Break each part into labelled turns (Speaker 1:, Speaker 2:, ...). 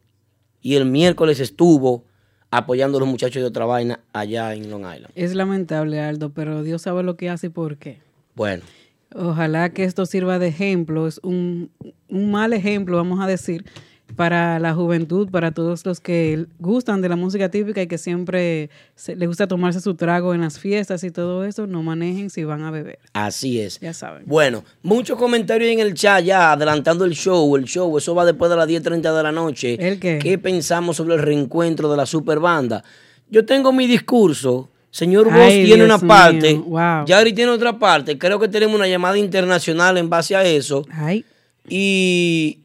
Speaker 1: y el miércoles estuvo apoyando a los muchachos de otra vaina allá en Long Island.
Speaker 2: Es lamentable, Aldo, pero Dios sabe lo que hace y por qué.
Speaker 1: Bueno,
Speaker 2: Ojalá que esto sirva de ejemplo, es un, un mal ejemplo, vamos a decir, para la juventud, para todos los que gustan de la música típica y que siempre se- le gusta tomarse su trago en las fiestas y todo eso, no manejen si van a beber,
Speaker 1: así es.
Speaker 2: ya saben.
Speaker 1: Bueno, muchos comentarios en el chat ya, adelantando el show, el show, eso va después de las 10.30 de la noche.
Speaker 2: ¿El qué?
Speaker 1: pensamos sobre el reencuentro de la superbanda? Yo tengo mi discurso, señor Voz
Speaker 2: Ay,
Speaker 1: tiene
Speaker 2: Dios
Speaker 1: una
Speaker 2: mío,
Speaker 1: parte,
Speaker 2: wow.
Speaker 1: Yari tiene otra parte, creo que tenemos una llamada internacional en base a eso.
Speaker 2: Ay,
Speaker 1: Y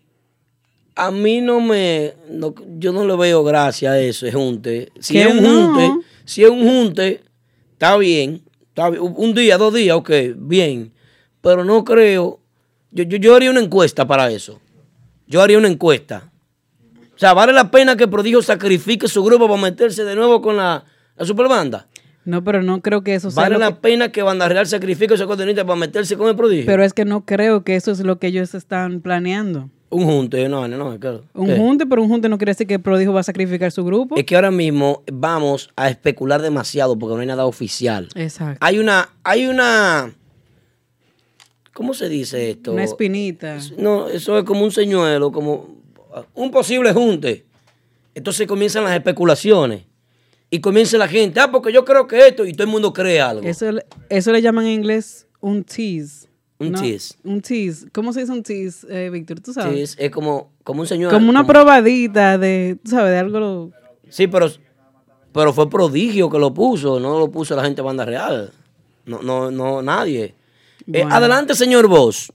Speaker 1: a mí no me. no- yo no le veo gracia a eso, es junte. Si
Speaker 2: Que
Speaker 1: es un
Speaker 2: no.
Speaker 1: junte, si es un junte, está bien. Está bien. Un día, dos días, ok, bien. Pero no creo. Yo, yo, yo haría una encuesta para eso. Yo haría una encuesta. O sea, ¿vale la pena que Prodigio sacrifique su grupo para meterse de nuevo con la, la superbanda?
Speaker 2: no, pero no creo que eso sea...
Speaker 1: ¿Vale
Speaker 2: lo
Speaker 1: la
Speaker 2: que-
Speaker 1: pena que Banda Real sacrifique su coordinista para meterse con el Prodigio?
Speaker 2: pero es que no creo que eso es lo que ellos están planeando.
Speaker 1: un junte, no, no, no, claro.
Speaker 2: Un
Speaker 1: ¿Qué?
Speaker 2: junte, pero un junte no quiere decir que Prodigio va a sacrificar su grupo.
Speaker 1: Es que ahora mismo vamos a especular demasiado porque no hay nada oficial.
Speaker 2: Exacto.
Speaker 1: Hay una, hay una, ¿cómo se dice esto?
Speaker 2: Una espinita.
Speaker 1: No, eso es como un señuelo, como un posible junte. Entonces comienzan las especulaciones y comienza la gente, ah, porque yo creo que esto y todo el mundo cree algo.
Speaker 2: Eso, le- eso le llaman en inglés un tease.
Speaker 1: Un tease.
Speaker 2: Un tease. ¿Cómo se dice un tease, eh, Víctor? ¿Tú
Speaker 1: Sí,
Speaker 2: sabes?
Speaker 1: es, es como, como un señuelo.
Speaker 2: Como una
Speaker 1: como-
Speaker 2: probadita de, tú sabes, de algo. lo-
Speaker 1: Sí, pero, pero fue prodigio que lo puso, no lo puso la gente de banda real. No, no, no, nadie. Eh,
Speaker 2: Bueno.
Speaker 1: adelante, señor Vos.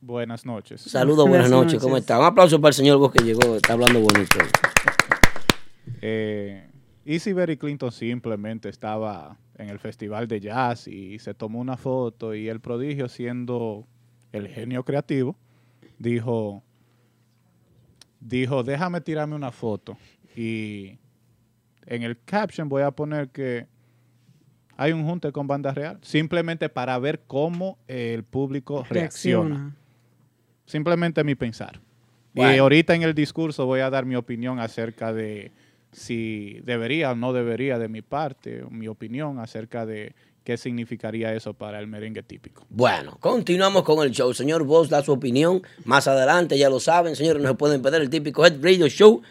Speaker 3: Buenas noches.
Speaker 1: Saludos, buenas,
Speaker 2: Buenas
Speaker 1: noches. ¿Cómo
Speaker 2: noches.
Speaker 1: está? Un aplauso para el señor Vos que llegó, está hablando bonito.
Speaker 3: Eh, Easy Berry Clinton simplemente estaba en el festival de jazz y se tomó una foto y el prodigio siendo el genio creativo dijo dijo déjame tirarme una foto y en el caption voy a poner que hay un junte con banda real, simplemente para ver cómo el público reacciona. Simplemente mi pensar. Y
Speaker 1: Bueno.
Speaker 3: ahorita en el discurso voy a dar mi opinión acerca de si debería o no debería de mi parte, o mi opinión acerca de qué significaría eso para el merengue típico.
Speaker 1: Bueno, continuamos con el show. Señor Vos da su opinión. Más adelante, ya lo saben, señores, no se pueden perder el típico Head Radio Show,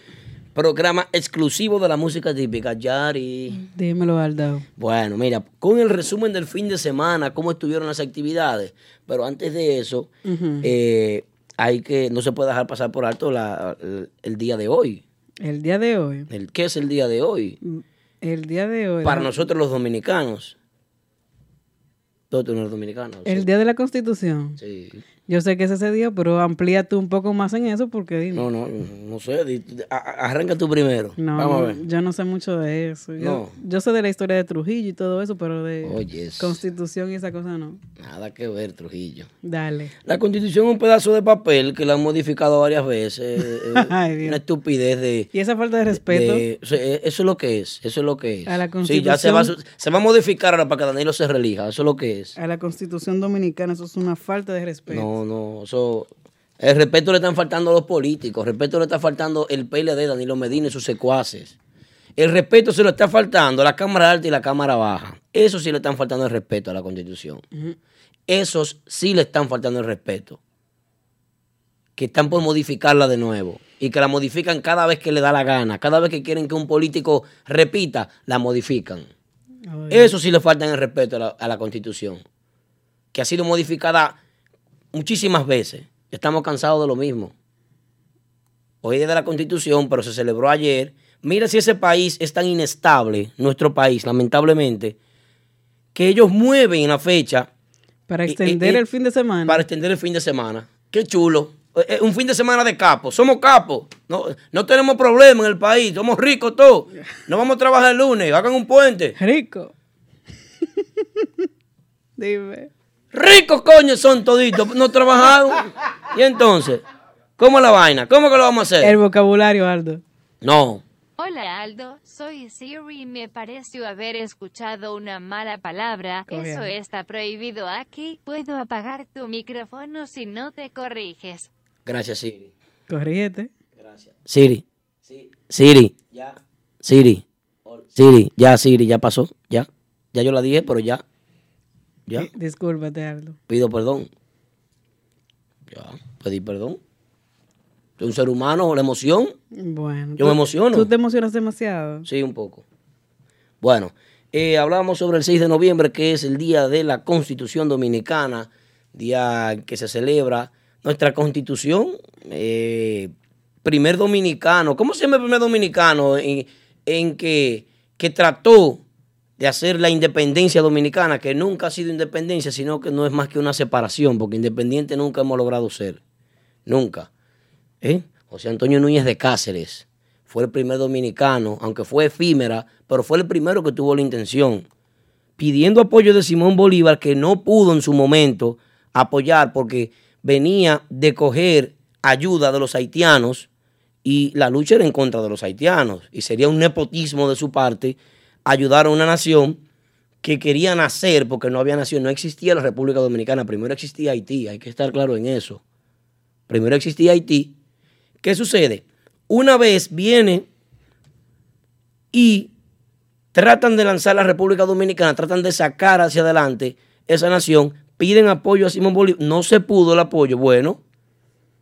Speaker 1: programa exclusivo de la música típica. Yari.
Speaker 2: Dímelo, Aldao.
Speaker 1: Bueno, mira, con el resumen del fin de semana, cómo estuvieron las actividades. Pero antes de eso,
Speaker 2: Ujú.
Speaker 1: eh, hay que, no se puede dejar pasar por alto la- el, el día de hoy.
Speaker 2: El día de hoy.
Speaker 1: El, ¿Qué es el día de hoy?
Speaker 2: El día de hoy.
Speaker 1: Para
Speaker 2: ¿no?
Speaker 1: nosotros los dominicanos. Todos los dominicanos.
Speaker 2: El día de la Constitución.
Speaker 1: Sí.
Speaker 2: Yo sé que es ese día, pero amplía tú un poco más en eso porque dime.
Speaker 1: No, no, no sé. di- di- a- a- Arranca tú primero.
Speaker 2: No,
Speaker 1: Vamos
Speaker 2: no,
Speaker 1: a ver.
Speaker 2: yo no sé mucho de eso. Yo,
Speaker 1: No.
Speaker 2: yo sé de la historia de Trujillo y todo eso, pero de
Speaker 1: Oh, yes.
Speaker 2: Constitución y esa cosa no.
Speaker 1: Nada que ver, Trujillo.
Speaker 2: Dale.
Speaker 1: La constitución es un pedazo de papel que la han modificado varias veces. eh,
Speaker 2: Ay, Dios.
Speaker 1: una estupidez de.
Speaker 2: Y esa falta de respeto.
Speaker 1: de- o sea, eh, eso es lo que es, eso es lo que es.
Speaker 2: A la
Speaker 1: Sí, ya se va, a su-
Speaker 2: Constitución.
Speaker 1: se va a modificar ahora para que Danilo se relija, eso es lo que es.
Speaker 2: A la Constitución Dominicana, eso es una falta de respeto.
Speaker 1: No, no, eso. El respeto le están faltando a los políticos, el respeto le está faltando el PLD, Danilo Medina y sus secuaces. El respeto se lo está faltando a la Cámara Alta y la Cámara Baja. Eso sí le están faltando el respeto a la Constitución. Esos sí le están faltando el respeto. Que están por modificarla de nuevo. Y que la modifican cada vez que le da la gana. Cada vez que quieren que un político repita, la modifican.
Speaker 2: Ay,
Speaker 1: Eso sí le falta en el respeto a la, a la Constitución, que ha sido modificada muchísimas veces. Estamos cansados de lo mismo. Hoy es día de la Constitución, pero se celebró ayer. Mira si ese país es tan inestable, nuestro país, lamentablemente, que ellos mueven en la fecha
Speaker 2: Para
Speaker 1: y-
Speaker 2: extender
Speaker 1: y-
Speaker 2: el fin de semana.
Speaker 1: para extender el fin de semana. Qué chulo. Eh, eh, Un fin de semana de capo. Somos capos. No, no tenemos problema en el país. Somos ricos todos. No vamos a trabajar el lunes. Hagan un puente.
Speaker 2: Rico. Dime.
Speaker 1: Ricos coño son toditos, no trabajaron. Y entonces, ¿cómo la vaina? ¿Cómo que lo vamos a
Speaker 2: El
Speaker 1: hacer?
Speaker 2: vocabulario, Aldo.
Speaker 1: No.
Speaker 4: Hola Aldo, soy Siri y me pareció haber escuchado una mala palabra.
Speaker 2: Coge
Speaker 4: Eso
Speaker 2: ahí.
Speaker 4: está prohibido aquí. Puedo apagar tu micrófono si no te corriges.
Speaker 1: Gracias, Siri.
Speaker 2: Corrígete.
Speaker 1: Siri. Siri. Ya. Siri. Siri. Ya, Siri, ya pasó. Ya. Ya yo la dije, pero ya. Ya.
Speaker 2: Discúlpate, Aldo.
Speaker 1: Pido perdón. Ya. Pedí perdón. Soy un ser humano, la emoción.
Speaker 2: Bueno.
Speaker 1: Yo
Speaker 2: tú-
Speaker 1: me emociono.
Speaker 2: Tú te emocionas demasiado.
Speaker 1: Sí, un poco. Bueno, eh, hablamos sobre el 6 de noviembre, que es el día de la Constitución Dominicana, día en que se celebra nuestra Constitución. eh, primer dominicano, ¿cómo se llama el primer dominicano en, en que, que trató de hacer la independencia dominicana, que nunca ha sido independencia, sino que no es más que una separación, porque independiente nunca hemos logrado ser. Nunca. ¿eh? José Antonio Núñez de Cáceres fue el primer dominicano, aunque fue efímera, pero fue el primero que tuvo la intención, pidiendo apoyo de Simón Bolívar, que no pudo en su momento apoyar porque venía de coger ayuda de los haitianos y la lucha era en contra de los haitianos. Y sería un nepotismo de su parte ayudar a una nación que quería nacer porque no había nacido, no existía la República Dominicana, primero existía Haití, hay que estar claro en eso. Primero existía Haití. ¿Qué sucede? Una vez viene y tratan de lanzar la República Dominicana, tratan de sacar hacia adelante esa nación, piden apoyo a Simón Bolívar, no se pudo el apoyo, bueno,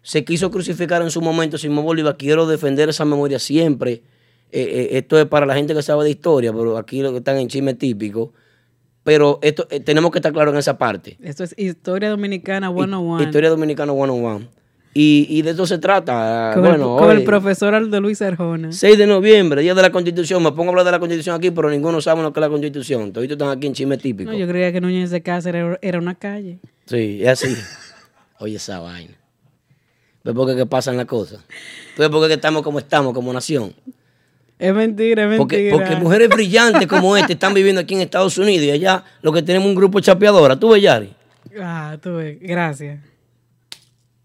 Speaker 1: se quiso crucificar en su momento a Simón Bolívar, quiero defender esa memoria siempre, Eh, eh, esto es para la gente que sabe de historia, pero aquí lo que están en chisme típico, pero esto eh, tenemos que estar claros en esa parte.
Speaker 2: Esto es Historia Dominicana 101.
Speaker 1: Historia Dominicana 101. Y, y de eso se trata.
Speaker 2: con,
Speaker 1: bueno,
Speaker 2: el, con el
Speaker 1: hoy,
Speaker 2: profesor Aldo Luis Arjona.
Speaker 1: 6 de noviembre, Día de la Constitución. Me pongo a hablar de la Constitución aquí, pero ninguno sabe lo que es la Constitución. Todos están aquí en chisme típico.
Speaker 2: No, yo creía que Núñez de Cáceres era- era una calle.
Speaker 1: Sí, es así. Oye, esa vaina. ¿Ves por qué que pasan las cosas? ¿Tú ves por qué que estamos como estamos, como nación?
Speaker 2: Es mentira, es
Speaker 1: Porque,
Speaker 2: mentira.
Speaker 1: porque mujeres brillantes como este están viviendo aquí en Estados Unidos y allá lo que tenemos un grupo de chapeadoras. ¿Tú ves, Yari?
Speaker 2: Ah, tú ves. Gracias.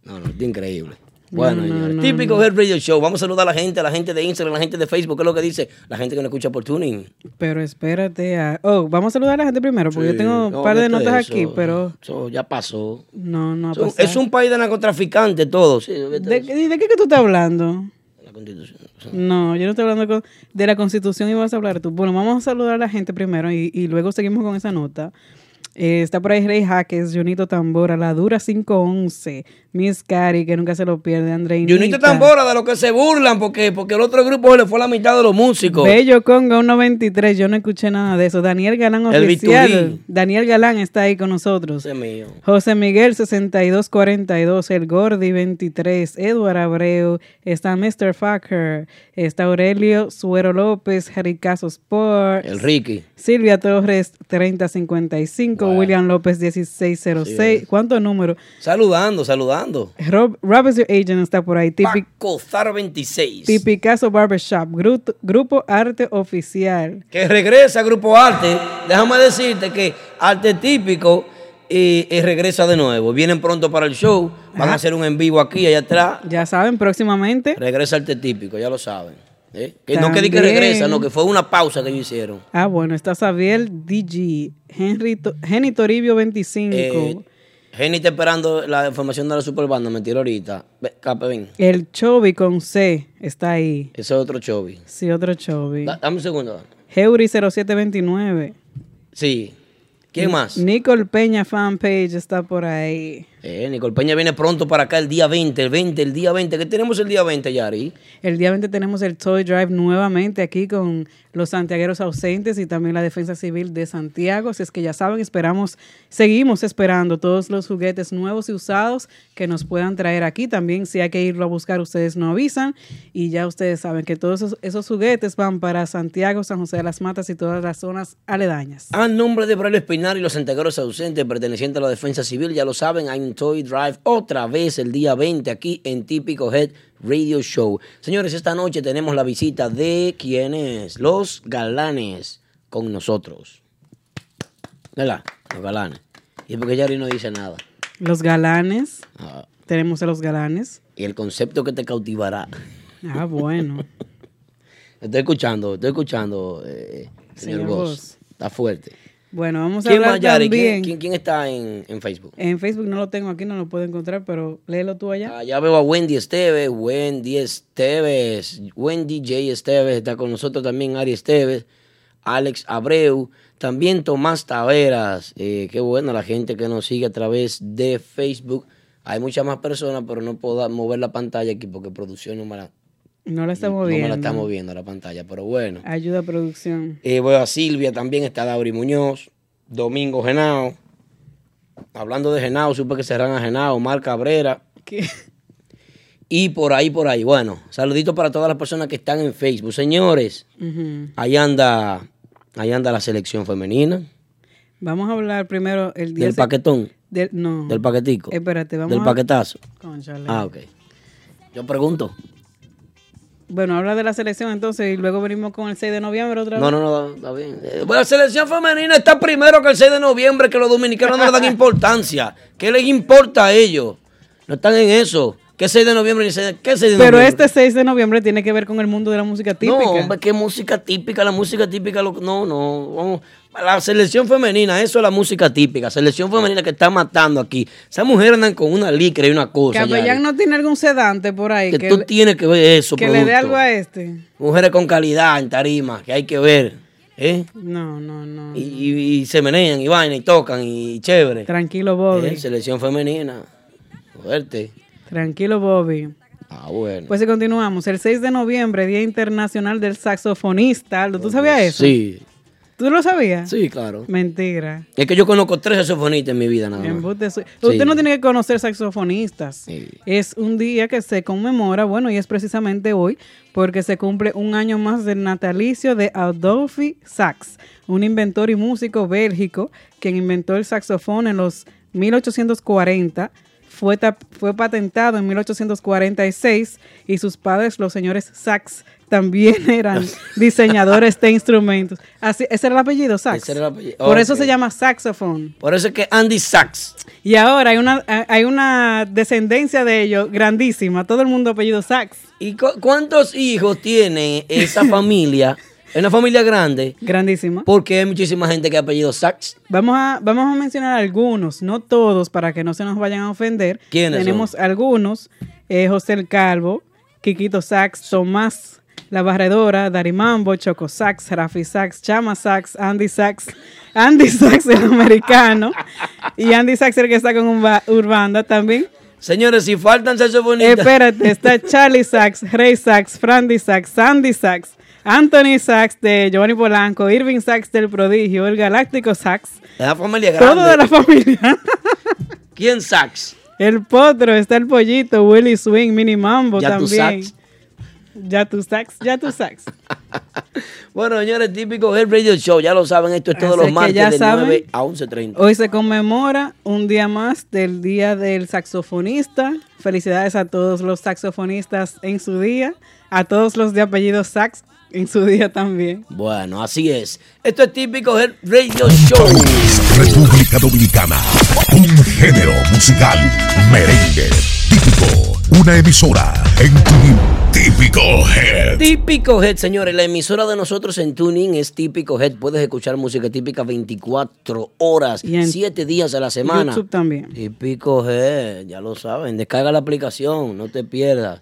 Speaker 1: No, no, esto es increíble. Bueno,
Speaker 2: No, no,
Speaker 1: señores.
Speaker 2: no,
Speaker 1: típico Head Radio Show. Vamos a saludar a la gente, a la gente de Instagram, a la gente de Facebook, ¿qué es lo que dice? La gente que nos escucha por tuning.
Speaker 2: Pero espérate a... Oh, vamos a saludar a la gente primero, porque yo tengo
Speaker 1: No,
Speaker 2: un par de
Speaker 1: esto es
Speaker 2: notas
Speaker 1: eso.
Speaker 2: aquí, pero
Speaker 1: Eso ya pasó.
Speaker 2: no, no ha
Speaker 1: Es un-
Speaker 2: pasado.
Speaker 1: Es un país de narcotraficantes todos. Sí, vete
Speaker 2: ¿De, y de qué que tú estás hablando?
Speaker 1: la constitución.
Speaker 2: No, yo no estoy hablando con- de la Constitución y vas a hablar tú. Bueno, vamos a saludar a la gente primero y, y luego seguimos con esa nota. Eh, está por ahí Rey Jaques, Junito Tambora, La Dura 511, Miss Cari, que nunca se lo pierde, Andreina.
Speaker 1: Junito Tambora, de los que se burlan, porque, porque el otro grupo se le fue la mitad de los músicos.
Speaker 2: Bello Conga, un 93, yo no escuché nada de eso. Daniel Galán
Speaker 1: El
Speaker 2: oficial.
Speaker 1: Bisturí.
Speaker 2: Daniel Galán está ahí con nosotros.
Speaker 1: Ese es mío.
Speaker 2: José Miguel 6242, El Gordi 23, Eduard Abreu, está Mr. Fucker, está Aurelio Suero López, Jaricazo Sport,
Speaker 1: El Ricky.
Speaker 2: Silvia Torres 3055, William López 1606, ¿cuánto número?
Speaker 1: Saludando, saludando.
Speaker 2: Rob, Rob is your agent está por ahí, Tipi-
Speaker 1: Paco Zar 26.
Speaker 2: Tipicazo Barbershop, Gruto- Grupo Arte Oficial.
Speaker 1: que regresa Grupo Arte. Déjame decirte que Arte Típico eh, eh, regresa de nuevo. Vienen pronto para el show. Van a hacer un en vivo aquí, allá atrás.
Speaker 2: Ya saben, próximamente.
Speaker 1: Regresa Arte Típico, ya lo saben. ¿eh? Que no que di que
Speaker 2: También.
Speaker 1: regresa, no, que fue una pausa que ellos hicieron.
Speaker 2: Ah, bueno, está Xavier DG, Henry, To- Henny Toribio 25.
Speaker 1: Eh, Jenny está esperando la información de la superbanda, me tiró ahorita. Ve, Cape, ven.
Speaker 2: El Chobi con C está ahí.
Speaker 1: Ese es otro chovi.
Speaker 2: Sí, otro Chobi.
Speaker 1: Da- dame un segundo.
Speaker 2: Heuri 0729.
Speaker 1: Sí. ¿Quién más?
Speaker 2: Nicole Peña fanpage está por ahí.
Speaker 1: Eh, Nicole Peña viene pronto para acá el día 20, el 20, el día 20. ¿Qué tenemos el día 20, Yari?
Speaker 2: El día 20 tenemos el Toy Drive nuevamente aquí con los santiagueros ausentes y también la Defensa Civil de Santiago. Si es que ya saben, esperamos, seguimos esperando todos los juguetes nuevos y usados que nos puedan traer aquí. También si hay que irlo a buscar, ustedes nos avisan y ya ustedes saben que todos esos, esos juguetes van para Santiago, San José de las Matas y todas las zonas aledañas.
Speaker 1: A nombre de Braulio Espinar y los santiagueros ausentes pertenecientes a la Defensa Civil, ya lo saben, hay un Toy Drive otra vez el día 20 aquí en Típico Head Radio Show. Señores, esta noche tenemos la visita de quienes? Los galanes con nosotros. ¿Verdad? Los galanes. Y porque Yari no dice nada.
Speaker 2: Los galanes,
Speaker 1: Ah,
Speaker 2: tenemos a los galanes.
Speaker 1: y el concepto que te cautivará.
Speaker 2: Ah, bueno.
Speaker 1: Estoy escuchando, estoy escuchando, eh, señor,
Speaker 2: Señor
Speaker 1: Goss.
Speaker 2: Goss.
Speaker 1: Está fuerte.
Speaker 2: Bueno, vamos a
Speaker 1: ¿Quién
Speaker 2: hablar
Speaker 1: más, Yari? ¿Quién,
Speaker 2: también.
Speaker 1: quién- quién está en, en Facebook?
Speaker 2: En Facebook no lo tengo aquí, no lo puedo encontrar, pero léelo tú allá.
Speaker 1: Ah, ya veo a Wendy Esteves, Wendy Esteves, Wendy J. Esteves, está con nosotros también Ari Esteves, Alex Abreu, también Tomás Taveras. Eh, qué bueno la gente que nos sigue a través de Facebook. Hay muchas más personas, pero no puedo mover la pantalla aquí porque producción no me la,
Speaker 2: No la
Speaker 1: no
Speaker 2: estamos
Speaker 1: me la
Speaker 2: viendo.
Speaker 1: está moviendo la pantalla, pero bueno.
Speaker 2: Ayuda a producción.
Speaker 1: Eh, veo a Silvia también, está Dauri Muñoz, Domingo Genao. Hablando de Genao, supe que serán a Genao, Mar Cabrera.
Speaker 2: ¿Qué?
Speaker 1: Y por ahí, por ahí. Bueno, saludito para todas las personas que están en Facebook. Señores,
Speaker 2: Ujú.
Speaker 1: ahí anda, ahí anda la selección femenina.
Speaker 2: Vamos a hablar primero el día.
Speaker 1: Del
Speaker 2: se-
Speaker 1: paquetón,
Speaker 2: del- no.
Speaker 1: del paquetico.
Speaker 2: Espérate, vamos
Speaker 1: Del
Speaker 2: a-
Speaker 1: paquetazo.
Speaker 2: Cónchale.
Speaker 1: Ah, ok. Yo pregunto.
Speaker 2: Bueno, habla de la selección entonces y luego venimos con el 6 de noviembre otra
Speaker 1: No,
Speaker 2: vez.
Speaker 1: no, no, está bien. Eh, bueno, la selección femenina está primero que el 6 de noviembre, que los dominicanos no le dan importancia. ¿Qué les importa a ellos? No están en eso. ¿Qué 6 de noviembre? ni 6 de- ¿Qué 6 de
Speaker 2: Pero
Speaker 1: noviembre?
Speaker 2: este 6 de noviembre tiene que ver con el mundo de la música típica.
Speaker 1: No, hombre, qué música típica, la música típica, lo- no, no, vamos, la selección femenina, eso es la música típica, selección femenina que está matando aquí. Esas mujeres andan con una licra y una cosa,
Speaker 2: Capellán
Speaker 1: Yari,
Speaker 2: no tiene algún sedante por ahí
Speaker 1: que,
Speaker 2: que,
Speaker 1: tú
Speaker 2: le-
Speaker 1: tienes que ver eso,
Speaker 2: que le dé
Speaker 1: producto.
Speaker 2: algo a este.
Speaker 1: Mujeres con calidad en tarima, que hay que ver, ¿eh?
Speaker 2: No, no, no.
Speaker 1: Y, y- y se menean y vaina y tocan y chévere.
Speaker 2: Tranquilo,
Speaker 1: Eh,
Speaker 2: Bobby.
Speaker 1: Selección femenina, fuerte.
Speaker 2: Tranquilo, Bobby.
Speaker 1: Ah, bueno.
Speaker 2: Pues si continuamos, el 6 de noviembre, Día Internacional del Saxofonista. Aldo, ¿Tú sabías eso?
Speaker 1: Oh, Sí,
Speaker 2: ¿Tú lo sabías?
Speaker 1: sí, claro.
Speaker 2: Mentira.
Speaker 1: Es que yo conozco tres saxofonistas en mi vida nada más.
Speaker 2: Embuste su-
Speaker 1: Sí.
Speaker 2: Usted no tiene que conocer saxofonistas.
Speaker 1: Sí.
Speaker 2: Es un día que se conmemora, bueno, y es precisamente hoy, porque se cumple un año más del natalicio de Adolphe Sax, un inventor y músico bélgico quien inventó el saxofón en los 1840. fue, tap- fue patentado en 1846 y sus padres, los señores Sachs, también eran diseñadores de instrumentos. Así, ese era el apellido, Sachs.
Speaker 1: Ese era el apellido,
Speaker 2: Por eso
Speaker 1: ok.
Speaker 2: se llama saxofón.
Speaker 1: Por eso es que Andy Sachs.
Speaker 2: Y ahora hay una, hay una descendencia de ellos grandísima. Todo el mundo apellido Sachs.
Speaker 1: ¿Y cu- cuántos hijos tiene esa familia? Es una familia grande.
Speaker 2: Grandísima.
Speaker 1: Porque hay muchísima gente que ha apellido Sachs.
Speaker 2: Vamos a, vamos a mencionar algunos, no todos, para que no se nos vayan a ofender.
Speaker 1: ¿Quiénes
Speaker 2: Tenemos algunos. eh, José el Calvo, Quiquito Sax, Tomás La Barredora, Darimambo, Choco Sax, Rafi Sax, Chama Sax, Andy Sax, Andy Sax el americano y Andy Sax el que está con Urba- Urbanda también.
Speaker 1: Señores, si faltan saxofonistas.
Speaker 2: Espérate, está Charlie Sachs, Ray Sachs, Frandy Sachs, Sandy Sachs, Anthony Sachs de Giovanni Polanco, Irving Sachs del Prodigio, el Galáctico Sachs,
Speaker 1: Es una familia grande.
Speaker 2: todo de la familia.
Speaker 1: ¿Quién Sachs?
Speaker 2: El Potro, está el Pollito, Willy Swing, Mini Mambo
Speaker 1: Ya tú
Speaker 2: también.
Speaker 1: Sachs.
Speaker 2: Ya tu Sachs, ya tu Sachs.
Speaker 1: Bueno, señores, típico el Radio Show. Ya lo saben, esto es todos
Speaker 2: Así
Speaker 1: los
Speaker 2: que
Speaker 1: martes
Speaker 2: ya
Speaker 1: de
Speaker 2: saben.
Speaker 1: 9 a 11.30.
Speaker 2: Hoy se conmemora un día más del Día del Saxofonista. Felicidades a todos los saxofonistas en su día, a todos los de apellido Sax en su día también.
Speaker 1: Bueno, así es. Esto es típico el Radio Show.
Speaker 5: República Dominicana. Un género musical merengue típico. Una emisora en tu típico head.
Speaker 1: Típico Head, señores. La emisora de nosotros en Tuning es Típico Head. Puedes escuchar música típica 24 horas,
Speaker 2: Y en
Speaker 1: 7 días a la semana.
Speaker 2: YouTube también.
Speaker 1: Típico Head, ya lo saben. Descarga la aplicación, no te pierdas.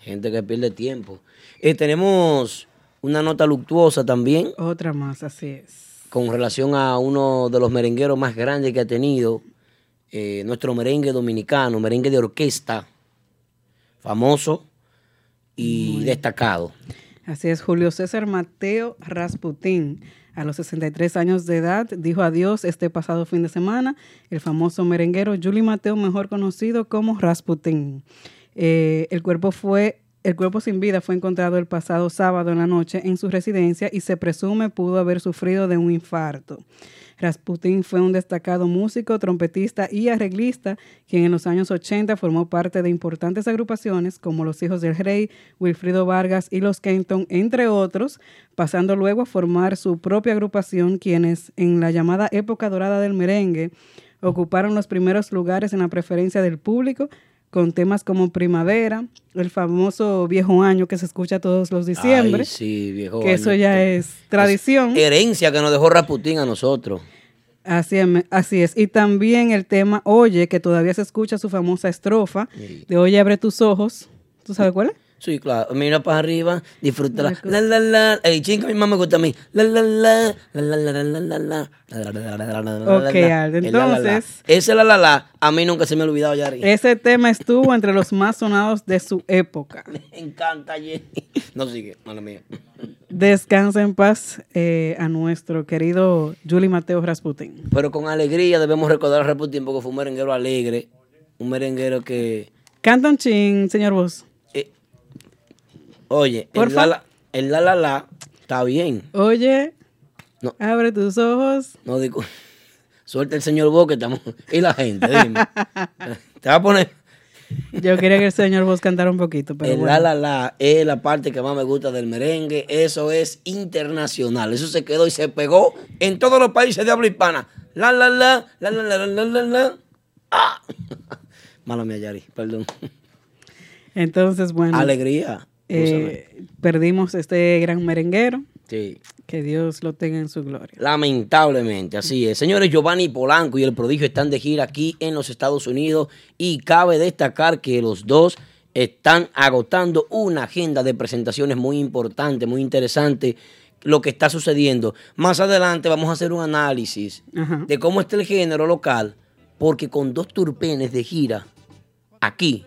Speaker 1: Gente que pierde tiempo. Eh, tenemos una nota luctuosa también
Speaker 2: Otra más, así es.
Speaker 1: con relación a uno de los merengueros más grandes que ha tenido eh, nuestro merengue dominicano, merengue de orquesta, famoso y destacado.
Speaker 2: Así es, Julio César Mateo Rasputín. A los 63 años de edad dijo adiós este pasado fin de semana el famoso merenguero Juli Mateo, mejor conocido como Rasputín. Eh, el cuerpo fue el cuerpo sin vida fue encontrado el pasado sábado en la noche en su residencia y se presume pudo haber sufrido de un infarto. Rasputin fue un destacado músico, trompetista y arreglista, quien en los años 80 formó parte de importantes agrupaciones como Los Hijos del Rey, Wilfrido Vargas y Los Kenton, entre otros, pasando luego a formar su propia agrupación, quienes en la llamada época dorada del merengue ocuparon los primeros lugares en la preferencia del público con temas como Primavera, el famoso Viejo Año que se escucha todos los diciembre,
Speaker 1: Ay, sí, viejo.
Speaker 2: que eso ya es tradición.
Speaker 1: Herencia que nos dejó Raputín a nosotros.
Speaker 2: Así es, me- así es. Y también el tema Oye, que todavía se escucha su famosa estrofa de Oye, abre tus ojos. ¿Tú sabes cuál es?
Speaker 1: Sí, claro. Mira para arriba, disfrútala. La, la, la. El chin que mi mamá me gusta a mí. La, la, la. La, la, la, la, la, la, la. La, la, la, la, la, la, la,
Speaker 2: Ok,
Speaker 1: la.
Speaker 2: Aldo,
Speaker 1: El la, la, la.
Speaker 2: entonces-
Speaker 1: Ese la, la, la, a mí nunca se me ha olvidado, Yari.
Speaker 2: Ese tema estuvo entre los más sonados de su época.
Speaker 1: Me encanta, Jenny. No sigue, mala mía.
Speaker 2: Descansa en paz eh, a nuestro querido Juli Mateo Rasputin.
Speaker 1: Pero con alegría debemos recordar a Raputín porque fue un merenguero alegre. Un merenguero que.
Speaker 2: Canta un chin, señor Vos.
Speaker 1: eh, oye, el la,
Speaker 2: Porfa.
Speaker 1: la, el la, la, la, está bien.
Speaker 2: Oye,
Speaker 1: No.
Speaker 2: abre tus ojos.
Speaker 1: No digo. Suelta el señor Bo que estamos. Y la gente, dime. Te va a poner.
Speaker 2: Yo quería que el señor Vos cantara un poquito, pero
Speaker 1: el
Speaker 2: bueno.
Speaker 1: la la la es la parte que más me gusta del merengue. Eso es internacional. Eso se quedó y se pegó en todos los países de habla hispana. La la la, la la la la la la. la. ¡Ah! Mala mía, Yari, perdón.
Speaker 2: Entonces, bueno,
Speaker 1: Alegría. úsame.
Speaker 2: eh, perdimos este gran merenguero.
Speaker 1: Sí.
Speaker 2: Que Dios lo tenga en su gloria.
Speaker 1: Lamentablemente, así es. Señores, Giovanni Polanco y el prodigio están de gira aquí en los Estados Unidos y cabe destacar que los dos están agotando una agenda de presentaciones muy importante, muy interesante, lo que está sucediendo. Más adelante vamos a hacer un análisis
Speaker 2: Ajá.
Speaker 1: de cómo está el género local, porque con dos turpenes de gira aquí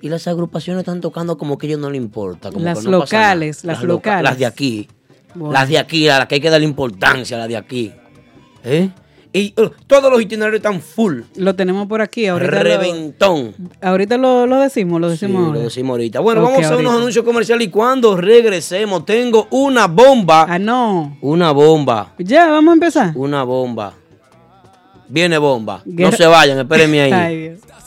Speaker 1: y las agrupaciones están tocando como que a ellos no les importa. como
Speaker 2: Las
Speaker 1: que no pasa nada.
Speaker 2: locales, las
Speaker 1: loca-
Speaker 2: locales.
Speaker 1: Las de aquí.
Speaker 2: Bueno.
Speaker 1: Las de aquí, a las que hay que darle importancia, las de aquí. ¿Eh? Y uh, todos los itinerarios están full.
Speaker 2: Lo tenemos por aquí. Ahorita, lo,
Speaker 1: Reventón.
Speaker 2: ahorita lo, lo decimos, lo decimos.
Speaker 1: Sí,
Speaker 2: ahora.
Speaker 1: lo decimos ahorita. Bueno,
Speaker 2: Ok,
Speaker 1: vamos a hacer
Speaker 2: ahorita.
Speaker 1: unos anuncios comerciales y cuando regresemos tengo una bomba.
Speaker 2: Ah, no.
Speaker 1: Una bomba.
Speaker 2: Ya, vamos a empezar.
Speaker 1: Una bomba. Viene bomba.
Speaker 2: Guerra-
Speaker 1: No se vayan, espérenme ahí.
Speaker 2: Ay, Dios.
Speaker 6: Estás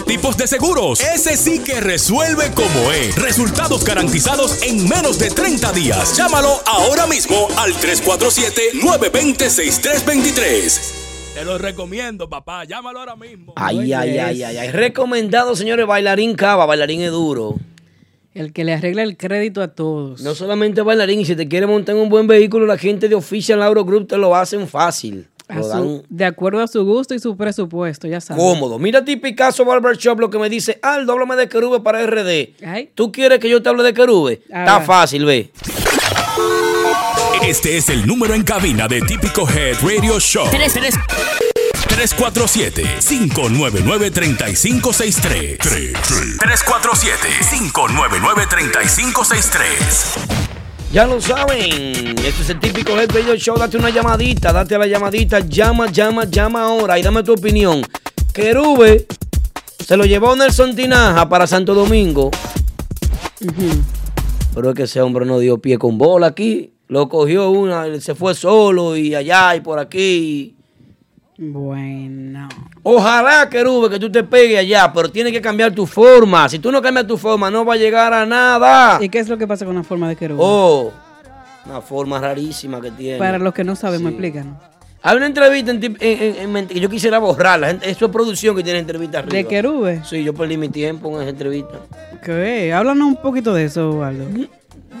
Speaker 6: tipos de seguros. Ese sí que resuelve como es. Resultados garantizados en menos de 30 días. Llámalo ahora mismo al 347-920-6323. Te lo recomiendo, papá. Llámalo ahora mismo.
Speaker 1: Ay, ay, ay, ay, ay. Recomendado, señores, bailarín Cava, bailarín es duro.
Speaker 2: El que le arregla el crédito a todos.
Speaker 1: No solamente bailarín, y si te quiere montar en un buen vehículo, la gente de Official Auro Group te lo hacen fácil.
Speaker 2: A
Speaker 1: Lo
Speaker 2: su-
Speaker 1: dan
Speaker 2: de acuerdo a su gusto y su presupuesto, ya sabes.
Speaker 1: cómodo. Mira Tipicazo Barber Shop lo que me dice, Aldo, háblame de Querube para RD.
Speaker 2: Ay,
Speaker 1: ¿Tú quieres que yo te hable de Querube? Está
Speaker 2: Habla.
Speaker 1: fácil, ve.
Speaker 6: Este es el número en cabina de Típico Head Radio Show. 347-599-3563. 347-599-3563.
Speaker 1: Ya lo saben, este es el típico Head Radio Show. Date una llamadita, date la llamadita. Llama, llama, llama ahora y dame tu opinión. Querube se lo llevó Nelson Tinaja para Santo Domingo. Pero es que ese hombre no dio pie con bola aquí. Lo cogió una, él se fue solo y allá y por aquí.
Speaker 2: bueno.
Speaker 1: Ojalá, Querube, que tú te pegues allá, pero tienes que cambiar tu forma. Si tú no cambias tu forma, no va a llegar a nada.
Speaker 2: ¿Y qué es lo que pasa con la forma de querubín?
Speaker 1: Oh, una forma rarísima que tiene.
Speaker 2: Para los que no saben, me
Speaker 1: Sí.
Speaker 2: explican.
Speaker 1: Hay una entrevista en, tip- en- en- en ment- que yo quisiera borrarla. gente- Eso es producción que tiene entrevistas
Speaker 2: ¿De
Speaker 1: arriba.
Speaker 2: querube?
Speaker 1: Sí, yo perdí mi tiempo en esa entrevista.
Speaker 2: ¿Qué? Háblanos un poquito de eso, Aldo.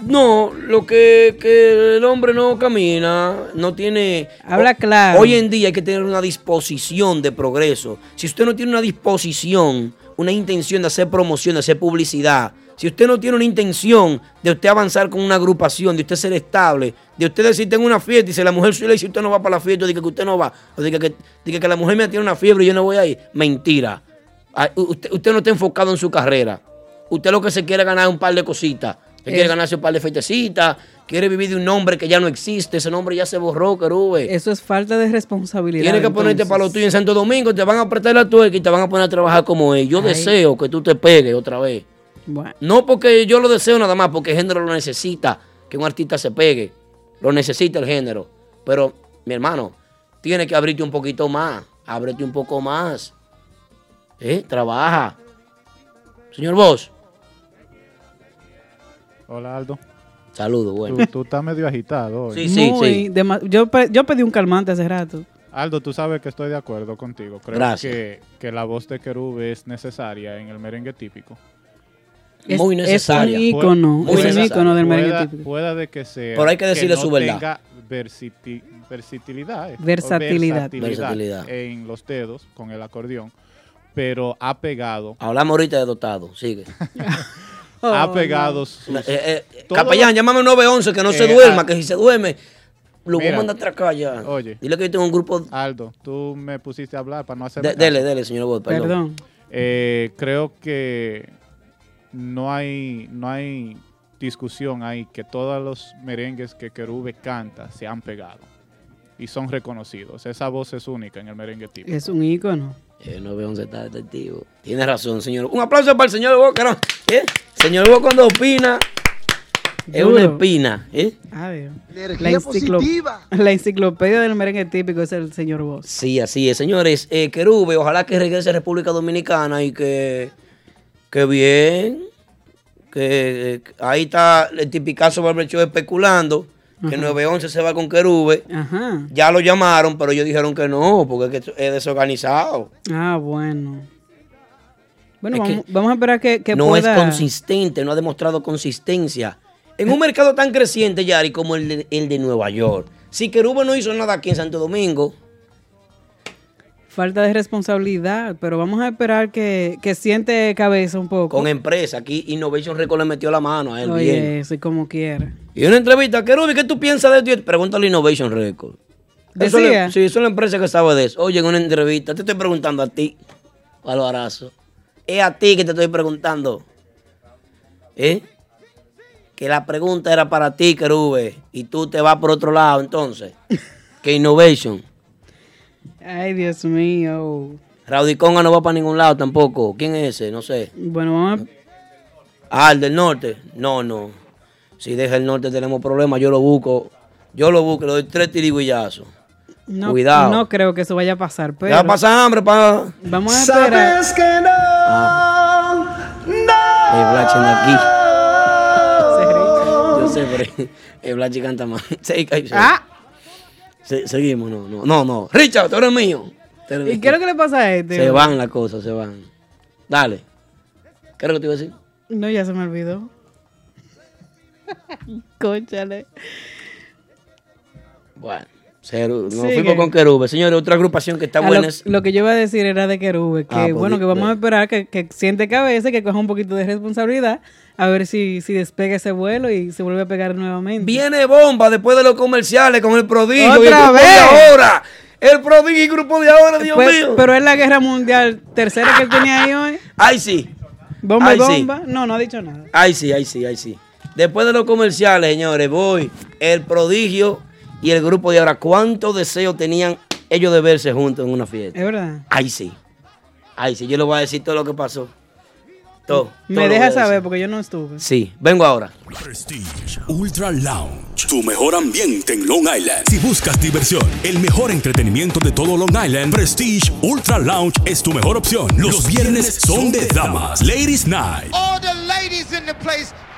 Speaker 1: No, lo que, que el hombre no camina, no tiene...
Speaker 2: Habla
Speaker 1: o-
Speaker 2: claro.
Speaker 1: Hoy en día hay que tener una disposición de progreso. Si usted no tiene una disposición, una intención de hacer promoción, de hacer publicidad, si usted no tiene una intención de usted avanzar con una agrupación, de usted ser estable, de usted decir tengo una fiesta y si la mujer suele decir usted no va para la fiesta, diga que usted no va, o diga que, diga que la mujer me tiene una fiebre y yo no voy a ir, mentira. Ah, u- Usted, usted no está enfocado en su carrera. Usted lo que se quiere ganar es un par de cositas. Usted
Speaker 2: Es-
Speaker 1: quiere ganarse un par de fiestecitas, quiere vivir de un nombre que ya no existe, ese nombre ya se borró, querube.
Speaker 2: Eso es falta de responsabilidad.
Speaker 1: Tienes que ponerte
Speaker 2: entonces.
Speaker 1: para lo tuyo en Santo Domingo, te van a apretar la tuerca y te van a poner a trabajar como ellos. Yo
Speaker 2: Ay.
Speaker 1: deseo que tú te pegues otra vez.
Speaker 2: Bueno,
Speaker 1: No porque yo lo deseo nada más, porque el género lo necesita, que un artista se pegue. Lo necesita el género. Pero, mi hermano, tienes que abrirte un poquito más. Ábrete un poco más. ¿Eh? Trabaja. Señor Vos,
Speaker 3: Hola, Aldo.
Speaker 1: saludo, bueno.
Speaker 3: Tú, tú estás medio agitado hoy.
Speaker 1: Sí, sí,
Speaker 2: muy
Speaker 1: sí.
Speaker 2: dema- yo, pe- yo pedí un calmante hace rato.
Speaker 3: Aldo, tú sabes que estoy de acuerdo contigo. Creo
Speaker 1: Gracias.
Speaker 3: Que, que la voz de Querube es necesaria en el merengue típico.
Speaker 2: Es-
Speaker 1: Muy necesaria.
Speaker 2: Es un ícono,
Speaker 1: Muy
Speaker 2: es un
Speaker 1: necesaria.
Speaker 2: ícono del merengue
Speaker 3: Pueda-
Speaker 2: típico.
Speaker 3: Pueda de que sea.
Speaker 1: Pero hay que decirle
Speaker 3: no
Speaker 1: su verdad.
Speaker 3: tenga versiti- versatilidad, eh, o
Speaker 2: Versatilidad.
Speaker 1: Versatilidad.
Speaker 3: En los dedos con el acordeón, pero ha pegado,
Speaker 1: Hablamos ahorita de dotado. Sigue.
Speaker 3: ha
Speaker 2: Oh,
Speaker 3: pegado
Speaker 1: Eh,
Speaker 3: sus-
Speaker 1: eh, eh,
Speaker 3: Todo-
Speaker 1: capellán, llámame 911, que no se
Speaker 3: Eh,
Speaker 1: duerma,
Speaker 3: ah.
Speaker 1: que si se duerme, lo voy a
Speaker 3: Mira,
Speaker 1: mandar atrás acá ya.
Speaker 3: oye.
Speaker 1: Dile que yo tengo un grupo.
Speaker 3: Aldo, tú me pusiste a hablar para no hacer.
Speaker 1: De- dele, dele, señor Bot, perdón.
Speaker 2: Perdón.
Speaker 3: Eh, creo que no hay, no hay discusión ahí que todos los merengues que Querube canta se han pegado y son reconocidos. Esa voz es única en el merengue típico.
Speaker 2: Es un ícono.
Speaker 1: El 911 está detectivo. Tiene razón, señor. Un aplauso para el señor Bot, caramba. ¿Eh? Señor Bot, cuando opina, Es una espina. ¿eh?
Speaker 2: Adiós.
Speaker 7: Energía positiva.
Speaker 2: la enciclopedia del merengue típico es el señor Voz.
Speaker 1: Sí, así es. Señores, eh, Querube, ojalá que regrese a República Dominicana y que, que bien. Que eh, ahí está el tipicazo Barbecho especulando que
Speaker 2: Ajá.
Speaker 1: 911 se va con Querube.
Speaker 2: Ajá.
Speaker 1: Ya lo llamaron, pero ellos dijeron que no, porque es, que es desorganizado.
Speaker 2: Ah, bueno. Bueno,
Speaker 1: Es que
Speaker 2: vamos, vamos a esperar que, que
Speaker 1: no
Speaker 2: pueda.
Speaker 1: es consistente, no ha demostrado consistencia. En un mercado tan creciente, Yari, como el de, el de Nueva York. Si Querube no hizo nada aquí en Santo Domingo,
Speaker 2: Falta de responsabilidad, pero vamos a esperar que, que siente cabeza un poco.
Speaker 1: con empresa, aquí Innovation Record le metió la mano a él.
Speaker 2: Oh. Oye,
Speaker 1: bien.
Speaker 2: eso y como quiera.
Speaker 1: Y una entrevista, Kerubi, ¿qué tú piensas de ti? Pregúntale a Innovation Record. Eso
Speaker 2: Decía.
Speaker 1: le- sí, es una empresa que sabe de eso. Oye, en una entrevista, te estoy preguntando a ti, Paloarazo. Es a ti que te estoy preguntando. ¿Eh? Que la pregunta era para ti, Kerube. Y tú te vas por otro lado, entonces. que Innovation.
Speaker 2: Ay, Dios mío.
Speaker 1: Raudiconga no va para ningún lado tampoco. ¿Quién es ese? No sé.
Speaker 2: Bueno, vamos a-
Speaker 1: Ah, el del norte. No, no. Si deja el norte tenemos problemas. Yo lo busco. Yo lo busco. Le doy tres tiriguillazos.
Speaker 2: no,
Speaker 1: Cuidado.
Speaker 2: no creo que eso vaya a pasar, pero
Speaker 1: Ya va a pasar hambre para...
Speaker 2: vamos a esperar.
Speaker 7: que no,
Speaker 1: El Blachi anda aquí.
Speaker 2: Se
Speaker 1: Yo sé, pero el Blachi canta más. Sí, ay, sí.
Speaker 2: ríe.
Speaker 1: Se- seguimos, no, no, no, no. Richard, tú eres mío. Tú eres
Speaker 2: ¿Y
Speaker 1: mío.
Speaker 2: qué es lo que le pasa a este?
Speaker 1: Se van las cosas, se van. Dale. ¿Qué es lo que te iba a decir?
Speaker 2: No, ya se me olvidó. Cónchale.
Speaker 1: Bueno, cero. Nos
Speaker 2: Sigue.
Speaker 1: fuimos con Querube. Señores, otra agrupación que está
Speaker 2: Ah,
Speaker 1: buena
Speaker 2: lo,
Speaker 1: es...
Speaker 2: lo que yo iba a decir era de Querube, que
Speaker 1: Ah, pues
Speaker 2: bueno,
Speaker 1: di-
Speaker 2: que vamos a
Speaker 1: ve.
Speaker 2: esperar que, que siente cabeza, y que coja un poquito de responsabilidad, a ver si, si despega ese vuelo y se vuelve a pegar nuevamente.
Speaker 1: Viene bomba después de los comerciales con el prodigio. y el
Speaker 2: ¡Otra
Speaker 1: grupo
Speaker 2: vez!
Speaker 1: de ahora. El prodigio y el grupo de ahora, Dios
Speaker 2: Pues,
Speaker 1: mío.
Speaker 2: pero es la guerra mundial tercera que él tenía ahí hoy.
Speaker 1: Ay, sí.
Speaker 2: Bomba y
Speaker 1: Ay, sí.
Speaker 2: bomba. No, no ha dicho nada.
Speaker 1: Ay, sí, ay, sí, ay, sí. Después de los comerciales, señores, voy. El prodigio y el grupo de ahora. ¿Cuántos deseos tenían ellos de verse juntos en una fiesta?
Speaker 2: Es verdad.
Speaker 1: Ay, sí. Ay, sí. Yo le voy a decir todo lo que pasó. Todo. todo
Speaker 2: Me
Speaker 1: lo voy
Speaker 2: deja
Speaker 1: a
Speaker 2: saber
Speaker 1: decir.
Speaker 2: porque yo no estuve.
Speaker 1: Sí, vengo ahora.
Speaker 6: Prestige Ultra Lounge, tu mejor ambiente en Long Island. Si buscas diversión, el mejor entretenimiento de todo Long Island, Prestige Ultra Lounge es tu mejor opción. Los, viernes son de damas, Ladies Night.
Speaker 8: All the ladies in the place,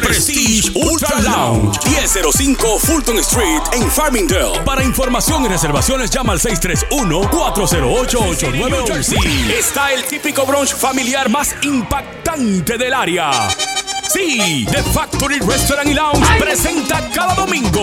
Speaker 6: Prestige Ultra Lounge, 1005 Fulton Street en Farmingdale. Para información y reservaciones llama al 631-408-8986. Está el típico brunch familiar más impactante del área. Sí, The Factory Restaurant y Lounge presenta cada domingo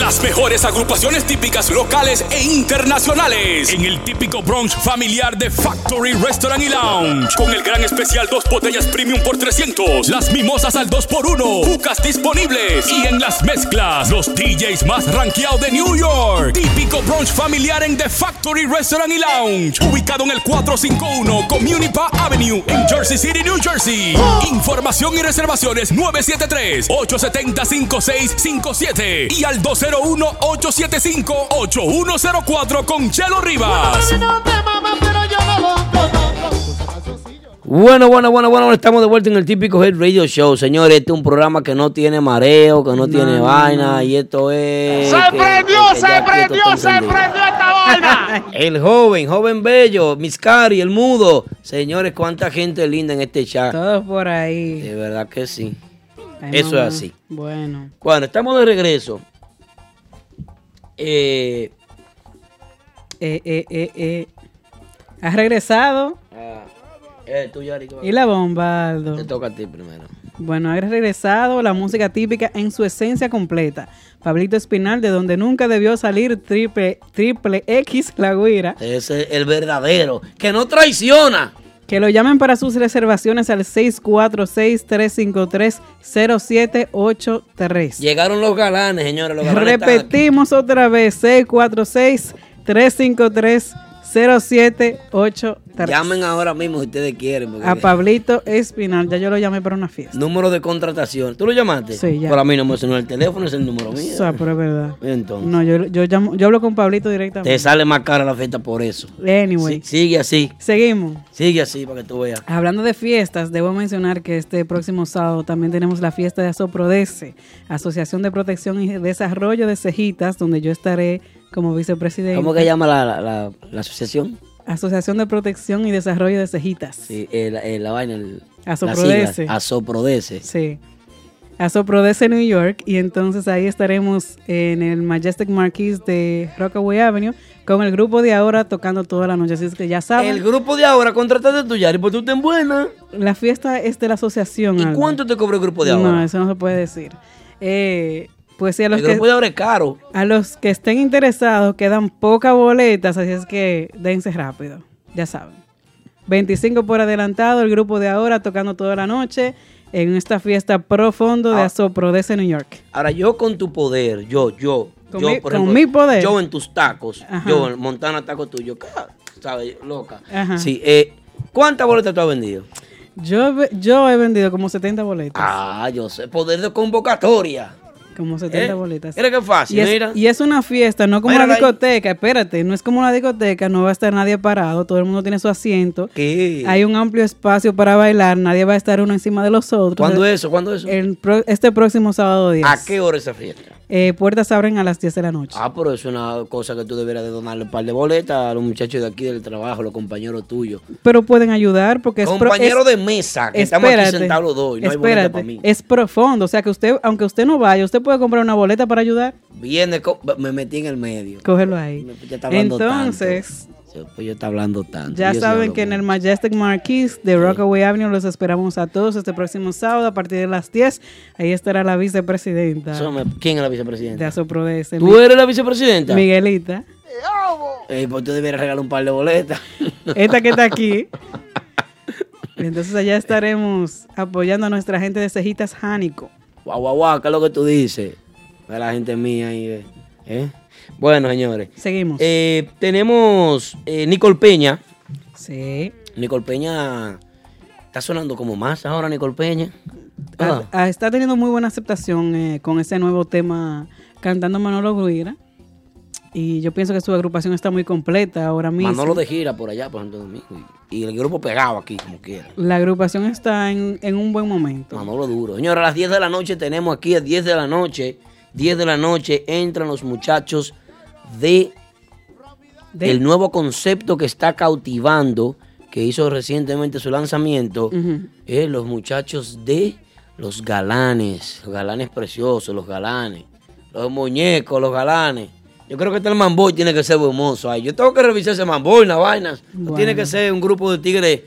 Speaker 6: las mejores agrupaciones típicas locales e internacionales en el típico brunch familiar de Factory Restaurant y Lounge con el gran especial dos botellas premium por 300, las mimosas al 2x1, bucas disponibles y en las mezclas los DJs más rankeados de New York. Típico brunch familiar en The Factory Restaurant y Lounge, ubicado en el 451 Community Park Avenue en Jersey City, New Jersey. Información y reservaciones 973-870-5657 y al 201-875-8104 con Chelo Rivas.
Speaker 8: No te mamas, pero yo no lo tomo.
Speaker 1: Bueno, bueno, bueno, bueno, estamos de vuelta en el típico Head Radio Show, señores. Este es un programa que no tiene mareo, que no, tiene vaina, y esto es.
Speaker 8: ¡Se
Speaker 1: que-
Speaker 8: prendió,
Speaker 1: que- que ya
Speaker 8: se
Speaker 1: aquí esto
Speaker 8: prendió,
Speaker 1: está
Speaker 8: se
Speaker 1: encendido.
Speaker 8: prendió esta vaina!
Speaker 1: El joven, joven bello, Miscari, el mudo. Señores, cuánta gente linda en este chat.
Speaker 2: Todos por ahí.
Speaker 1: De verdad que sí.
Speaker 2: Ay,
Speaker 1: Eso es
Speaker 2: mamá.
Speaker 1: así.
Speaker 2: Bueno.
Speaker 1: Bueno, estamos de regreso. Eh,
Speaker 2: Eh, eh, eh, eh. Has regresado.
Speaker 1: ah, eh, tú, Yari, ¿qué va?
Speaker 2: Y la bomba, Aldo.
Speaker 1: Te toca a ti primero.
Speaker 2: Bueno, ha regresado la música típica en su esencia completa. Pablito Espinal, de donde nunca debió salir triple, triple X La Guira,
Speaker 1: Ese es el verdadero, que no traiciona.
Speaker 2: Que lo llamen para sus reservaciones al 646-353-0783.
Speaker 1: Llegaron los galanes, señores. Los galanes están aquí.
Speaker 2: Repetimos otra vez, 646-353-0783.
Speaker 1: Llamen ahora mismo si ustedes quieren. porque-
Speaker 2: A Pablito Espinal, ya yo lo llamé para una fiesta.
Speaker 1: Número de contratación. ¿Tú lo llamaste?
Speaker 2: Sí, ya.
Speaker 1: Para mí pues, no me sonó el teléfono, es el número mío.
Speaker 2: O sea, pero es verdad.
Speaker 1: Entonces,
Speaker 2: No, yo, yo, llamo, yo hablo con Pablito
Speaker 1: te
Speaker 2: directamente.
Speaker 1: sale más cara la fiesta por eso.
Speaker 2: Anyway,
Speaker 1: Sí, sigue así,
Speaker 2: seguimos.
Speaker 1: sigue así para que tú veas.
Speaker 2: Hablando de fiestas, debo mencionar que este próximo sábado también tenemos la fiesta de ASOPRODECE, Asociación de Protección y Desarrollo de Cejitas, donde yo estaré como vicepresidente.
Speaker 1: ¿Cómo que llama la, la, la- la asociación?
Speaker 2: Asociación de Protección y Desarrollo de Cejitas.
Speaker 1: Sí, eh, la, eh, la vaina. El,
Speaker 2: Asoprodece.
Speaker 1: sigla, Asoprodece.
Speaker 2: Sí. A Soprodece New York y entonces ahí estaremos en el Majestic Marquis de Rockaway Avenue con el grupo de ahora tocando toda la noche. Así es que ya saben,
Speaker 1: El grupo de ahora, contratate tú, Yari, porque tú estás en buena.
Speaker 2: la fiesta es de la asociación.
Speaker 1: ¿Y
Speaker 2: Aldo.
Speaker 1: cuánto te cobra el grupo de
Speaker 2: No,
Speaker 1: ahora?
Speaker 2: eso no se puede decir. Eh, pues sí, a los
Speaker 1: el
Speaker 2: que...
Speaker 1: grupo de ahora es caro.
Speaker 2: A los que estén interesados, quedan pocas boletas, así es que dense rápido, ya saben. 25 por adelantado, el grupo de ahora tocando toda la noche en esta fiesta profundo de
Speaker 1: Ah.
Speaker 2: Asopro desde New York.
Speaker 1: Ahora, yo con tu poder, yo, yo,
Speaker 2: Con
Speaker 1: yo,
Speaker 2: mi- con mi poder.
Speaker 1: Yo en tus tacos,
Speaker 2: Ajá.
Speaker 1: yo en Montana taco tuyo, ca- ¿sabes? Loca.
Speaker 2: Ajá.
Speaker 1: Sí, eh, ¿cuántas boletas tú has vendido?
Speaker 2: Yo, he ve- yo he vendido como 70 boletas.
Speaker 1: Ah, yo sé, poder de convocatoria.
Speaker 2: Como 70
Speaker 1: ¿Eh?
Speaker 2: boletas.
Speaker 1: Mira qué fácil,
Speaker 2: y es,
Speaker 1: mira.
Speaker 2: y es una fiesta, no como
Speaker 1: Mírala
Speaker 2: una
Speaker 1: ahí.
Speaker 2: discoteca, espérate, no es como una discoteca, no va a estar nadie parado, todo el mundo tiene su asiento.
Speaker 1: ¿Qué?
Speaker 2: Hay un amplio espacio para bailar, nadie va a estar uno encima de los otros.
Speaker 1: ¿Cuándo eso? ¿Cuándo eso?
Speaker 2: El pro- este próximo sábado 10.
Speaker 1: ¿A qué hora esa fiesta?
Speaker 2: Eh, puertas abren a las 10 de la noche.
Speaker 1: Ah, pero es una cosa que tú deberías de donarle un par de boletas a los muchachos de aquí del trabajo, los compañeros tuyos.
Speaker 2: Pero pueden ayudar porque es... pro-
Speaker 1: Compañero
Speaker 2: es-
Speaker 1: de mesa, Ah, que estamos aquí sentados los dos y no hay boleta para mí.
Speaker 2: Es profundo, o sea que usted, aunque usted no vaya, usted puede comprar una boleta para ayudar.
Speaker 1: Viene, co- me metí en el medio.
Speaker 2: Cógelo ahí.
Speaker 1: Me- ya está hablando
Speaker 2: Entonces,
Speaker 1: tanto. Sí, Pues yo está hablando tanto.
Speaker 2: ya
Speaker 1: Yo sí
Speaker 2: saben
Speaker 1: hablo
Speaker 2: que en
Speaker 1: mucho.
Speaker 2: el Majestic Marquis de Rockaway Avenue los esperamos a todos este próximo sábado a partir de las 10. Ahí estará la vicepresidenta
Speaker 1: Eso me- ¿Quién es la
Speaker 2: de
Speaker 1: vicepresidenta?
Speaker 2: Asoprodece,
Speaker 1: ¿Tú eres la vicepresidenta?
Speaker 2: Miguelita.
Speaker 1: Eh, pues tú debieras regalar un par de boletas.
Speaker 2: Esta que está aquí. Entonces allá estaremos apoyando a nuestra gente de Cejitas Jánico.
Speaker 1: Guau, guau, guau, ¿qué es lo que tú dices? Ve la gente mía ahí. ve. ¿Eh? Bueno, señores.
Speaker 2: Seguimos.
Speaker 1: Eh, tenemos eh, Nicole Peña.
Speaker 2: sí.
Speaker 1: Nicole Peña está sonando como más ahora, Nicole Peña.
Speaker 2: Ha-
Speaker 1: Ah,
Speaker 2: ha- está teniendo muy buena aceptación eh, con ese nuevo tema cantando Manolo Gruira. Y yo pienso que su agrupación está muy completa ahora mismo.
Speaker 1: Manolo de gira por allá, por Santo Domingo. Y, y el grupo pegado aquí, como quiera.
Speaker 2: La agrupación está en, en un buen momento.
Speaker 1: Manolo duro. Señora, a las 10 de la noche tenemos aquí a 10 de la noche. 10 de la noche entran los muchachos de,
Speaker 2: De-
Speaker 1: el nuevo concepto que está cautivando, que hizo recientemente su lanzamiento.
Speaker 2: Ujú.
Speaker 1: eh, los muchachos de los galanes, los galanes preciosos, los galanes, los muñecos, los galanes. Yo creo que este el mamboy tiene que ser buen mozo ahí. Yo tengo que revisar ese mamboy, las vainas. No
Speaker 2: Bueno.
Speaker 1: Tiene que ser un grupo de tigres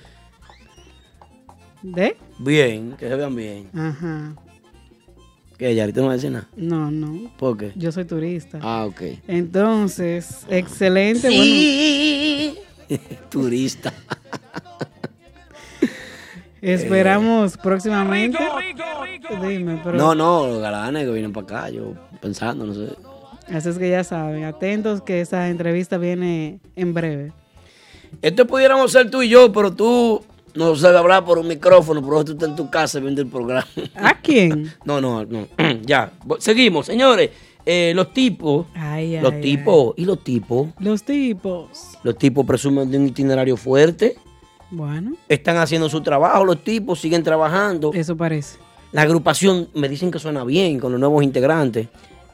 Speaker 2: ¿De?
Speaker 1: bien, que se vean bien.
Speaker 2: Ajá.
Speaker 1: ¿Qué, Yari? ¿Tú no vas a decir nada?
Speaker 2: No, no.
Speaker 1: ¿Por qué?
Speaker 2: Yo soy turista.
Speaker 1: Ah, ok.
Speaker 2: Entonces, excelente.
Speaker 1: Sí. Turista.
Speaker 2: Bueno, esperamos próximamente. Dime, pero-
Speaker 1: No, no, los galanes que vienen para acá, yo pensando, no sé.
Speaker 2: Así es que ya saben, atentos que esa entrevista viene en breve.
Speaker 1: Esto pudiéramos ser tú y yo, pero tú no sabes hablar por un micrófono, por eso tú estás en tu casa viendo el programa.
Speaker 2: ¿A quién?
Speaker 1: No, no, no. ya. Bo- Seguimos, señores. Eh, los tipos.
Speaker 2: Ay, ay,
Speaker 1: los
Speaker 2: ay.
Speaker 1: tipos. ¿Y los tipos?
Speaker 2: Los tipos.
Speaker 1: Los tipos presumen de un itinerario fuerte.
Speaker 2: Bueno,
Speaker 1: Están haciendo su trabajo, los tipos siguen trabajando.
Speaker 2: eso parece.
Speaker 1: La agrupación me dicen que suena bien con los nuevos integrantes.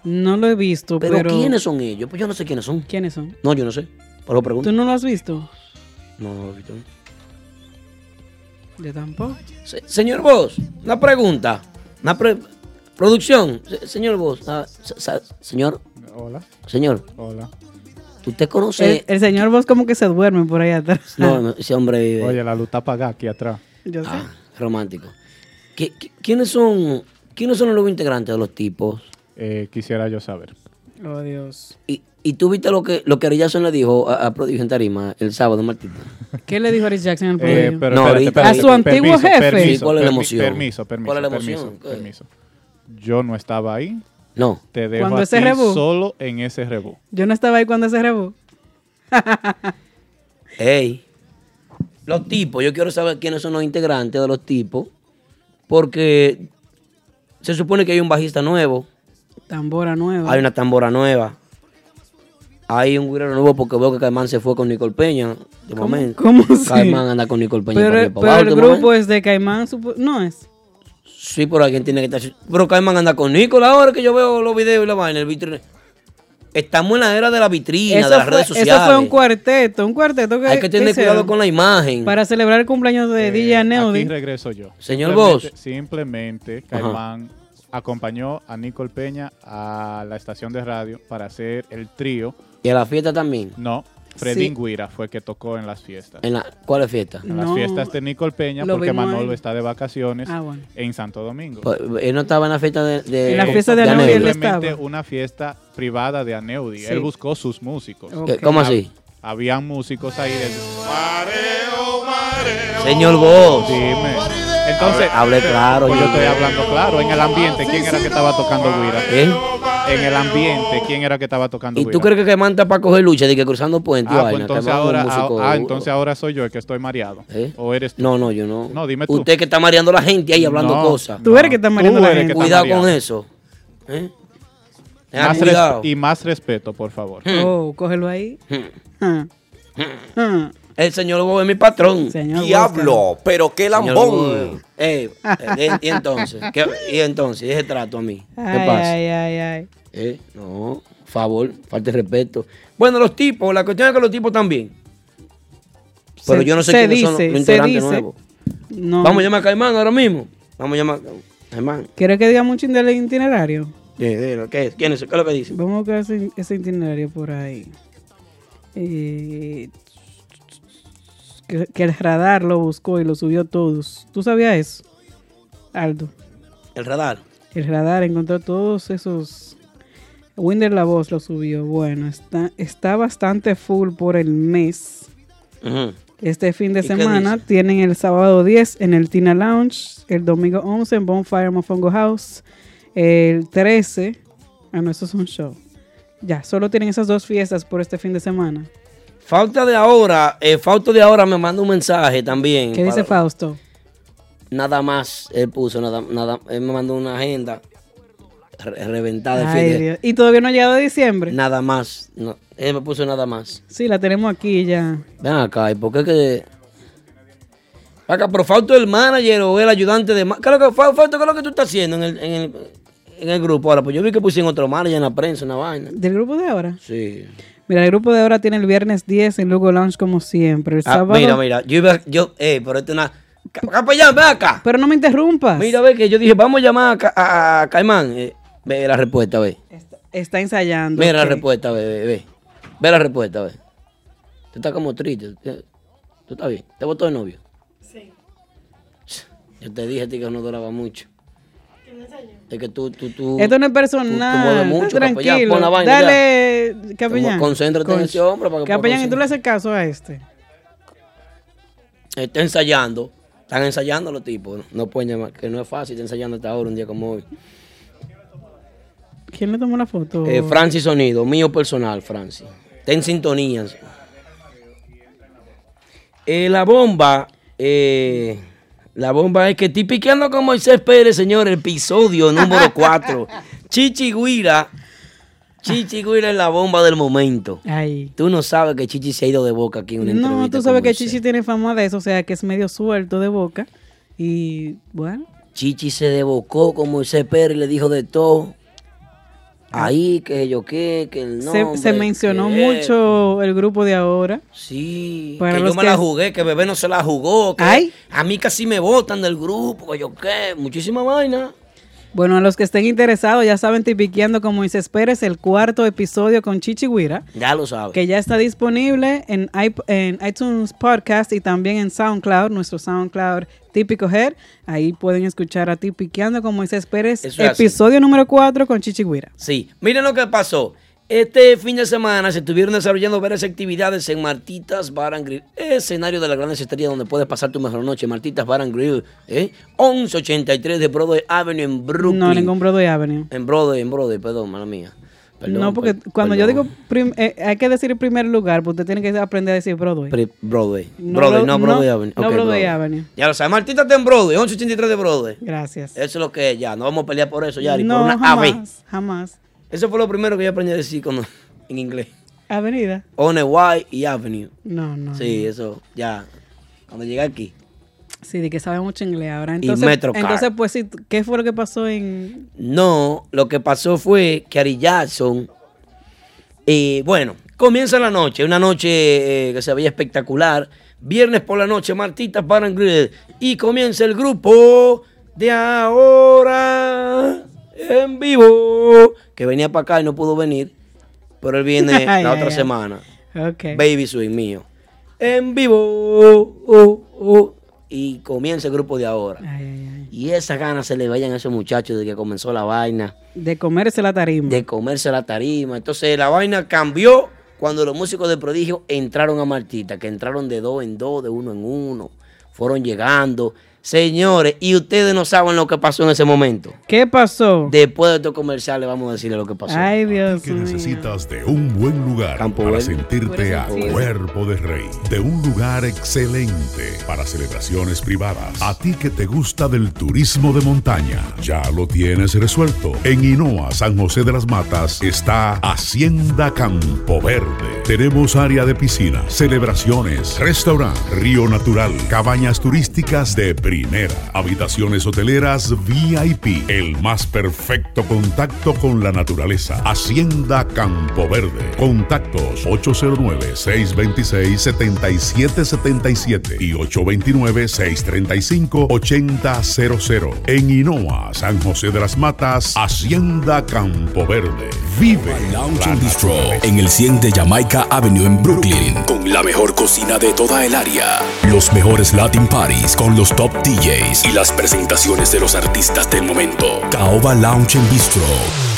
Speaker 2: No lo he visto,
Speaker 1: Pero,
Speaker 2: pero.
Speaker 1: ¿quiénes son ellos? Pues yo no sé quiénes son.
Speaker 2: ¿Quiénes son?
Speaker 1: No, yo no sé. Por lo pregunto.
Speaker 2: ¿Tú no lo has visto?
Speaker 1: No, no, yo no.
Speaker 2: Yo tampoco.
Speaker 1: Se- señor Vos, una pregunta. Una pre- producción. Se- señor Vos, ah, se- se- señor,
Speaker 3: Hola,
Speaker 1: señor,
Speaker 3: hola.
Speaker 1: ¿usted
Speaker 2: El,
Speaker 1: conoce?
Speaker 2: el señor vos como que se duerme por ahí atrás.
Speaker 1: No, no, ese hombre vive.
Speaker 3: Oye, la luz está apagada aquí atrás.
Speaker 2: Yo sé.
Speaker 1: Ah, romántico. ¿Qui- qui- quiénes son quiénes son los nuevos integrantes de los tipos?
Speaker 3: Eh, quisiera yo saber.
Speaker 9: Oh, Dios.
Speaker 1: Y, y tú viste lo que, lo que Ari Jackson le dijo a, a Prodigio en Tarima el sábado, Martín.
Speaker 2: ¿Qué le dijo Aris Jackson al
Speaker 3: Eh,
Speaker 2: prodigio?
Speaker 3: pero
Speaker 1: No,
Speaker 3: espérate,
Speaker 1: ahorita-
Speaker 3: espérate,
Speaker 2: A su antiguo
Speaker 3: permiso,
Speaker 2: jefe.
Speaker 3: Permiso,
Speaker 1: Sí, ¿cuál es la
Speaker 3: permi-
Speaker 1: emoción?
Speaker 3: Permiso, permiso,
Speaker 1: ¿Cuál es la
Speaker 3: permiso,
Speaker 1: emoción? ¿Qué?
Speaker 3: permiso. Yo no estaba ahí.
Speaker 1: No.
Speaker 3: Te dejo
Speaker 2: ¿Cuándo
Speaker 3: a
Speaker 2: ese
Speaker 3: ti
Speaker 2: rebú?
Speaker 3: solo en ese rebú.
Speaker 2: Yo no estaba ahí cuando se rebó.
Speaker 1: Ey. Los tipos, yo quiero saber quiénes son los integrantes de los tipos. Porque se supone que hay un bajista nuevo,
Speaker 2: Tambora nueva.
Speaker 1: hay una tambora nueva, hay un guirero nuevo porque veo que Caimán se fue con Nicole Peña de
Speaker 2: ¿Cómo-
Speaker 1: momento.
Speaker 2: cómo sí?
Speaker 1: Caimán anda con Nicole Peña.
Speaker 2: pero
Speaker 1: para
Speaker 2: pero
Speaker 1: arriba y para
Speaker 2: el
Speaker 1: abajo de
Speaker 2: grupo
Speaker 1: momento.
Speaker 2: es de Caimán, supo- no es.
Speaker 1: Sí, pero alguien tiene que estar. Pero Caimán anda con Nicole ahora que yo veo los videos y la vaina, el vitrine. Estamos en la era de la vitrina, de las
Speaker 2: fue,
Speaker 1: redes sociales.
Speaker 2: eso fue un cuarteto, un cuarteto que
Speaker 1: Hay que tener cuidado
Speaker 2: hicieron
Speaker 1: con la imagen.
Speaker 2: para celebrar el cumpleaños de
Speaker 3: Eh,
Speaker 2: DJ Neody.
Speaker 3: Aquí regreso yo.
Speaker 1: Señor
Speaker 3: Simplemente-
Speaker 1: Boss.
Speaker 3: Simplemente
Speaker 1: Ajá.
Speaker 3: Caimán acompañó a Nicole Peña a la estación de radio para hacer el trío.
Speaker 1: Y a la fiesta también.
Speaker 3: No, Freddy
Speaker 2: Sí.
Speaker 3: Ingüira fue que tocó en las fiestas.
Speaker 1: En la, ¿Cuál es fiesta?
Speaker 3: En las
Speaker 2: No,
Speaker 3: fiestas de Nicole Peña
Speaker 2: lo
Speaker 3: porque
Speaker 2: vimos ahí.
Speaker 3: Manolo está de vacaciones
Speaker 2: Ah, bueno.
Speaker 3: en Santo Domingo.
Speaker 1: Pues, Él no estaba en la fiesta de. de
Speaker 2: En la fiesta de
Speaker 3: Eh,
Speaker 2: Aneudi,
Speaker 1: Aneudi.
Speaker 2: él
Speaker 3: simplemente
Speaker 2: estaba.
Speaker 3: una fiesta privada de Aneudi.
Speaker 2: Sí.
Speaker 3: Él buscó sus músicos.
Speaker 2: Ok.
Speaker 1: ¿Qué- ¿Cómo así?
Speaker 3: Habían músicos ahí del...
Speaker 1: Señor Vos.
Speaker 3: Dime. Entonces,
Speaker 1: Hable claro.
Speaker 3: pues yo
Speaker 1: Gilbert.
Speaker 3: estoy hablando claro. En el ambiente, ¿quién era que estaba tocando Guira?
Speaker 1: ¿Eh?
Speaker 3: En el ambiente, ¿quién era que estaba tocando
Speaker 1: ¿Y
Speaker 3: Guira?
Speaker 1: tú crees que Caimán está para coger lucha de que cruzando puentes? y
Speaker 3: Ah, pues
Speaker 1: vaina?
Speaker 3: entonces
Speaker 1: Caimán es un
Speaker 3: ahora, ah,
Speaker 1: músico
Speaker 3: ah,
Speaker 1: duro.
Speaker 3: entonces ahora soy yo el que estoy mareado.
Speaker 1: ¿Eh?
Speaker 3: ¿O eres tú?
Speaker 1: No, no, yo no.
Speaker 3: No, dime tú.
Speaker 1: Usted que está mareando a la gente ahí hablando
Speaker 3: No,
Speaker 1: cosas.
Speaker 2: Tú eres que estás mareando a la
Speaker 3: eres que
Speaker 2: gente.
Speaker 3: estás
Speaker 1: Cuidado con
Speaker 3: mareado.
Speaker 1: eso. ¿Eh? Tenga
Speaker 3: Más
Speaker 1: cuidado. Hmm.
Speaker 3: resp- y más respeto, por favor.
Speaker 2: Oh, cógelo ahí. Ah. Ah.
Speaker 1: El señor Bob es mi patrón.
Speaker 2: Señor Bosca.
Speaker 10: Diablo, pero qué
Speaker 1: Señor
Speaker 10: lambón.
Speaker 1: Bob. Eh, eh, y entonces, ¿Qué- y entonces, ese trato a mí. ¿Qué
Speaker 2: Ay,
Speaker 1: pasa?
Speaker 2: ay, ay, ay.
Speaker 1: Eh, no, favor, falta de respeto. Bueno, los tipos, la cuestión es que los tipos también. Pero
Speaker 2: Se-
Speaker 1: yo no sé
Speaker 2: se
Speaker 1: quiénes son los-
Speaker 2: dice,
Speaker 1: los
Speaker 2: se
Speaker 1: integrantes
Speaker 2: dice.
Speaker 1: nuevos.
Speaker 2: No.
Speaker 1: Vamos a llamar a Caimán ahora mismo. Vamos a llamar a Caimán.
Speaker 2: ¿Quieres que diga mucho del itinerario?
Speaker 1: Eh, eh, ¿Qué es? ¿Quién es? ¿Qué es lo que dice?
Speaker 2: Vamos a buscar ese, ese itinerario por ahí. Eh, que, que el radar lo buscó y lo subió todos. ¿Tú sabías eso? Aldo.
Speaker 1: El radar.
Speaker 2: El radar encontró todos esos. Winder La Voz lo subió. Bueno, está, está bastante full por el mes.
Speaker 1: Ujú.
Speaker 2: Este fin de
Speaker 1: ¿Y qué
Speaker 2: semana
Speaker 1: dice?
Speaker 2: tienen el sábado 10 en el Tina Lounge, el domingo 11 en Bonfire Mofongo House, el 13. Ah, no, eso es un show. Ya, solo tienen esas dos fiestas por este fin de semana.
Speaker 1: Falta de ahora, eh, Fausto de ahora me manda un mensaje también.
Speaker 2: ¿Qué dice
Speaker 1: Para-
Speaker 2: Fausto?
Speaker 1: Nada más, él puso, nada, nada, él me mandó una agenda re- reventada de
Speaker 2: Ay,
Speaker 1: fin de-
Speaker 2: Dios. Y todavía no ha llegado diciembre.
Speaker 1: Nada más, no, él me puso nada más.
Speaker 2: Sí, la tenemos aquí ya.
Speaker 1: Ven acá, ¿y por qué que.? Acá, pero falta el manager o el ayudante de. ma- ¿Qué es lo que, Fau- Fausto, qué es lo que tú estás haciendo en el, en el- en el grupo ahora? Pues yo vi que pusieron otro manager en la prensa, una vaina.
Speaker 2: ¿Del grupo de ahora?
Speaker 1: Sí.
Speaker 2: Mira, el grupo de ahora tiene el viernes 10 en Lugo Lounge como siempre. El
Speaker 1: Ah,
Speaker 2: sábado.
Speaker 1: mira, mira, yo iba. Yo, eh, pero esto es una. Ca- Capellán, ven acá.
Speaker 2: Pero no me interrumpas.
Speaker 1: Mira, ve que yo dije, vamos a llamar a, Ca- a- a Caimán. Eh, ve la respuesta, ve.
Speaker 2: Está, está ensayando.
Speaker 1: Mira la
Speaker 2: ok.
Speaker 1: respuesta, ve, ve, ve. Ve la respuesta, ve. Tú estás como triste. eh, Tú estás bien. ¿Te votó de novio? Sí. Yo te dije a ti que no duraba mucho. Es que tú, tú, tú.
Speaker 2: Esto no es
Speaker 1: Tú, tú
Speaker 2: personal.
Speaker 1: mueves mucho,
Speaker 2: tranquilo.
Speaker 1: capellán. Pon la vaina. ya.
Speaker 2: Dale, capellán.
Speaker 1: Concéntrate en
Speaker 2: Conch.
Speaker 1: ese hombre para que pueda
Speaker 2: Capellán, y tú
Speaker 1: conseguir.
Speaker 2: le haces caso a este.
Speaker 1: Está ensayando. Están ensayando los tipos. No, No pueden llamar. Que no es fácil. Está ensayando hasta ahora, un día como hoy.
Speaker 2: ¿Quién le tomó la foto?
Speaker 1: Eh, Francis Sonido, mío personal, Francis. Está en sintonía. Eh, la bomba, eh, la bomba es que tipiqueando con Moisés Pérez, señor, episodio número 4. Chichi Guira, Chichi Guira es la bomba del momento.
Speaker 2: Ay.
Speaker 1: Tú no sabes que Chichi se ha ido de boca aquí en una
Speaker 2: No,
Speaker 1: entrevista
Speaker 2: tú
Speaker 1: con
Speaker 2: sabes que
Speaker 1: Moisés.
Speaker 2: Chichi tiene fama de eso, o sea que es medio suelto de boca. Y bueno,
Speaker 1: Chichi se debocó con Moisés Pérez, le dijo de todo. Ahí, que yo qué, que el
Speaker 2: se-
Speaker 1: nombre.
Speaker 2: se, mencionó
Speaker 1: que esto.
Speaker 2: mucho el grupo de ahora.
Speaker 1: Sí,
Speaker 2: Para
Speaker 1: que yo
Speaker 2: los
Speaker 1: me
Speaker 2: que-
Speaker 1: la jugué, que bebé no se la jugó, que
Speaker 2: Ay.
Speaker 1: a mí casi me botan del grupo, que yo qué, muchísima vaina.
Speaker 2: Bueno, a los que estén interesados, ya saben, tipiqueando con Moisés Pérez, el cuarto episodio con Chichi Guira.
Speaker 1: Ya lo sabes.
Speaker 2: que ya está disponible en, iP- en iTunes Podcast y también en SoundCloud, nuestro SoundCloud típico Head. Ahí pueden escuchar a ti piqueando con Moisés Pérez,
Speaker 1: Eso es así.
Speaker 2: episodio número 4 con Chichiguira.
Speaker 1: Sí, miren lo que pasó. Este fin de semana se estuvieron desarrollando varias actividades en Martitas Bar and Grill, escenario de la gran estrella donde puedes pasar tu mejor noche. Martitas Bar and Grill, ¿eh? 1183 de Broadway Avenue en Brooklyn.
Speaker 2: No, ningún Broadway Avenue.
Speaker 1: En Broadway, en Broadway, perdón, mala mía. Perdón,
Speaker 2: no, porque
Speaker 1: per-
Speaker 2: cuando yo digo,
Speaker 1: perdón.
Speaker 2: prim- eh, hay que decir en primer lugar, porque usted tiene que aprender a decir Broadway.
Speaker 1: Pre- Broadway.
Speaker 2: No,
Speaker 1: Broadway,
Speaker 2: Bro-
Speaker 1: no Broadway
Speaker 2: no,
Speaker 1: Avenue.
Speaker 2: no
Speaker 1: Ok,
Speaker 2: Broadway Avenue.
Speaker 1: Ya lo sabes, Martitas está en Broadway, 1183 de Broadway.
Speaker 2: Gracias.
Speaker 1: Eso es lo que es, ya. No vamos a pelear por eso, Yari,
Speaker 2: no,
Speaker 1: por una ave.
Speaker 2: jamás, jamás.
Speaker 1: Eso fue lo primero que yo aprendí a decir cuando- en inglés.
Speaker 2: Avenida.
Speaker 1: On a Y y Avenue.
Speaker 2: No, no.
Speaker 1: Sí, eso, ya. Cuando llegué aquí.
Speaker 2: Sí, de que sabe mucho inglés ahora.
Speaker 1: Y
Speaker 2: Entonces,
Speaker 1: Metrocar.
Speaker 2: entonces pues sí, ¿qué fue lo que pasó en
Speaker 1: No, lo que pasó fue que Ari Jackson, eh, bueno, comienza la noche, una noche eh, que se veía espectacular. Viernes por la noche, Martita para Grill. Y comienza el grupo de ahora en vivo. Que venía para acá y no pudo venir. Pero él viene
Speaker 2: Ay,
Speaker 1: la
Speaker 2: ay,
Speaker 1: otra
Speaker 2: ay.
Speaker 1: semana.
Speaker 2: Ok.
Speaker 1: Baby Swing mío. En vivo. oh, oh. Y comienza el grupo de ahora. Y esas ganas se le vayan a esos muchachos de que comenzó la vaina,
Speaker 2: de comerse la tarima?
Speaker 1: de comerse la tarima. Entonces la vaina cambió cuando los músicos de prodigio entraron a Martita, que entraron de dos en dos, de uno en uno, fueron llegando. Señores, y ustedes no saben lo que pasó en ese momento.
Speaker 2: ¿Qué pasó?
Speaker 1: Después de estos comerciales vamos a decirles lo que pasó.
Speaker 2: Ay, Dios
Speaker 5: que
Speaker 2: mío.
Speaker 5: necesitas de un buen lugar
Speaker 1: Campo
Speaker 5: para
Speaker 1: Verde.
Speaker 5: sentirte a
Speaker 2: Verde.
Speaker 5: cuerpo de rey, de un lugar excelente para celebraciones privadas. A ti que te gusta del turismo de montaña, ya lo tienes resuelto. En Hinoa, San José de las Matas, está Hacienda Campo Verde. Tenemos área de piscina, celebraciones, restaurante, río natural, cabañas turísticas de primera, habitaciones hoteleras VIP, el más perfecto contacto con la naturaleza. Hacienda Campo Verde. Contactos 809-626-7777 y 829-635-8000. En Inoa, San José de las Matas, Hacienda Campo Verde. Vive
Speaker 6: Lounge
Speaker 5: la
Speaker 6: and Bistro
Speaker 5: naturaleza.
Speaker 6: en el 100 de Jamaica Avenue en Brooklyn con la mejor cocina de toda el área, los mejores Latin parties con los top DJs y las presentaciones de los artistas del momento. Caoba Lounge and Bistro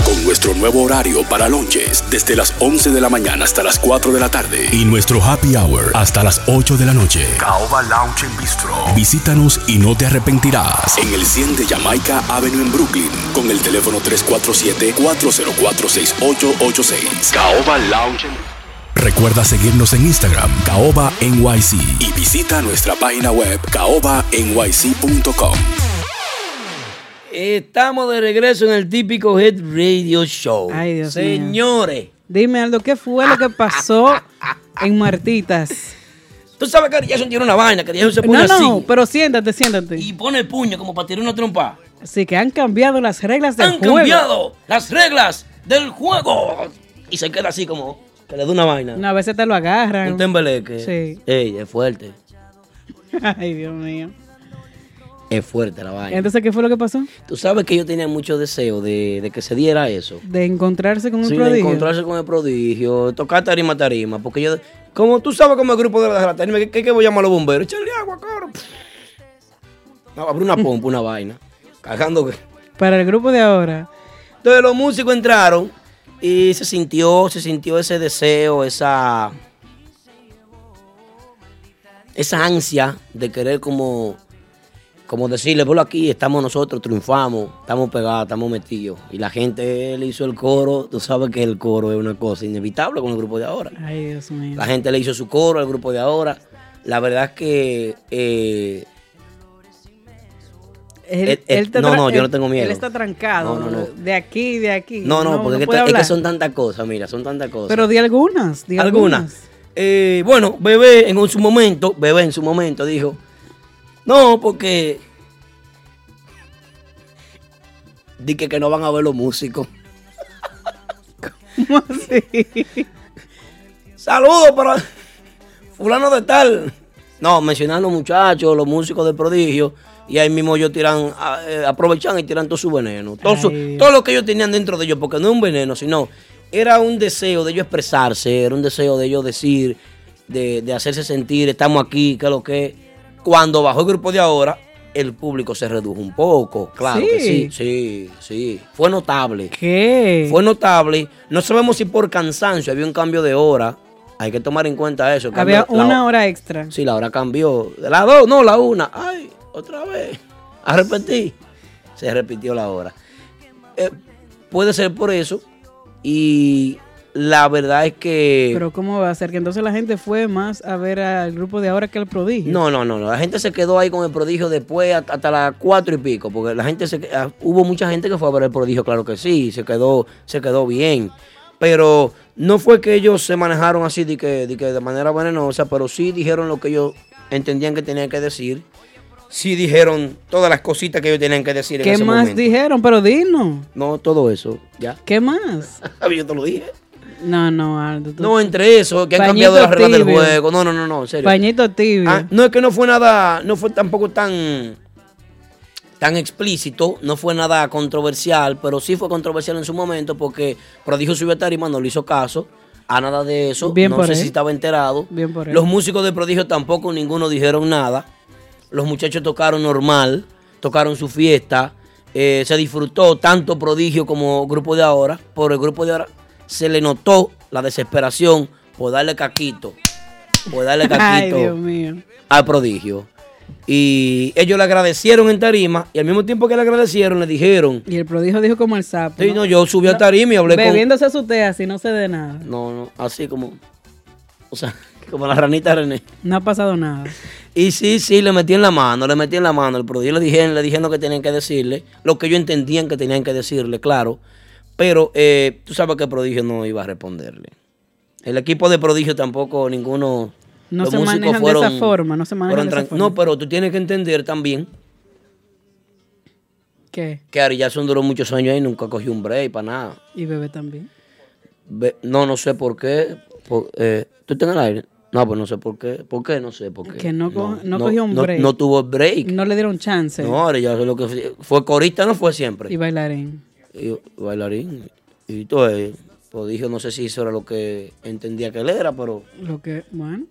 Speaker 6: con nuestro nuevo horario para lunches desde las 11 de la mañana hasta las 4 de la tarde y nuestro happy hour hasta las 8 de la noche. Caoba Lounge and Bistro. Visítanos y no te arrepentirás en el 100 de Jamaica Avenue en Brooklyn con el teléfono 347-404-6886. Caoba Lounge Recuerda seguirnos en Instagram, Caoba NYC. Y visita nuestra página web, caobanyc.com.
Speaker 1: Estamos de regreso en el típico Hit Radio Show.
Speaker 2: Ay, Dios mío.
Speaker 1: Señores,
Speaker 2: Dime, Aldo, ¿qué fue lo que pasó en Martitas?
Speaker 1: tú sabes que Ari Jackson tiene una vaina, que Ari Jackson se pone
Speaker 2: No, no,
Speaker 1: así
Speaker 2: pero siéntate, siéntate.
Speaker 1: y pone el puño como para tirar una trompa.
Speaker 2: Sí, que han cambiado las reglas del
Speaker 1: han
Speaker 2: juego.
Speaker 1: cambiado las reglas del juego. Y se queda así como que le da una vaina.
Speaker 2: No, a veces te lo agarran.
Speaker 1: Un tembeleque.
Speaker 2: Sí.
Speaker 1: Ey, es fuerte.
Speaker 2: Ay, Dios mío.
Speaker 1: Es fuerte la vaina.
Speaker 2: Entonces, ¿qué fue lo que pasó?
Speaker 1: Tú sabes que yo tenía mucho deseo de, de que se diera eso.
Speaker 2: De encontrarse con un
Speaker 1: Sí, de
Speaker 2: prodigio.
Speaker 1: encontrarse con el prodigio, de tocar tarima tarima. Porque yo, como tú sabes como el grupo de la, de la tarima, ¿qué, qué- qué voy a llamar a los bomberos? Echarle agua, caro. No, abre una pompa, una vaina. Cagando.
Speaker 2: Para el grupo de ahora.
Speaker 1: Entonces los músicos entraron y se sintió, se sintió ese deseo, esa, esa ansia de querer como, como decirle, por aquí estamos nosotros, triunfamos, estamos pegados, estamos metidos. Y la gente le hizo el coro, tú sabes que el coro es una cosa inevitable con el grupo de ahora.
Speaker 2: Ay, Dios mío.
Speaker 1: La gente le hizo su coro al grupo de ahora. La verdad es que eh,
Speaker 2: Él-
Speaker 1: eh, eh,
Speaker 2: él te
Speaker 1: no,
Speaker 2: tra-
Speaker 1: no, yo
Speaker 2: él-
Speaker 1: no tengo miedo.
Speaker 2: Él está trancado.
Speaker 1: No, no, no.
Speaker 2: De aquí, de aquí.
Speaker 1: no, no, porque es, que
Speaker 2: puede
Speaker 1: ta- es que
Speaker 2: hablar.
Speaker 1: son tantas cosas, mira, son tantas cosas.
Speaker 2: Pero di algunas. Di algunas.
Speaker 1: Algunas. Eh, bueno, Bebé en su momento, Bebé en su momento dijo, no, porque... Dije que no van a ver los músicos.
Speaker 2: ¿Cómo así?
Speaker 1: Saludos para fulano de tal. No, mencionan los muchachos, los músicos de prodigio. Y ahí mismo ellos tiran, ah, eh, aprovechan y tiran todo su veneno. Todo, su-
Speaker 2: Ay, Dios.
Speaker 1: todo lo que ellos tenían dentro de ellos, porque no es un veneno, sino era un deseo de ellos expresarse, era un deseo de ellos decir, de, de hacerse sentir, estamos aquí, que lo que. es. Cuando bajó el grupo de ahora, el público se redujo un poco. Claro que sí,
Speaker 2: Sí.
Speaker 1: sí, sí. Fue notable.
Speaker 2: ¿Qué?
Speaker 1: Fue notable. No sabemos si por cansancio había un cambio de hora. Hay que tomar en cuenta eso. Cambió
Speaker 2: Había
Speaker 1: la
Speaker 2: una hora extra.
Speaker 1: Sí, la hora cambió. De las dos, no, la una. Ay, otra vez. A repetir. Se repitió la hora. Eh, puede ser por eso. Y la verdad es que.
Speaker 2: Pero ¿cómo va a ser? Que entonces la gente fue más a ver al grupo de ahora que al prodigio.
Speaker 1: No, no, no, no. La gente se quedó ahí con el prodigio después hasta, hasta las cuatro y pico, porque la gente se, que- ah, hubo mucha gente que fue a ver el prodigio, claro que sí, se quedó, se quedó bien. Pero no fue que ellos se manejaron así de que, de que de manera venenosa, pero sí dijeron lo que ellos entendían que tenían que decir. Sí dijeron todas las cositas que ellos tenían que decir en
Speaker 2: ¿Qué
Speaker 1: ese
Speaker 2: más
Speaker 1: momento.
Speaker 2: dijeron? Pero dinos.
Speaker 1: No, todo eso, ya.
Speaker 2: ¿Qué más?
Speaker 1: Yo te lo dije.
Speaker 2: No, no, Aldo. tú-
Speaker 1: No, entre eso, que han
Speaker 2: Pañito
Speaker 1: cambiado las reglas del
Speaker 2: tibio.
Speaker 1: juego. No, no, no, no, en serio.
Speaker 2: Pañito tibio.
Speaker 1: Ah, no es que no fue nada, no fue tampoco tan, tan explícito, no fue nada controversial, pero sí fue controversial en su momento porque Prodigio subió a tarima, no le hizo caso a nada de eso.
Speaker 2: Bien
Speaker 1: no
Speaker 2: por
Speaker 1: sé
Speaker 2: él.
Speaker 1: si estaba enterado.
Speaker 2: Bien por él.
Speaker 1: Los músicos de Prodigio tampoco ninguno dijeron nada. Los muchachos tocaron normal, tocaron su fiesta. eh, se disfrutó tanto Prodigio como grupo de ahora. Por el grupo de ahora se le notó la desesperación por darle caquito. Por darle
Speaker 2: Ay,
Speaker 1: caquito
Speaker 2: Dios mío.
Speaker 1: al prodigio. Y ellos le agradecieron en tarima y al mismo tiempo que le agradecieron le dijeron,
Speaker 2: Y el prodigio dijo como el sapo.
Speaker 1: sí, no, yo subí a tarima y hablé con...
Speaker 2: Bebiéndose su té así no se dé nada.
Speaker 1: No, no, así como... O sea, como la ranita René.
Speaker 2: No ha pasado nada.
Speaker 1: Y sí, sí, le metí en la mano, le metí en la mano. El prodigio le dijeron, le dijeron lo que tenían que decirle, lo que ellos entendían que tenían que decirle, claro. Pero eh, tú sabes que el prodigio no iba a responderle. El equipo de prodigio tampoco, ninguno...
Speaker 2: No
Speaker 1: los
Speaker 2: se
Speaker 1: músicos
Speaker 2: manejan de esa
Speaker 1: fueron-
Speaker 2: forma, no se manejan
Speaker 1: fueron
Speaker 2: de esa
Speaker 1: tran-
Speaker 2: forma.
Speaker 1: No, pero tú tienes que entender también
Speaker 2: ¿Qué?
Speaker 1: que Ari Jackson duró muchos años ahí y nunca cogió un break para nada.
Speaker 2: Y bebé también.
Speaker 1: Ve- No, no sé por qué. Por- eh, ¿Tú estás en el aire? No, pues no sé por qué. ¿Por qué? No sé por qué.
Speaker 2: Que no co- no cogió un break.
Speaker 1: No, tuvo break. No,
Speaker 2: No le dieron chance.
Speaker 1: Ari Jackson lo que fue, fue corista, no fue siempre.
Speaker 2: Y bailarín.
Speaker 1: Y bailarín. Y todo eh, pues dije, no sé si eso era lo que entendía que él era, pero
Speaker 2: Lo que, bueno,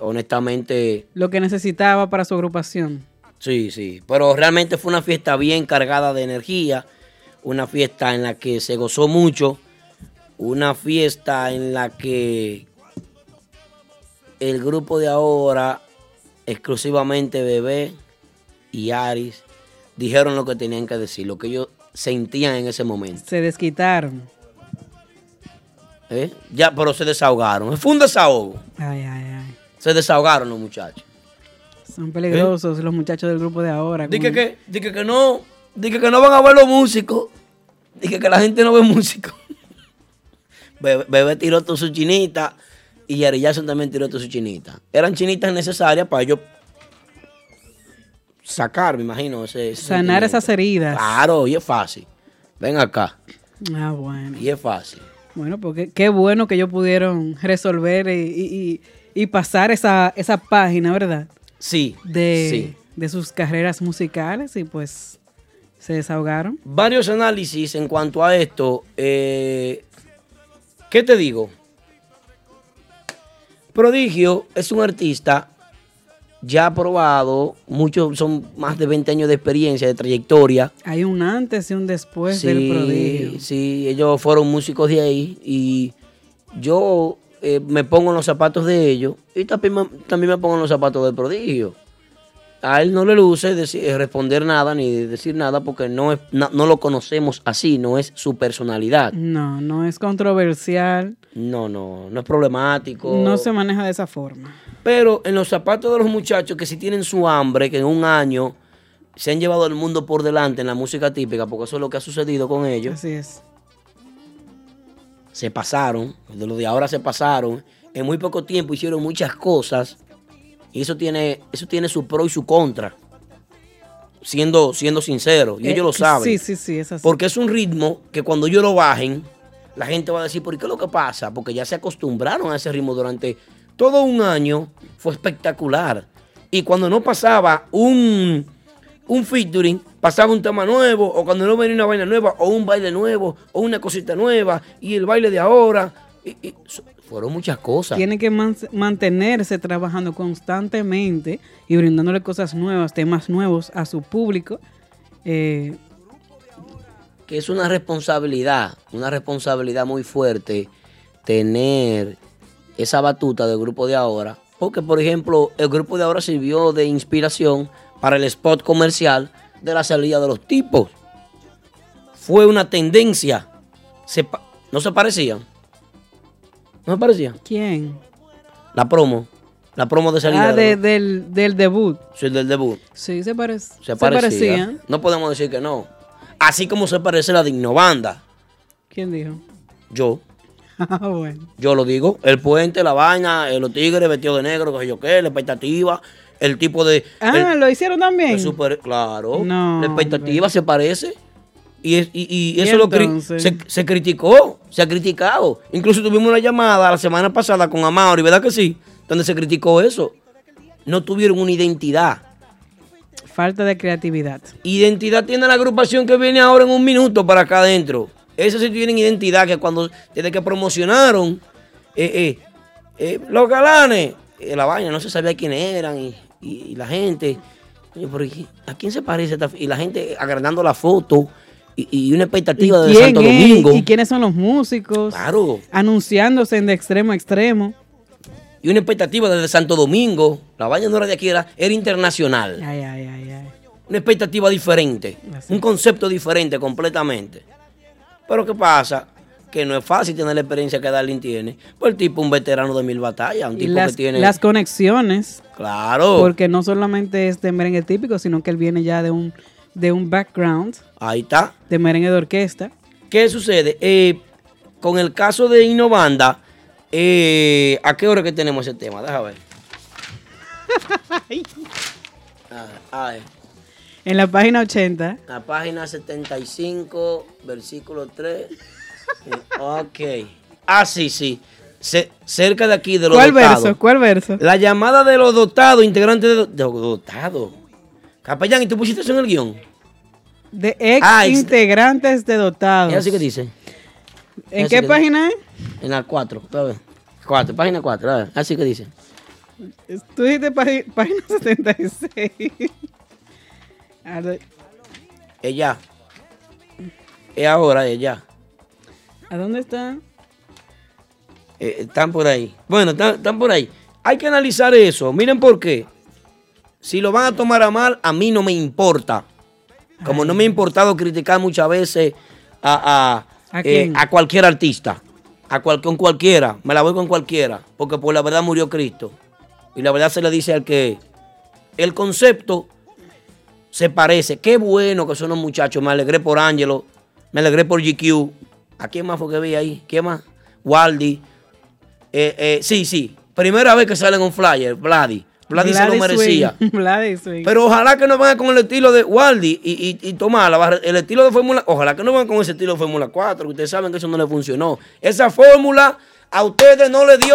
Speaker 1: honestamente,
Speaker 2: lo que necesitaba para su agrupación.
Speaker 1: sí, sí. Pero realmente fue una fiesta bien cargada de energía. Una fiesta en la que se gozó mucho. una fiesta en la que el grupo de ahora, exclusivamente Bebé y Aris, dijeron lo que tenían que decir, lo que ellos sentían en ese momento.
Speaker 2: Se desquitaron.
Speaker 1: ¿eh? Ya, pero se desahogaron. Fue un desahogo.
Speaker 2: Ay, ay, ay.
Speaker 1: Se desahogaron los muchachos.
Speaker 2: Son peligrosos los muchachos del grupo de ahora.
Speaker 1: Dije
Speaker 2: como-
Speaker 1: ¿Eh? que, dije que no, dije que no van a ver los músicos. Dije que la gente no ve músicos. Bebé, Bebé tiró toda su chinita y Jerry Jackson también tiró toda su chinita. Eran chinitas necesarias para ellos sacar, me imagino, ese, ese
Speaker 2: Sanar
Speaker 1: sentimiento.
Speaker 2: esas heridas.
Speaker 1: Claro, y es fácil. Ven acá,
Speaker 2: Ah, bueno.
Speaker 1: y es fácil.
Speaker 2: Bueno, porque qué bueno que ellos pudieron resolver y, y- y- y pasar esa, esa página, ¿verdad?
Speaker 1: Sí,
Speaker 2: De,
Speaker 1: sí.
Speaker 2: de sus carreras musicales y pues se desahogaron.
Speaker 1: Varios análisis en cuanto a esto. eh, ¿Qué te digo? Prodigio es un artista ya probado, muchos son más de 20 años de experiencia, de trayectoria.
Speaker 2: Hay un antes y un después del prodigio.
Speaker 1: sí, ellos fueron músicos de ahí y yo eh, me pongo en los zapatos de ellos y también me, también me pongo en los zapatos del prodigio. A él no le luce deci- eh, responder nada ni decir nada porque no, es, na- no lo conocemos así, no es su personalidad.
Speaker 2: No, no es controversial.
Speaker 1: No, no, no es problemático.
Speaker 2: No se maneja de esa forma.
Speaker 1: Pero en los zapatos de los muchachos que si tienen su hambre, que en un año se han llevado el mundo por delante en la música típica, porque eso es lo que ha sucedido con ellos,
Speaker 2: Así es.
Speaker 1: se pasaron, de los de ahora se pasaron, en muy poco tiempo hicieron muchas cosas, y eso tiene, eso tiene su pro y su contra, siendo, siendo sincero, y
Speaker 2: Eh,
Speaker 1: ellos lo saben.
Speaker 2: Sí, sí, sí, es así.
Speaker 1: Porque es un ritmo que cuando ellos lo bajen, la gente va a decir, ¿por qué es lo que pasa? Porque ya se acostumbraron a ese ritmo durante todo un año, fue espectacular. Y cuando no pasaba un, un featuring, pasaba un tema nuevo, o cuando no venía una vaina nueva, o un baile nuevo, o una cosita nueva, y el baile de ahora. y- y so- Fueron muchas cosas.
Speaker 2: Tiene que man- mantenerse trabajando constantemente y brindándole cosas nuevas, temas nuevos a su público. Eh,
Speaker 1: que es una responsabilidad, una responsabilidad muy fuerte tener esa batuta del grupo de ahora. Porque, por ejemplo, el grupo de ahora sirvió de inspiración para el spot comercial de la salida de los tipos. Fue una tendencia. Se pa- ¿No se parecían? ¿No se parecían?
Speaker 2: ¿Quién?
Speaker 1: La promo. La promo de salida
Speaker 2: ah,
Speaker 1: de,
Speaker 2: de- del, del debut.
Speaker 1: sí, del debut.
Speaker 2: Sí, se, parec-
Speaker 1: Se, parecía. No podemos decir que no. Así como se parece la de Innovanda.
Speaker 2: ¿Quién dijo?
Speaker 1: Yo.
Speaker 2: Ah, bueno.
Speaker 1: Yo lo digo. El puente, la vaina, eh, los tigres vestidos de negro, que sé yo qué, la expectativa, el tipo de.
Speaker 2: Ah,
Speaker 1: el-
Speaker 2: lo hicieron también.
Speaker 1: el super- claro.
Speaker 2: No,
Speaker 1: la expectativa se parece. Y, es- y- y
Speaker 2: ¿Y
Speaker 1: eso lo cri-
Speaker 2: entonces?
Speaker 1: se, se criticó, se ha criticado. Incluso tuvimos una llamada la semana pasada con Amauri, ¿verdad que sí? Donde se criticó eso. No tuvieron una identidad.
Speaker 2: Falta de creatividad.
Speaker 1: Identidad tiene la agrupación que viene ahora en un minuto para acá adentro. Esos sí tienen identidad que cuando, desde que promocionaron eh, eh, eh, los galanes, eh, la vaina, no se sabía quién eran y, y- y la gente. Oye, pero ¿y qui- ¿A quién se parece esta f- Y la gente agrandando la foto y, y una expectativa de
Speaker 2: ¿Quién
Speaker 1: Santo
Speaker 2: es?
Speaker 1: Domingo.
Speaker 2: ¿Y quiénes son los músicos?
Speaker 1: Claro.
Speaker 2: Anunciándose en de extremo a extremo.
Speaker 1: Y una expectativa desde Santo Domingo. La vaina no era de aquí, era, era internacional.
Speaker 2: Ay, ay, ay, ay.
Speaker 1: una expectativa diferente, un concepto diferente completamente. Pero ¿qué pasa? Que no es fácil tener la experiencia que Darlin tiene. Pues el tipo es un veterano de mil batallas, un
Speaker 2: Y
Speaker 1: tipo
Speaker 2: las,
Speaker 1: que tiene...
Speaker 2: las conexiones.
Speaker 1: Claro.
Speaker 2: Porque no solamente es de merengue típico, sino que él viene ya de un, de un background
Speaker 1: Ahí está.
Speaker 2: de merengue de orquesta.
Speaker 1: ¿Qué sucede? Eh, con el caso de Innovanda, eh, ¿a qué hora que tenemos ese tema? Déjame ver. Ah, ah, eh.
Speaker 2: En la página 80,
Speaker 1: La página 75, versículo 3. ok. Ah, sí, sí. Ce- cerca de aquí, de los
Speaker 2: ¿cuál
Speaker 1: dotados.
Speaker 2: verso? ¿Cuál verso?
Speaker 1: La llamada de los dotados, integrantes de, los dotados. Capellán, ¿y tú pusiste eso en el guión?
Speaker 2: De ex
Speaker 1: Ah, ex-
Speaker 2: integrantes de dotados.
Speaker 1: ¿Es así que dice?
Speaker 2: Ah. ¿En
Speaker 1: así
Speaker 2: qué
Speaker 1: que-
Speaker 2: página es?
Speaker 1: En la 4, ver. 4, página 4, así que dice.
Speaker 2: Tú dijiste pagi- página 76. A do-
Speaker 1: Ella. Es ahora, ella.
Speaker 2: ¿A dónde está?
Speaker 1: Eh, están por ahí. Bueno, están, están por ahí. Hay que analizar eso. Miren por qué. Si lo van a tomar a mal, a mí no me importa. Como no me ha importado criticar muchas veces a, a, eh,
Speaker 2: ¿A quién?
Speaker 1: a cualquier artista. A cual- con cualquiera. Me la voy con cualquiera. Porque por la verdad murió Cristo. Y la verdad se le dice al que el concepto se parece. Qué bueno que son los muchachos. Me alegré por Ángelo. Me alegré por GQ. ¿A quién más fue que vi ahí? ¿Quién más? Waldi. Eh, eh, sí, sí. Primera vez que sale en un flyer, Vladi. Vladi se lo
Speaker 2: Gladys
Speaker 1: merecía.
Speaker 2: Swing. Gladys Swing.
Speaker 1: Pero ojalá que no vayan con el estilo de Waldi y, y, y Tomás, la barra- el estilo de Fórmula. Ojalá que no vayan con ese estilo de Fórmula 4, que ustedes saben que eso no le funcionó. Esa fórmula a ustedes no le dio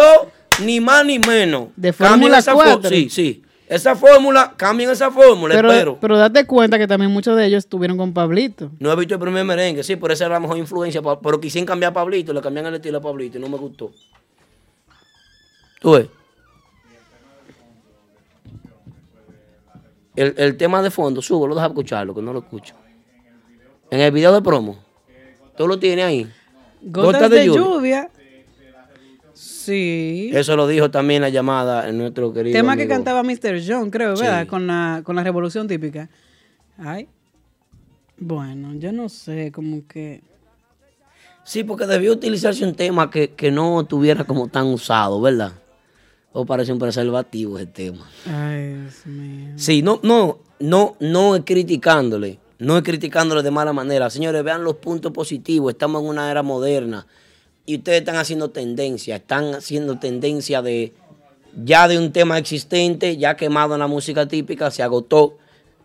Speaker 1: ni más ni menos.
Speaker 2: ¿De
Speaker 1: Cambien
Speaker 2: Fórmula
Speaker 1: esa fo-
Speaker 2: 4?
Speaker 1: Sí, sí. Esa fórmula, cambien esa fórmula,
Speaker 2: pero,
Speaker 1: espero.
Speaker 2: pero date cuenta que también muchos de ellos estuvieron con Pablito.
Speaker 1: No he visto el primer merengue, sí, por esa era la mejor influencia. pa- Pero quisieron cambiar a Pablito, le cambian el estilo a Pablito y no me gustó. ¿Tú ves? El, el tema de fondo, súbelo, deja escucharlo, que no lo escucho. En el video de promo, tú lo tienes ahí.
Speaker 2: Gotas, de, lluvia. Sí.
Speaker 1: Eso lo dijo también la llamada en nuestro querido.
Speaker 2: Tema que
Speaker 1: amigo.
Speaker 2: cantaba Mr. John, creo,
Speaker 1: Sí.
Speaker 2: ¿verdad? Con, la, con la revolución típica. Ay. Bueno, yo no sé, como que.
Speaker 1: Sí, porque debió utilizarse un tema que, que no estuviera como tan usado, ¿verdad? O parece un preservativo ese tema.
Speaker 2: Ay, Dios mío.
Speaker 1: Sí, no, no, no, no es criticándole, no es criticándole de mala manera. Señores, vean los puntos positivos. Estamos en una era moderna y ustedes están haciendo tendencia, están haciendo tendencia de ya de un tema existente, ya quemado en la música típica, se agotó.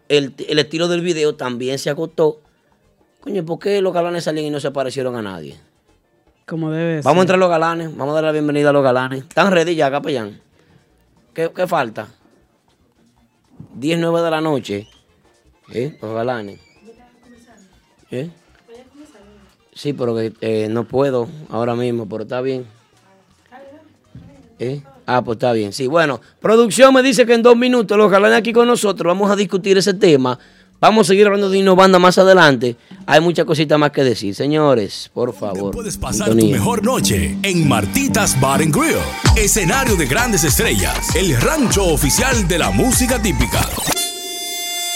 Speaker 1: El, el estilo del video también se agotó. Coño, ¿por qué los galanes salían y no se parecieron a nadie?
Speaker 2: Como debe ser.
Speaker 1: Vamos a entrar a los galanes, vamos a dar la bienvenida a los galanes. ¿Están ready ya, capellán? ¿Qué, qué falta? 10, 9 de la noche. ¿Eh? Los galanes. ¿Eh? Sí, pero que, eh, no puedo ahora mismo, pero está bien. ¿Eh? Ah, pues está bien. Sí, bueno, producción me dice que en dos minutos los galanes aquí con nosotros vamos a discutir ese tema. Vamos a seguir hablando de Innovanda más adelante. Hay muchas cositas más que decir. Señores, por favor.
Speaker 6: Puedes pasar tu mejor noche en Martitas Bar and Grill, escenario de grandes estrellas, el rancho oficial de la música típica.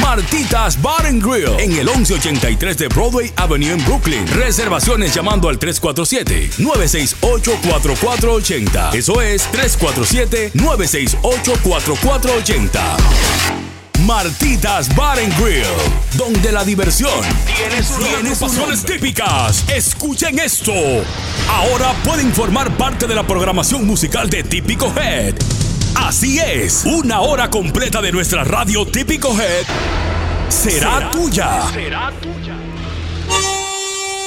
Speaker 6: Martitas Bar and Grill en el 1183 de Broadway Avenue en Brooklyn. Reservaciones llamando al 347-968-4480. Eso es 347-968-4480. Martitas Bar and Grill, donde la diversión tiene sus pasiones típicas. Escuchen esto. Ahora pueden formar parte de la programación musical de Típico Head. Así es, una hora completa de nuestra radio Típico Head será, tuya.
Speaker 9: Será tuya.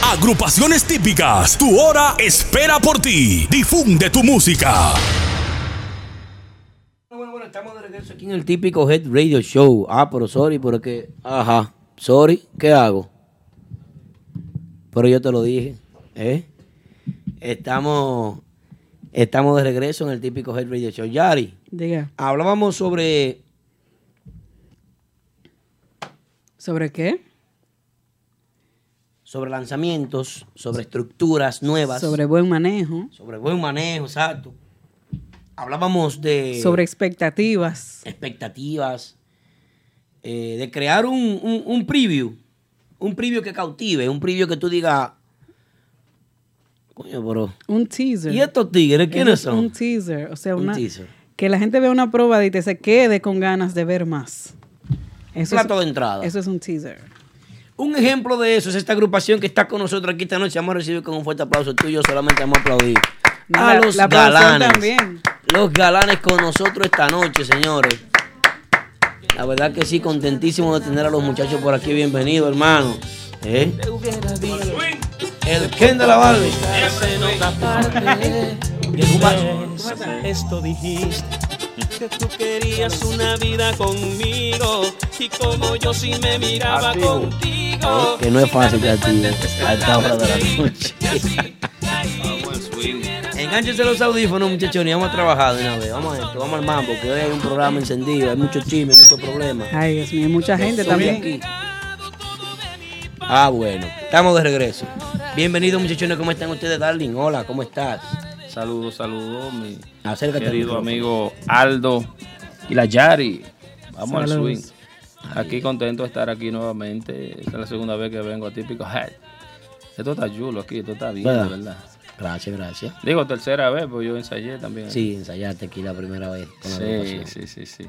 Speaker 6: Agrupaciones típicas. Tu hora espera por ti. Difunde tu música.
Speaker 1: Aquí en el típico Head Radio Show. Ah, pero sorry, pero que. Ajá. Sorry, ¿qué hago? Pero yo te lo dije. ¿eh? Estamos. Estamos de regreso en el típico Head Radio Show. Yari,
Speaker 2: Diga,
Speaker 1: hablábamos sobre.
Speaker 2: ¿sobre qué?
Speaker 1: Sobre lanzamientos, sobre estructuras nuevas.
Speaker 2: Sobre buen manejo,
Speaker 1: sobre buen manejo, exacto. Hablábamos de.
Speaker 2: sobre expectativas.
Speaker 1: expectativas, eh, de crear un, un- un preview, un preview que cautive, un preview que tú digas, coño, pero...
Speaker 2: Un teaser.
Speaker 1: ¿Y estos tigres quiénes
Speaker 2: Es
Speaker 1: son?
Speaker 2: Un teaser, o sea,
Speaker 1: Un
Speaker 2: una,
Speaker 1: teaser.
Speaker 2: que la gente vea una prueba y te se quede con ganas de ver más. Eso
Speaker 1: Plato
Speaker 2: es,
Speaker 1: de entrada.
Speaker 2: Eso es un teaser.
Speaker 1: Un ejemplo de eso es esta agrupación que está con nosotros aquí esta noche. Vamos a recibir con un fuerte aplauso tuyo, solamente vamos a aplaudir.
Speaker 2: No,
Speaker 1: a
Speaker 2: la-
Speaker 1: los
Speaker 2: la producción
Speaker 1: galanes.
Speaker 2: también.
Speaker 1: Los galanes con nosotros esta noche, señores. La verdad que sí, contentísimo de tener a los muchachos por aquí. Bienvenido, hermano. ¿Eh? El Ken de la Barbie.
Speaker 10: Esto dijiste que tú querías una vida conmigo y como yo sí me miraba contigo.
Speaker 1: Que no es fácil ya, tío, a esta hora de la noche. Engánchese los audífonos, muchachones, y vamos a trabajar de una vez. Vamos a esto, vamos al mambo, que hoy hay un programa encendido, hay mucho chisme, muchos problemas.
Speaker 2: Ay, Dios mío, mucha
Speaker 1: Yo
Speaker 2: gente
Speaker 1: soy
Speaker 2: también.
Speaker 1: aquí. Ah, bueno, estamos de regreso. Bienvenidos, muchachones, ¿cómo están ustedes, darling? Hola, ¿cómo estás?
Speaker 11: Saludos, saludos, mi
Speaker 1: Acércate al
Speaker 11: querido
Speaker 1: micrófono.
Speaker 11: amigo Aldo y la Yari. Vamos al swing.
Speaker 1: Saludos.
Speaker 11: Aquí contento de estar aquí nuevamente. Esta es la segunda vez que vengo a Típico Head. Esto está chulo aquí, esto está bien,
Speaker 1: ¿Verdad?
Speaker 11: de verdad.
Speaker 1: Gracias, gracias.
Speaker 11: Digo, tercera vez, pues yo ensayé también.
Speaker 1: Sí, ensayaste aquí la primera vez. con la
Speaker 11: sí,
Speaker 1: agrupación.
Speaker 11: sí, sí, sí.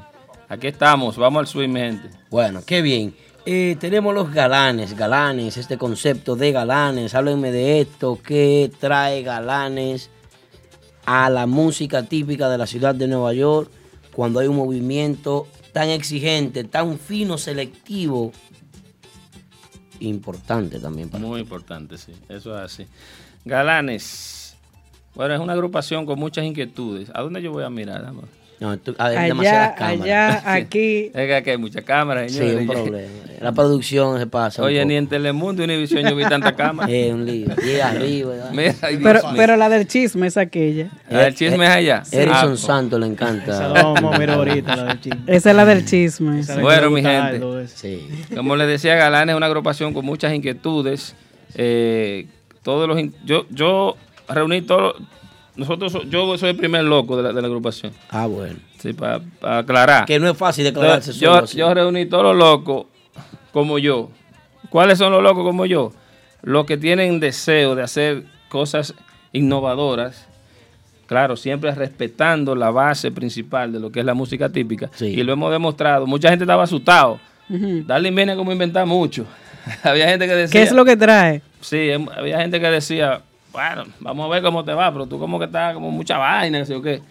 Speaker 11: Aquí estamos, vamos al swing, mi gente.
Speaker 1: Bueno, qué bien. Eh, tenemos los galanes, galanes, este concepto de galanes. Háblenme de esto, ¿qué trae galanes a la música típica de la ciudad de Nueva York cuando hay un movimiento tan exigente, tan fino, selectivo? Importante también para
Speaker 11: Muy importante, sí. Eso es así. Galanes. Bueno, es una agrupación con muchas inquietudes. ¿A dónde yo voy a mirar? amor?
Speaker 1: No, tú- ah, hay Allá, demasiadas cámaras. allá,
Speaker 2: aquí.
Speaker 11: Es que aquí hay muchas cámaras,
Speaker 1: Sí,
Speaker 11: señores.
Speaker 1: un problema. La producción se pasa. un
Speaker 11: Oye,
Speaker 1: poco.
Speaker 11: ni en Telemundo ni en Univision yo vi tanta cámara.
Speaker 1: Es un lío. Y arriba, y abajo.
Speaker 11: Mira, ay, Dios
Speaker 2: Pero,
Speaker 11: mío.
Speaker 2: pero la del chisme es aquella.
Speaker 11: La del chisme es allá.
Speaker 1: Eh, Erison
Speaker 11: Ah,
Speaker 1: Santos le encanta.
Speaker 11: Esa la vamos a mirar ahorita, la del chisme.
Speaker 2: Esa es la del chisme.
Speaker 11: Esa es la que Bueno, mi gusta a gente. Aldo, Como les decía, Galán es una agrupación con muchas inquietudes. Eh, todos los in- yo, yo reuní todos. los- Nosotros, so- yo soy el primer loco de la, de la agrupación.
Speaker 1: Ah, bueno.
Speaker 11: Sí, para aclarar.
Speaker 1: Que no es fácil declararse
Speaker 11: Yo-
Speaker 1: solo
Speaker 11: Yo,
Speaker 1: así.
Speaker 11: yo reuní todos los locos como yo. ¿Cuáles son los locos como yo? Los que tienen deseo de hacer cosas innovadoras Claro, siempre respetando la base principal de lo que es la música típica. Y lo hemos demostrado. Mucha gente estaba asustado.
Speaker 2: Ujú.
Speaker 11: Darle Mena como inventar mucho. había gente que decía.
Speaker 2: ¿Qué es lo que trae?
Speaker 11: Sí, em- había gente que decía, bueno, vamos a ver cómo te va, pero tú como que estás como mucha vaina, ¿sí o qué.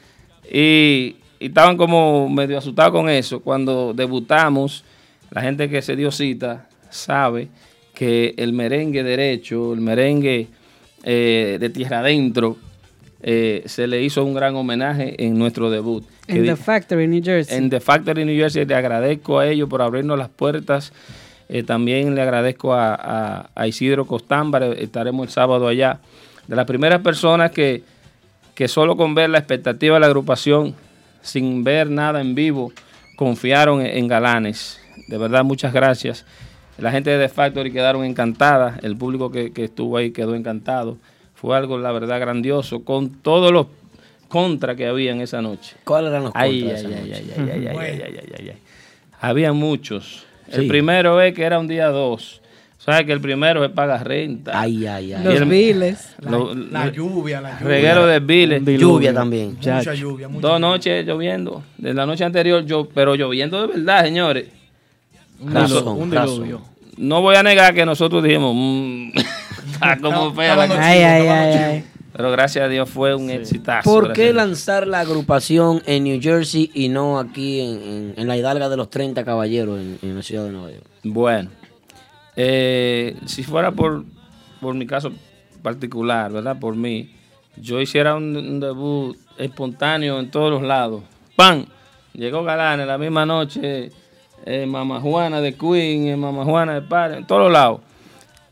Speaker 11: Y, y estaban como medio asustados con eso. Cuando debutamos, la gente que se dio cita sabe que el merengue derecho, el merengue eh, de tierra adentro, eh, se le hizo un gran homenaje en nuestro debut. Que
Speaker 2: En
Speaker 11: di-
Speaker 2: The Factory, New Jersey.
Speaker 11: en The Factory New Jersey. Le agradezco a ellos por abrirnos las puertas. Eh, también le agradezco a, a- a Isidro Costámbar. Estaremos el sábado allá. De las primeras personas que, que solo con ver la expectativa de la agrupación, sin ver nada en vivo, confiaron en, en Galanes. De verdad, muchas gracias. La gente de The Factory quedaron encantada. El público que, que estuvo ahí quedó encantado. Fue algo, la verdad, grandioso con todos los contras que había en esa noche.
Speaker 1: ¿Cuáles eran los
Speaker 11: Ay,
Speaker 1: contras de
Speaker 11: ay,
Speaker 1: esa
Speaker 11: ay,
Speaker 1: noche?
Speaker 11: ay, ay, ay, ay,
Speaker 1: Bueno.
Speaker 11: ay, ay, ay, ay. Había muchos. El
Speaker 1: Sí.
Speaker 11: primero es que era un día dos. Sabes que el primero es pagar renta.
Speaker 1: Ay, ay, ay.
Speaker 11: Y el-
Speaker 1: Los biles.
Speaker 11: lo-
Speaker 9: La- la lluvia, la lluvia.
Speaker 11: Reguero de biles.
Speaker 1: Un diluvio. Lluvia también. Mucha
Speaker 11: Muchacho.
Speaker 9: lluvia, mucha
Speaker 11: Dos noches lloviendo. De la noche anterior, yo, pero lloviendo de verdad, señores.
Speaker 9: Un
Speaker 11: Noso-
Speaker 9: diluvio, un diluvio.
Speaker 11: No voy a negar que nosotros dijimos, "Mm, está como fea la
Speaker 1: Ay,
Speaker 11: cosa".
Speaker 1: ay, ay, ay.
Speaker 11: Pero gracias a Dios fue un exitazo.
Speaker 1: ¿Por
Speaker 11: gracias a
Speaker 1: qué
Speaker 11: Dios.
Speaker 1: lanzar la agrupación en New Jersey y no aquí en, en- en la hidalga de los 30 caballeros en, en la ciudad de Nueva York?
Speaker 11: Bueno, eh, si fuera por, por mi caso particular, ¿verdad? Por mí, yo hiciera un, un debut espontáneo en todos los lados. ¡Pam! Llegó Galán en la misma noche, eh, Mamá Juana de Queen, eh, Mamá Juana de Padre, en todos los lados.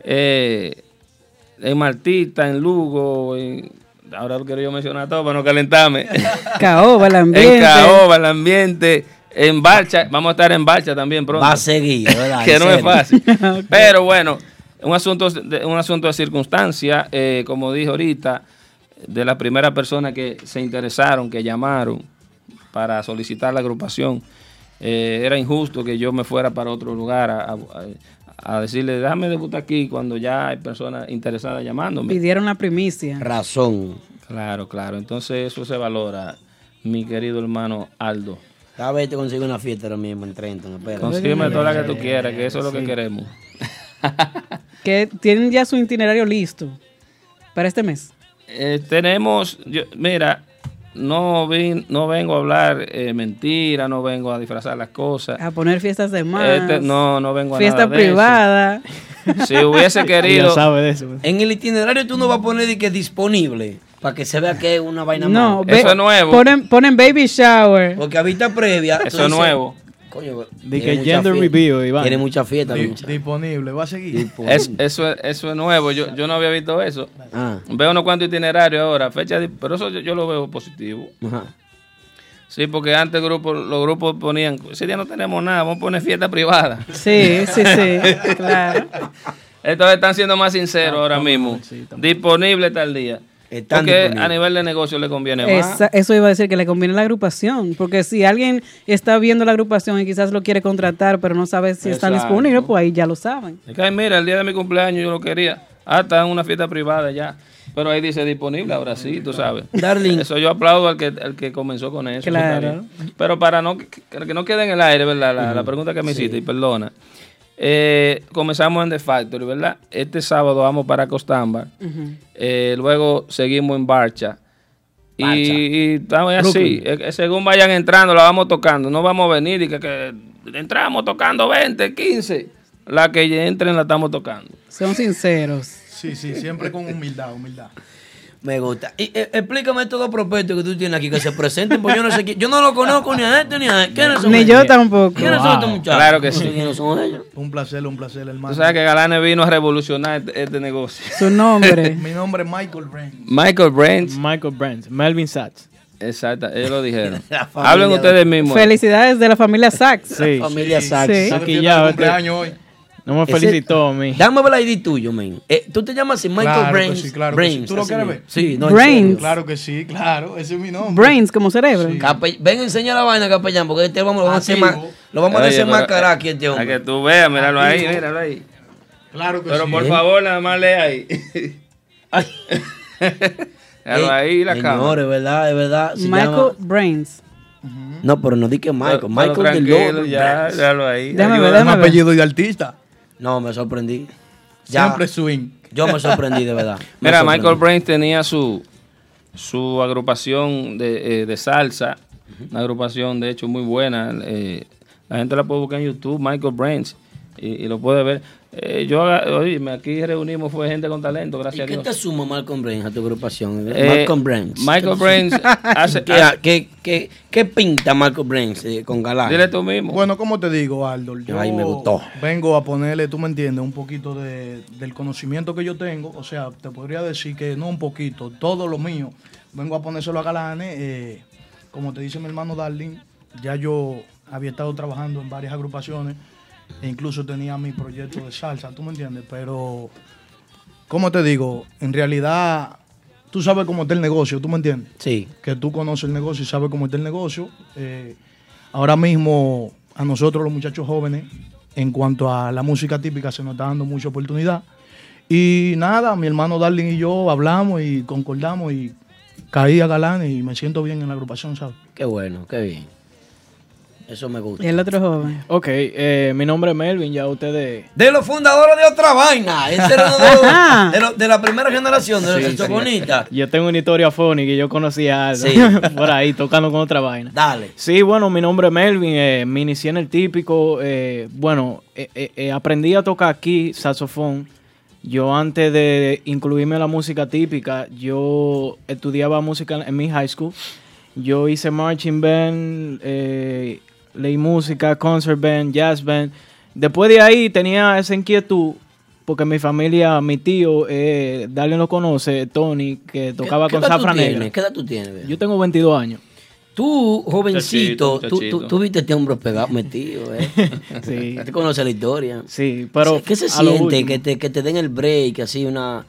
Speaker 11: Eh, en Martita, en Lugo, en- ahora lo quiero yo mencionar todo para no calentarme.
Speaker 2: Caoba, el ambiente.
Speaker 11: En Caoba, el ambiente. En Barcha, vamos a estar en Barcha también pronto.
Speaker 1: Va a seguir, ¿verdad?
Speaker 11: que
Speaker 1: En
Speaker 11: no es
Speaker 1: serio.
Speaker 11: fácil. Pero bueno, un asunto de, un asunto de circunstancia, eh, como dije ahorita, de las primeras personas que se interesaron, que llamaron para solicitar la agrupación, eh, era injusto que yo me fuera para otro lugar a, a- a decirle, déjame debutar aquí cuando ya hay personas interesadas llamándome.
Speaker 2: Pidieron la primicia.
Speaker 1: Razón.
Speaker 11: Claro, claro. Entonces eso se valora, mi querido hermano Aldo.
Speaker 1: A ver, te consigo una fiesta ahora mismo en Trenton. espérate.
Speaker 11: Consígueme toda la que tú quieras, que eso es lo que queremos.
Speaker 2: Que tienen ya su itinerario listo para este mes.
Speaker 11: Eh, tenemos, yo- mira, no, vin- no vengo a hablar eh, mentira, no vengo a disfrazar las cosas.
Speaker 2: A poner fiestas de más.
Speaker 11: Este- no, no vengo a
Speaker 2: Fiesta
Speaker 11: nada de eso.
Speaker 2: privada.
Speaker 11: Si hubiese querido,
Speaker 1: En el itinerario tú no vas a poner de que disponible para que se vea que es una vaina
Speaker 2: No,
Speaker 1: mala.
Speaker 2: ve- em- Ponen, ponen baby shower.
Speaker 1: Porque a vista previa.
Speaker 9: Eso es nuevo.
Speaker 1: Coño, tiene
Speaker 9: Di que
Speaker 1: mucha
Speaker 9: gender
Speaker 1: fiesta.
Speaker 9: reveal, Iván.
Speaker 1: Tiene mucha fiesta.
Speaker 9: Di-
Speaker 1: mucha-
Speaker 9: disponible, va a seguir.
Speaker 11: es- eso, es- eso es nuevo, yo, yo no había visto eso.
Speaker 1: Ah.
Speaker 11: Veo unos cuantos itinerarios ahora, fecha, de- pero eso yo- yo lo veo positivo.
Speaker 1: Ajá.
Speaker 11: Sí, porque antes grupo, los grupos ponían, ese día no tenemos nada, vamos a poner fiesta privada.
Speaker 2: Sí, sí, sí, claro.
Speaker 11: Entonces están siendo más
Speaker 1: Ah,
Speaker 11: sinceros ahora mismo. Disponible tal día.
Speaker 1: Están
Speaker 11: porque a
Speaker 1: disponibles.
Speaker 11: nivel de negocio le conviene más.
Speaker 2: Esa- eso iba a decir que le conviene a la agrupación, porque si alguien está viendo la agrupación y quizás lo quiere contratar, pero no sabe si están
Speaker 11: Exacto.
Speaker 2: disponibles, pues ahí ya lo saben.
Speaker 11: Es que, ay, mira, el día de mi cumpleaños yo lo quería. Ah, está en una fiesta privada ya. Pero ahí dice disponible, ahora sí, tú sabes.
Speaker 1: Darling.
Speaker 11: Eso yo aplaudo al que, al que comenzó con eso.
Speaker 2: Claro.
Speaker 11: Darling. Pero para no que, que no quede en el aire, ¿verdad? La, la pregunta que me hiciste, y perdona. Eh, comenzamos en The Factory, ¿verdad? Este sábado vamos para Costamba. Eh, luego seguimos en Barcha. Y, y estamos así.
Speaker 12: Brooklyn.
Speaker 11: Eh, eh, según vayan entrando, la vamos tocando. No vamos a venir y que, que entramos tocando 20, 15. La que ya entren la estamos tocando.
Speaker 2: Son sinceros.
Speaker 9: Sí, sí, siempre con humildad, humildad.
Speaker 1: Me gusta. Y, eh, explícame estos dos prospectos que tú tienes aquí que se presenten, porque yo no sé quién. Yo no lo conozco ni a este ni a ¿Quiénes son
Speaker 2: Ni
Speaker 1: ellos?
Speaker 2: yo tampoco.
Speaker 1: ¿Quiénes son
Speaker 2: Este
Speaker 11: Ah,
Speaker 1: estos muchachos?
Speaker 11: Claro que
Speaker 1: No sé
Speaker 11: sí.
Speaker 1: quiénes son ellos.
Speaker 9: Un placer, un placer, hermano.
Speaker 11: Tú sabes que Galanes vino a revolucionar este, este negocio.
Speaker 2: Su nombre.
Speaker 9: Mi nombre es Michael Brand.
Speaker 11: Michael Brands.
Speaker 13: Michael Brands. Melvin Sachs.
Speaker 11: Exacto, ellos lo dijeron.
Speaker 13: La familia
Speaker 11: Hablen ustedes
Speaker 13: Brands.
Speaker 11: mismos.
Speaker 2: Felicidades de la familia Sachs.
Speaker 13: Sí.
Speaker 2: Sí.
Speaker 13: Taquillado, este- No me
Speaker 1: Ese-
Speaker 13: felicitó a mí.
Speaker 1: Dame el ID tuyo, men. Eh, tú te llamas así, Michael
Speaker 9: Claro que
Speaker 1: Brains.
Speaker 9: sí, claro que
Speaker 1: Brains,
Speaker 9: sí. ¿Tú lo
Speaker 1: así
Speaker 9: quieres
Speaker 1: mismo.
Speaker 9: ver?
Speaker 1: Sí, no, en
Speaker 2: Brains.
Speaker 1: serio.
Speaker 9: Claro que sí, claro, ese es mi nombre.
Speaker 2: Brains como cerebro.
Speaker 1: Cape- Ven, enseña la vaina, capellán, porque este vamos, lo vamos a hacer más.
Speaker 9: Activo.
Speaker 1: Lo vamos a
Speaker 11: Oye,
Speaker 1: hacer más
Speaker 11: pero,
Speaker 1: cara
Speaker 11: eh,
Speaker 1: aquí, este hombre.
Speaker 11: A que tú veas, míralo ahí,
Speaker 1: Activo.
Speaker 11: míralo ahí.
Speaker 9: Claro que
Speaker 11: Pero
Speaker 9: sí.
Speaker 11: por favor, nada más lea ahí. Claro,
Speaker 1: Eh,
Speaker 11: ahí la
Speaker 1: señores,
Speaker 11: cámara.
Speaker 1: es verdad, es verdad. se
Speaker 2: Michael
Speaker 1: llama-
Speaker 2: Brains.
Speaker 1: No, pero no di que Michael.
Speaker 11: Pero-
Speaker 1: Michael
Speaker 11: pero
Speaker 1: del
Speaker 11: tranquilo,
Speaker 1: Lord
Speaker 11: ya,
Speaker 1: Brands.
Speaker 11: ya lo ahí.
Speaker 9: Déjame ver, déjame ver. apellido de artista.
Speaker 1: No, me sorprendí.
Speaker 9: Siempre swing.
Speaker 1: Yo me sorprendí, de verdad. Me
Speaker 11: Mira,
Speaker 1: sorprendí.
Speaker 11: Michael Brains tenía su, su agrupación de, eh, de salsa, una agrupación de hecho muy buena. eh, la gente la puede buscar en YouTube, Michael Brains, y, y lo puede ver. Eh, yo, oye, aquí reunimos, fue gente con talento,
Speaker 1: ¿Y
Speaker 11: gracias a
Speaker 1: qué
Speaker 11: Dios.
Speaker 1: te suma Malcolm Brains a tu agrupación?
Speaker 11: Eh,
Speaker 1: Malcolm Brains.
Speaker 11: Michael
Speaker 1: ¿Qué-
Speaker 11: Brains hace- ah.
Speaker 1: ¿Qué,
Speaker 11: hace-
Speaker 1: qué- qué- qué pinta Michael Brains eh, con Galán?
Speaker 11: Dile tú mismo.
Speaker 9: Bueno, como te digo, Aldo, yo
Speaker 1: Ay, me gustó.
Speaker 9: vengo a ponerle, tú me entiendes, un poquito de- del conocimiento que yo tengo. O sea, te podría decir que no un poquito, todo lo mío. Vengo a ponérselo a Galanes. eh, como te dice mi hermano Darling, ya yo había estado trabajando en varias agrupaciones e incluso tenía mi proyecto de salsa, tú me entiendes. Pero, como te digo, en realidad, tú sabes cómo está el negocio, tú me entiendes.
Speaker 1: Sí.
Speaker 9: Que tú conoces el negocio y sabes cómo está el negocio. eh, ahora mismo a nosotros los muchachos jóvenes, en cuanto a la música típica, se nos está dando mucha oportunidad. Y nada, mi hermano Darling y yo hablamos y concordamos y caí a Galán y me siento bien en la agrupación, ¿sabes?
Speaker 1: Qué bueno, qué bien. Eso me gusta.
Speaker 2: joven.
Speaker 13: Ok, eh, mi nombre es Melvin, ya ustedes.
Speaker 1: De los fundadores de otra vaina. Ese era uno de, los- de los- de la primera generación, de los
Speaker 13: Sí,
Speaker 1: saxofonistas.
Speaker 13: Yo tengo una historia fónica y yo conocí a Aldo
Speaker 1: Sí.
Speaker 13: por ahí tocando con otra vaina.
Speaker 1: Dale.
Speaker 13: Sí, bueno, mi nombre es Melvin, eh, me inicié en el típico. eh, bueno, eh, eh, eh, aprendí a tocar aquí saxofón. Yo antes de incluirme en la música típica, yo estudiaba música en- en mi high school. Yo hice marching band, eh, leí música, concert band, jazz band. Después de ahí tenía esa inquietud porque mi familia, mi tío, eh, Darlen lo conoce, Tony, que tocaba
Speaker 1: ¿Qué
Speaker 13: con
Speaker 1: edad tú
Speaker 13: Zafra
Speaker 1: tienes?
Speaker 13: Negra.
Speaker 1: ¿Qué edad tú tienes? viejo?
Speaker 13: Yo tengo 22 años.
Speaker 1: Tú, jovencito,
Speaker 13: Muchachito,
Speaker 1: tú, tú,
Speaker 13: muchachito.
Speaker 1: tú viste este hombro pegado, metido, ¿eh?
Speaker 13: Sí.
Speaker 1: Te conoces la historia.
Speaker 13: Sí, pero
Speaker 1: ¿Qué se
Speaker 13: a lo
Speaker 1: siente
Speaker 13: último.
Speaker 1: que te, que te den el break, así una,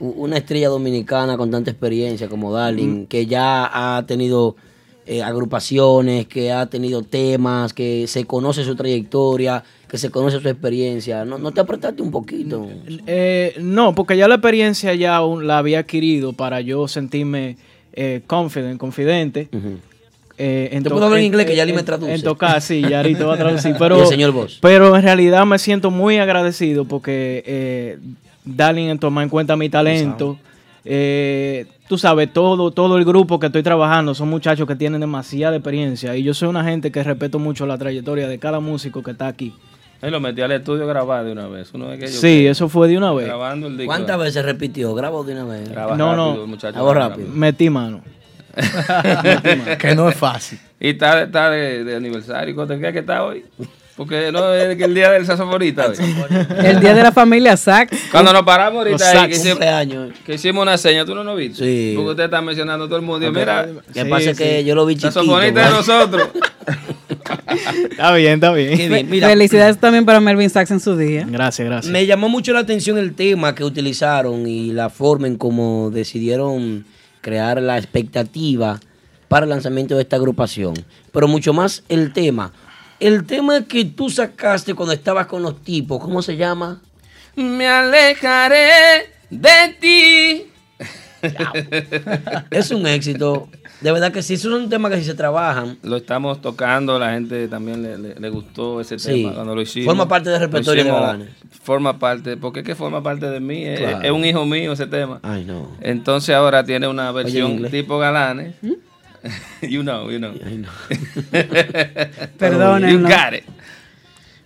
Speaker 1: u- una estrella dominicana con tanta experiencia como
Speaker 13: Mm.
Speaker 1: Darling, que ya ha tenido eh, agrupaciones, que ha tenido temas, que se conoce su trayectoria, que se conoce su experiencia? ¿No, no te apretaste un poquito?
Speaker 13: Eh, no, porque ya la experiencia ya un- la había adquirido para yo sentirme eh, confident, confidente. eh, en
Speaker 1: Te
Speaker 13: to-
Speaker 1: puedo hablar en inglés, que Yari
Speaker 13: en-
Speaker 1: me traduce.
Speaker 13: En tocar, sí, Yari te va a traducir.
Speaker 1: Y
Speaker 13: Pero,
Speaker 1: el señor Bosch.
Speaker 13: pero en realidad me siento muy agradecido porque eh, Darling tomó en cuenta mi talento. Eh, tú sabes, todo, todo el grupo que estoy trabajando son muchachos que tienen demasiada experiencia. Y yo soy una gente que respeto mucho la trayectoria de cada músico que está aquí.
Speaker 11: Él lo metió al estudio grabado de una vez. Uno de aquellos
Speaker 13: Sí,
Speaker 11: que-
Speaker 13: eso fue de una vez.
Speaker 11: Grabando el disco.
Speaker 1: ¿Cuántas veces repitió? Grabo de una vez.
Speaker 11: Graba
Speaker 13: No,
Speaker 11: rápido,
Speaker 13: no.
Speaker 11: el muchacho,
Speaker 13: Hago
Speaker 11: graba
Speaker 13: rápido. Metí mano. Metí mano.
Speaker 9: Que no es fácil.
Speaker 11: Y está, está de, de aniversario, ¿cuánto crees que está hoy? Porque no es que el día del saxofonista hoy.
Speaker 2: El día de la familia Sax.
Speaker 11: Cuando nos paramos
Speaker 2: Los
Speaker 11: ahorita ahí,
Speaker 2: sax,
Speaker 11: que, hicimos,
Speaker 1: cumpleaños.
Speaker 11: que hicimos una seña, tú no lo viste.
Speaker 1: Sí.
Speaker 11: Porque usted está mencionando a todo el mundo. Y
Speaker 1: Ok.
Speaker 11: Mira,
Speaker 1: Que Sí, pasa sí. que yo lo vi chiquito,
Speaker 11: Saxofonista de
Speaker 1: güey.
Speaker 11: nosotros.
Speaker 13: Está bien, está bien.
Speaker 1: Qué bien, mira.
Speaker 2: Felicidades también para Melvin Sax en su día.
Speaker 13: Gracias,
Speaker 11: Ah,
Speaker 13: gracias.
Speaker 1: Me llamó mucho la atención el tema que utilizaron y la forma en cómo decidieron crear la expectativa para el lanzamiento de esta agrupación. Pero mucho más el tema. El tema que tú sacaste cuando estabas con los tipos, ¿cómo se llama?
Speaker 11: Me alejaré de ti.
Speaker 1: Es un éxito. De verdad que sí, esos son temas que si se trabajan.
Speaker 11: Lo estamos tocando, la gente también le, le- le gustó ese
Speaker 1: Sí.
Speaker 11: tema cuando lo hicimos.
Speaker 1: Forma parte del
Speaker 11: Lo
Speaker 1: repertorio de
Speaker 11: hicimos-
Speaker 1: Galanes.
Speaker 11: Forma parte, porque es que forma parte de mí, es,
Speaker 1: Claro.
Speaker 11: es un hijo mío ese tema.
Speaker 1: Ay, no.
Speaker 11: Entonces ahora tiene una versión
Speaker 1: inglés. ¿Mm?
Speaker 11: tipo Galanes. you know, you know. You
Speaker 1: Perdónenlo.
Speaker 11: got it.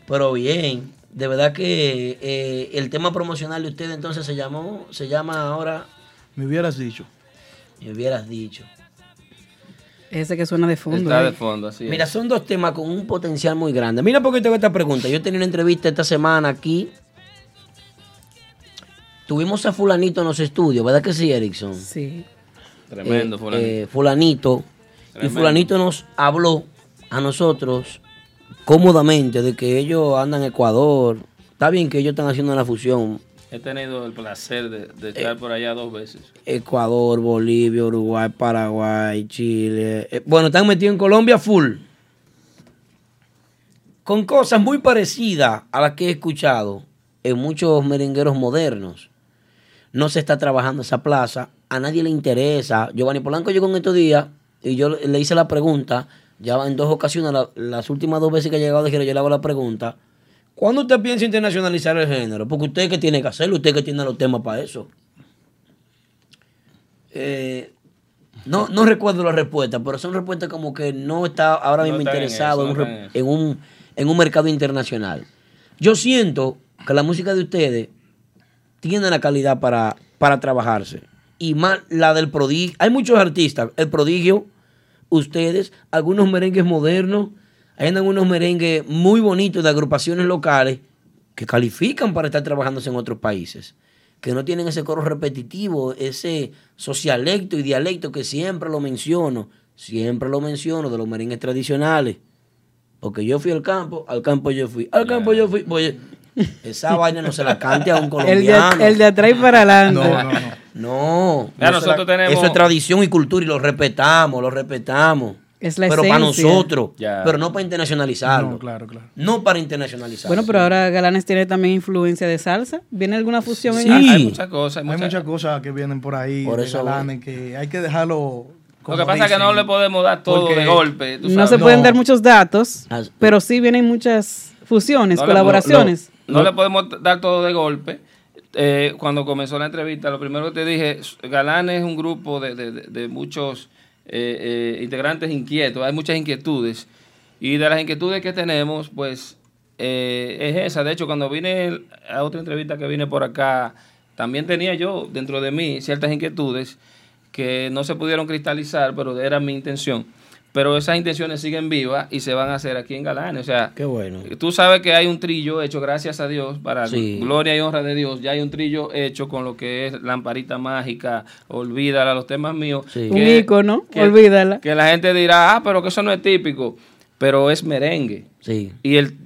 Speaker 1: Pero bien, de verdad que eh, el tema promocional de ustedes entonces se llamó, se llama ahora,
Speaker 9: Me hubieras dicho.
Speaker 1: me hubieras dicho.
Speaker 2: Ese que suena de fondo.
Speaker 11: Está
Speaker 2: ¿eh?
Speaker 11: de fondo, así
Speaker 1: Mira,
Speaker 11: es.
Speaker 1: son dos temas con un potencial muy grande. Mira por qué tengo esta pregunta. Yo tenía una entrevista esta semana aquí. Tuvimos a fulanito en los estudios, ¿verdad que sí, Erickson? Eh,
Speaker 2: Sí.
Speaker 11: Tremendo, fulanito.
Speaker 1: fulanito. Y
Speaker 11: Tremendo.
Speaker 1: fulanito nos habló a nosotros cómodamente de que ellos andan en Ecuador. Está bien que ellos están haciendo una fusión.
Speaker 11: He tenido el placer de, de
Speaker 1: Eh,
Speaker 11: estar por allá dos veces.
Speaker 1: Ecuador, Bolivia, Uruguay, Paraguay, Chile. Eh, bueno, están metidos en Colombia full. Con cosas muy parecidas a las que he escuchado en muchos merengueros modernos. No se está trabajando esa plaza. a nadie le interesa. Giovanni Polanco llegó en estos días y yo le hice la pregunta, ya en dos ocasiones, la- las últimas dos veces que ha llegado de gira, yo le hago la pregunta. ¿Cuándo usted piensa internacionalizar el género? Porque usted es que tiene que hacerlo, usted es que tiene los temas para eso. Eh, no, no recuerdo la respuesta, pero son respuestas como que no está ahora
Speaker 11: No
Speaker 1: mismo
Speaker 11: está en
Speaker 1: interesado
Speaker 11: eso,
Speaker 1: en,
Speaker 11: no
Speaker 1: un re-
Speaker 11: está
Speaker 1: en un, en un mercado internacional. Yo siento que la música de ustedes tiene la calidad para, para trabajarse. Y más la del prodigio. Hay muchos artistas. El prodigio, ustedes, algunos merengues modernos, hay algunos merengues muy bonitos de agrupaciones locales que califican para estar trabajándose en otros países. Que no tienen ese coro repetitivo, ese socialecto y dialecto que siempre lo menciono. Siempre lo menciono de los merengues tradicionales. Porque yo fui al campo, al campo yo fui, al campo yo fui. Oye, esa vaina no se la cante a un
Speaker 2: El de,
Speaker 1: colombiano.
Speaker 2: el de atrás y para adelante.
Speaker 1: No,
Speaker 11: Mira,
Speaker 1: no se
Speaker 11: nosotros tenemos-
Speaker 1: Eso es tradición y cultura y lo respetamos, lo respetamos.
Speaker 2: Es la
Speaker 1: pero para
Speaker 2: esencia.
Speaker 1: nosotros,
Speaker 11: Ya.
Speaker 1: pero no para internacionalizarlo.
Speaker 9: No,
Speaker 1: No,
Speaker 9: claro, claro.
Speaker 1: para internacionalizarlo.
Speaker 2: Bueno, pero ahora Galanes tiene también influencia de salsa. ¿Viene alguna fusión en
Speaker 11: Hay,
Speaker 2: eso?
Speaker 11: hay muchas cosas. hay
Speaker 9: Hay
Speaker 11: muchas-
Speaker 9: muchas cosas que vienen por ahí,
Speaker 11: Por
Speaker 9: de
Speaker 11: eso-
Speaker 9: galanes, que hay que dejarlo.
Speaker 11: Lo
Speaker 9: como
Speaker 11: que pasa es que
Speaker 9: dicen.
Speaker 11: no le podemos dar todo
Speaker 9: Porque
Speaker 11: de golpe. tú
Speaker 2: No se
Speaker 11: sabes.
Speaker 2: pueden dar muchos datos, pero sí vienen muchas fusiones,
Speaker 11: No le-
Speaker 2: colaboraciones.
Speaker 11: No, no le podemos dar todo de golpe. Eh, cuando comenzó la entrevista, lo primero que te dije, Galán es un grupo de, de- de- de muchos eh, eh, integrantes inquietos, hay muchas inquietudes. Y de las inquietudes que tenemos, pues eh, es esa. De hecho, cuando vine a otra entrevista que vine por acá, también tenía yo dentro de mí ciertas inquietudes que no se pudieron cristalizar, pero era mi intención. Pero esas intenciones siguen vivas y se van a hacer aquí en Galán. O sea,
Speaker 1: Qué bueno.
Speaker 11: Tú sabes que hay un trillo hecho, gracias a Dios, para
Speaker 1: Sí.
Speaker 11: gloria y honra de Dios, ya hay un trillo hecho con lo que es Lamparita Mágica, Olvídala, los temas míos.
Speaker 2: Un
Speaker 11: que-
Speaker 2: ícono,
Speaker 11: que-
Speaker 2: olvídala.
Speaker 11: Que la gente dirá, ah, pero que eso no es típico, pero es merengue.
Speaker 1: Sí.
Speaker 11: Y el,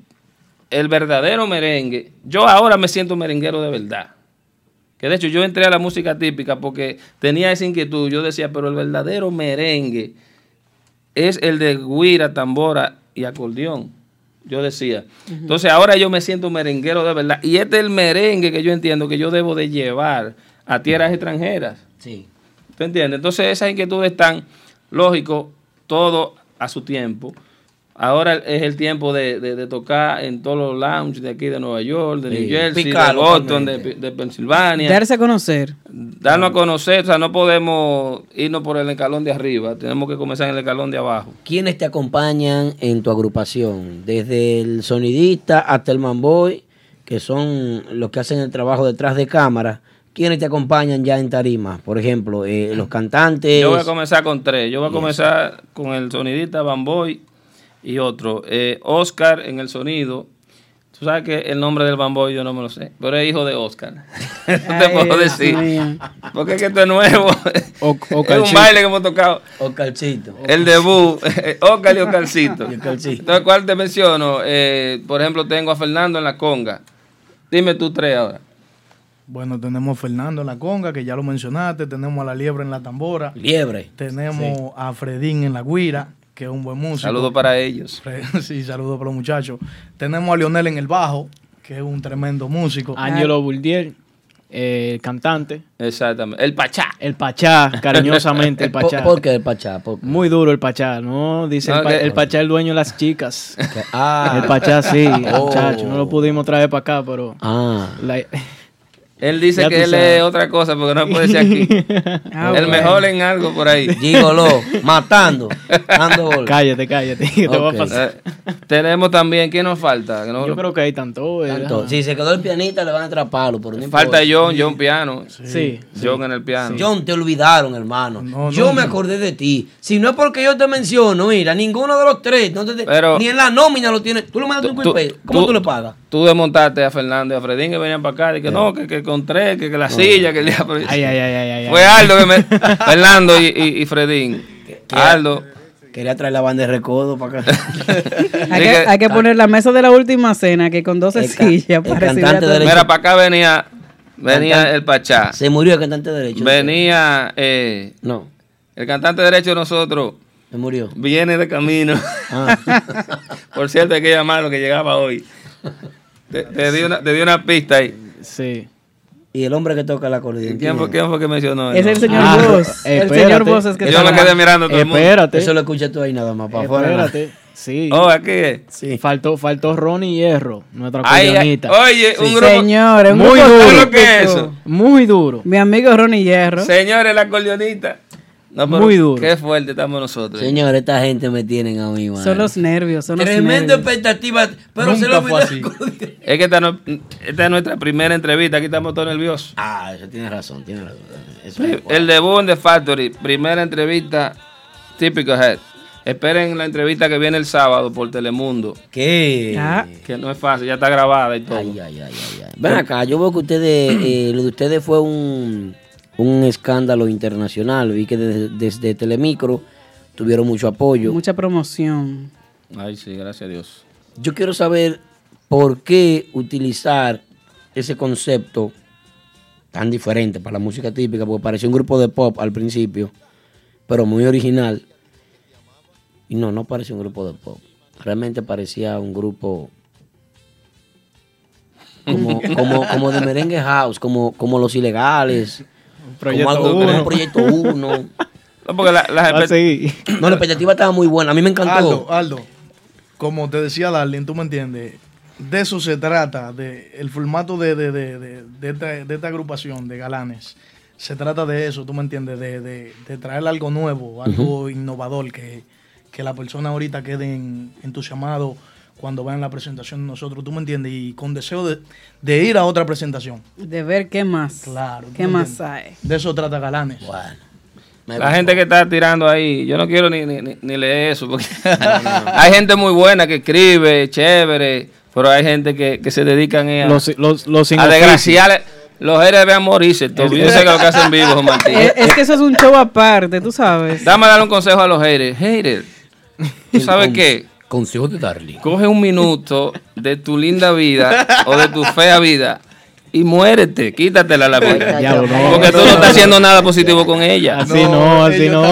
Speaker 11: el verdadero merengue, yo ahora me siento merenguero de verdad. Que de hecho yo entré a la música típica porque tenía esa inquietud. Yo decía, pero el verdadero merengue es el de guira, tambora y acordeón. Yo decía. Entonces ahora yo me siento merenguero de verdad. Y este es el merengue que yo entiendo que yo debo de llevar a tierras extranjeras.
Speaker 1: Sí.
Speaker 11: ¿Tú entiendes? Entonces esas inquietudes están, lógico, todo a su tiempo. Ahora es el tiempo de, de- de tocar en todos los lounges de aquí de Nueva York, de
Speaker 2: Sí,
Speaker 11: New Jersey,
Speaker 2: picar
Speaker 11: de Boston, de,
Speaker 2: localmente.
Speaker 11: de Pensilvania.
Speaker 2: Darse a conocer.
Speaker 11: Darnos a conocer, o sea, no podemos irnos por el escalón de arriba, tenemos que comenzar en el escalón de abajo.
Speaker 1: ¿Quiénes te acompañan en tu agrupación? Desde el sonidista hasta el manboy, que son los que hacen el trabajo detrás de cámara. ¿Quiénes te acompañan ya en tarima? Por ejemplo, eh, los cantantes.
Speaker 11: Yo voy a comenzar con tres. Yo voy a
Speaker 1: Yes.
Speaker 11: comenzar con el sonidista Bamboy y otro. Eh, Oscar en el sonido. Tú sabes que el nombre del Bamboy yo no me lo sé, pero es hijo de Oscar. no te
Speaker 2: Ay,
Speaker 11: puedo
Speaker 2: Dios
Speaker 11: decir.
Speaker 2: mío.
Speaker 11: Porque es que esto es nuevo. es un
Speaker 1: Calcito.
Speaker 11: baile que hemos tocado.
Speaker 1: O Calcito.
Speaker 11: El debut, Oscar y Oscarcito.
Speaker 1: Y
Speaker 11: Entonces, ¿cuál te menciono? Eh, por ejemplo, tengo a Fernando en la conga. Dime tú tres ahora.
Speaker 9: Bueno, tenemos a Fernando en la conga, que ya lo mencionaste. Tenemos a la liebre en la tambora.
Speaker 1: Liebre.
Speaker 9: Tenemos a Fredín en la guira, que es un buen músico.
Speaker 11: Saludos para ellos.
Speaker 9: Fre- Sí, saludos para los muchachos. Tenemos a Lionel en el bajo, que es un tremendo músico.
Speaker 13: Angelo Burdier, eh, el cantante.
Speaker 11: Exactamente. El Pachá.
Speaker 13: El Pachá, cariñosamente, el Pachá.
Speaker 1: ¿Por, por qué el Pachá? ¿Por qué?
Speaker 13: Muy duro el Pachá, ¿no? Dice
Speaker 1: No,
Speaker 13: el, pa-
Speaker 1: que-
Speaker 13: el Pachá el dueño de las chicas.
Speaker 1: Ah.
Speaker 13: El Pachá sí,
Speaker 1: Oh.
Speaker 13: muchacho. No lo pudimos traer para acá, pero...
Speaker 1: Ah.
Speaker 13: la-
Speaker 11: Él dice
Speaker 13: Ya
Speaker 11: que
Speaker 13: tú
Speaker 11: él
Speaker 13: sabes.
Speaker 11: es otra cosa porque no puede ser aquí.
Speaker 13: Ah,
Speaker 11: el
Speaker 13: bueno.
Speaker 11: mejor en algo por ahí.
Speaker 1: Gigolo, matando.
Speaker 13: Cállate, cállate. que te va a pasar.
Speaker 11: Eh, tenemos también, ¿quién nos falta? Que no-
Speaker 13: Yo creo que hay tanto. eh,
Speaker 1: Tanto.
Speaker 13: ajá.
Speaker 1: Si se quedó el pianista, le van a atraparlo. Pero no
Speaker 11: falta
Speaker 1: importa.
Speaker 11: John, John piano.
Speaker 13: Sí.
Speaker 11: John en el piano.
Speaker 1: John, te olvidaron, hermano. yo
Speaker 11: no,
Speaker 1: me
Speaker 11: no.
Speaker 1: acordé de ti. Si no es porque yo te menciono, mira, ninguno de los tres, no te-
Speaker 11: Pero-
Speaker 1: ni en la nómina lo tienes. Tú lo mandas un cuipé. ¿Cómo tú, le pagas? Eh.
Speaker 11: Tú desmontaste a Fernando y a Fredín que venían para acá. Y que no, que, que con tres, que, que la silla, que el día.
Speaker 13: Ay, ay, ay, ay, ay,
Speaker 11: Fue
Speaker 13: ay.
Speaker 11: Aldo que me. Fernando y, y, y Fredín. Aldo.
Speaker 1: Quería traer la banda de recodo para acá.
Speaker 2: Hay que, hay
Speaker 11: Ah.
Speaker 2: que poner la mesa de la última cena, que con 12 sillas para recibir a todo el
Speaker 11: Mira, para acá venía. Venía
Speaker 1: Cantante.
Speaker 11: el Pachá.
Speaker 1: Se murió el cantante de derecho.
Speaker 11: Venía. Eh,
Speaker 1: no.
Speaker 11: El cantante derecho de nosotros.
Speaker 1: Se murió. Ah.
Speaker 11: Viene de camino. Por cierto, hay que llamarlo que llegaba hoy. Te, te di, una, te di una pista ahí.
Speaker 13: Sí.
Speaker 1: y el hombre que toca la acordeón.
Speaker 11: ¿Quién fue, quién fue que mencionó
Speaker 2: Es el señor
Speaker 11: Ah,
Speaker 2: Voz.
Speaker 13: eh,
Speaker 2: El
Speaker 11: espérate.
Speaker 2: señor Voz es que
Speaker 11: Yo
Speaker 2: está
Speaker 11: me
Speaker 2: hablando.
Speaker 11: quedé mirando a todo el mundo.
Speaker 1: Eso lo escuchas tú ahí nada más, para afuera.
Speaker 13: Espérate. Sí.
Speaker 11: Oh, aquí.
Speaker 13: Faltó, faltó Ronnie Hierro, nuestra
Speaker 11: Ay, ay,
Speaker 13: colonita.
Speaker 11: oye, un grupo-
Speaker 2: Señores, un
Speaker 13: muy
Speaker 2: grupo
Speaker 13: duro.
Speaker 11: típico. ¿Qué es eso?
Speaker 13: Muy duro.
Speaker 2: Mi amigo Ronnie Hierro.
Speaker 11: Señores, la acordeonita. No, pero
Speaker 1: Muy duro.
Speaker 11: Qué fuerte estamos nosotros. eh.
Speaker 1: Señores, esta gente me tienen a mí, mano.
Speaker 2: Son los nervios, son los
Speaker 1: Tremendo
Speaker 2: nervios.
Speaker 1: expectativa, pero
Speaker 11: Nunca
Speaker 1: se lo
Speaker 11: fue
Speaker 1: olvidó.
Speaker 11: así. Es que esta, no- esta es nuestra primera entrevista. Aquí estamos todos nerviosos.
Speaker 1: Ah, eso tiene razón, tiene razón. Eso es-
Speaker 11: Pri- El debut en The Factory, primera entrevista típico Head. Esperen la entrevista que viene el sábado por Telemundo.
Speaker 1: ¿Qué?
Speaker 11: Que no es fácil, ya está grabada y todo.
Speaker 1: Ven acá, yo veo que ustedes, eh, lo de ustedes fue un, un escándalo internacional. Vi que desde, desde Telemicro tuvieron mucho apoyo.
Speaker 2: Mucha promoción.
Speaker 11: Ay, sí, gracias a Dios.
Speaker 1: Yo quiero saber por qué utilizar ese concepto tan diferente para la música típica, porque parecía un grupo de pop al principio, pero muy original. Y no, no parecía un grupo de pop. Realmente parecía un grupo como, como, como de merengue house, como, como los ilegales.
Speaker 11: Proyecto
Speaker 1: como algo, como
Speaker 11: Uno.
Speaker 1: un proyecto uno.
Speaker 11: No, porque la, las-
Speaker 1: No, la expectativa estaba muy buena. A mí me encantó.
Speaker 9: Aldo, Aldo, como te decía Darlene, tú me entiendes, de eso se trata, de el formato de, de- de- de- de esta, de esta agrupación de galanes. Se trata de eso, tú me entiendes, de, de- de traer algo nuevo, algo innovador, que, que la persona ahorita quede en- entusiasmado cuando vean la presentación de nosotros, tú me entiendes, y con deseo de, de ir a otra presentación.
Speaker 2: De ver qué más.
Speaker 9: Claro.
Speaker 2: ¿Qué
Speaker 9: tú me
Speaker 2: más
Speaker 9: entiendes.
Speaker 2: hay?
Speaker 9: De eso trata Galanes.
Speaker 11: la gente que está tirando ahí, yo no quiero ni, ni- ni- ni leer eso. Porque hay gente muy buena que escribe, chévere, pero hay gente que, que se dedican eh, a,
Speaker 13: Los, los, los sin
Speaker 11: a
Speaker 13: oficio.
Speaker 11: desgraciar. Los héroes a morirse. todo. Yo sé que lo que hacen vivos, Juan Martín.
Speaker 2: Eh, es que eso es un show aparte, tú sabes.
Speaker 11: Dame a dar un consejo a los haters. Hater, ¿tú sabes qué?
Speaker 1: Consejo de Darling.
Speaker 11: Coge un minuto de tu linda vida o de tu fea vida y muérete. Quítatela la vida.
Speaker 13: Ya, bro.
Speaker 11: Porque tú no estás haciendo nada positivo con ella.
Speaker 13: Así no, así no.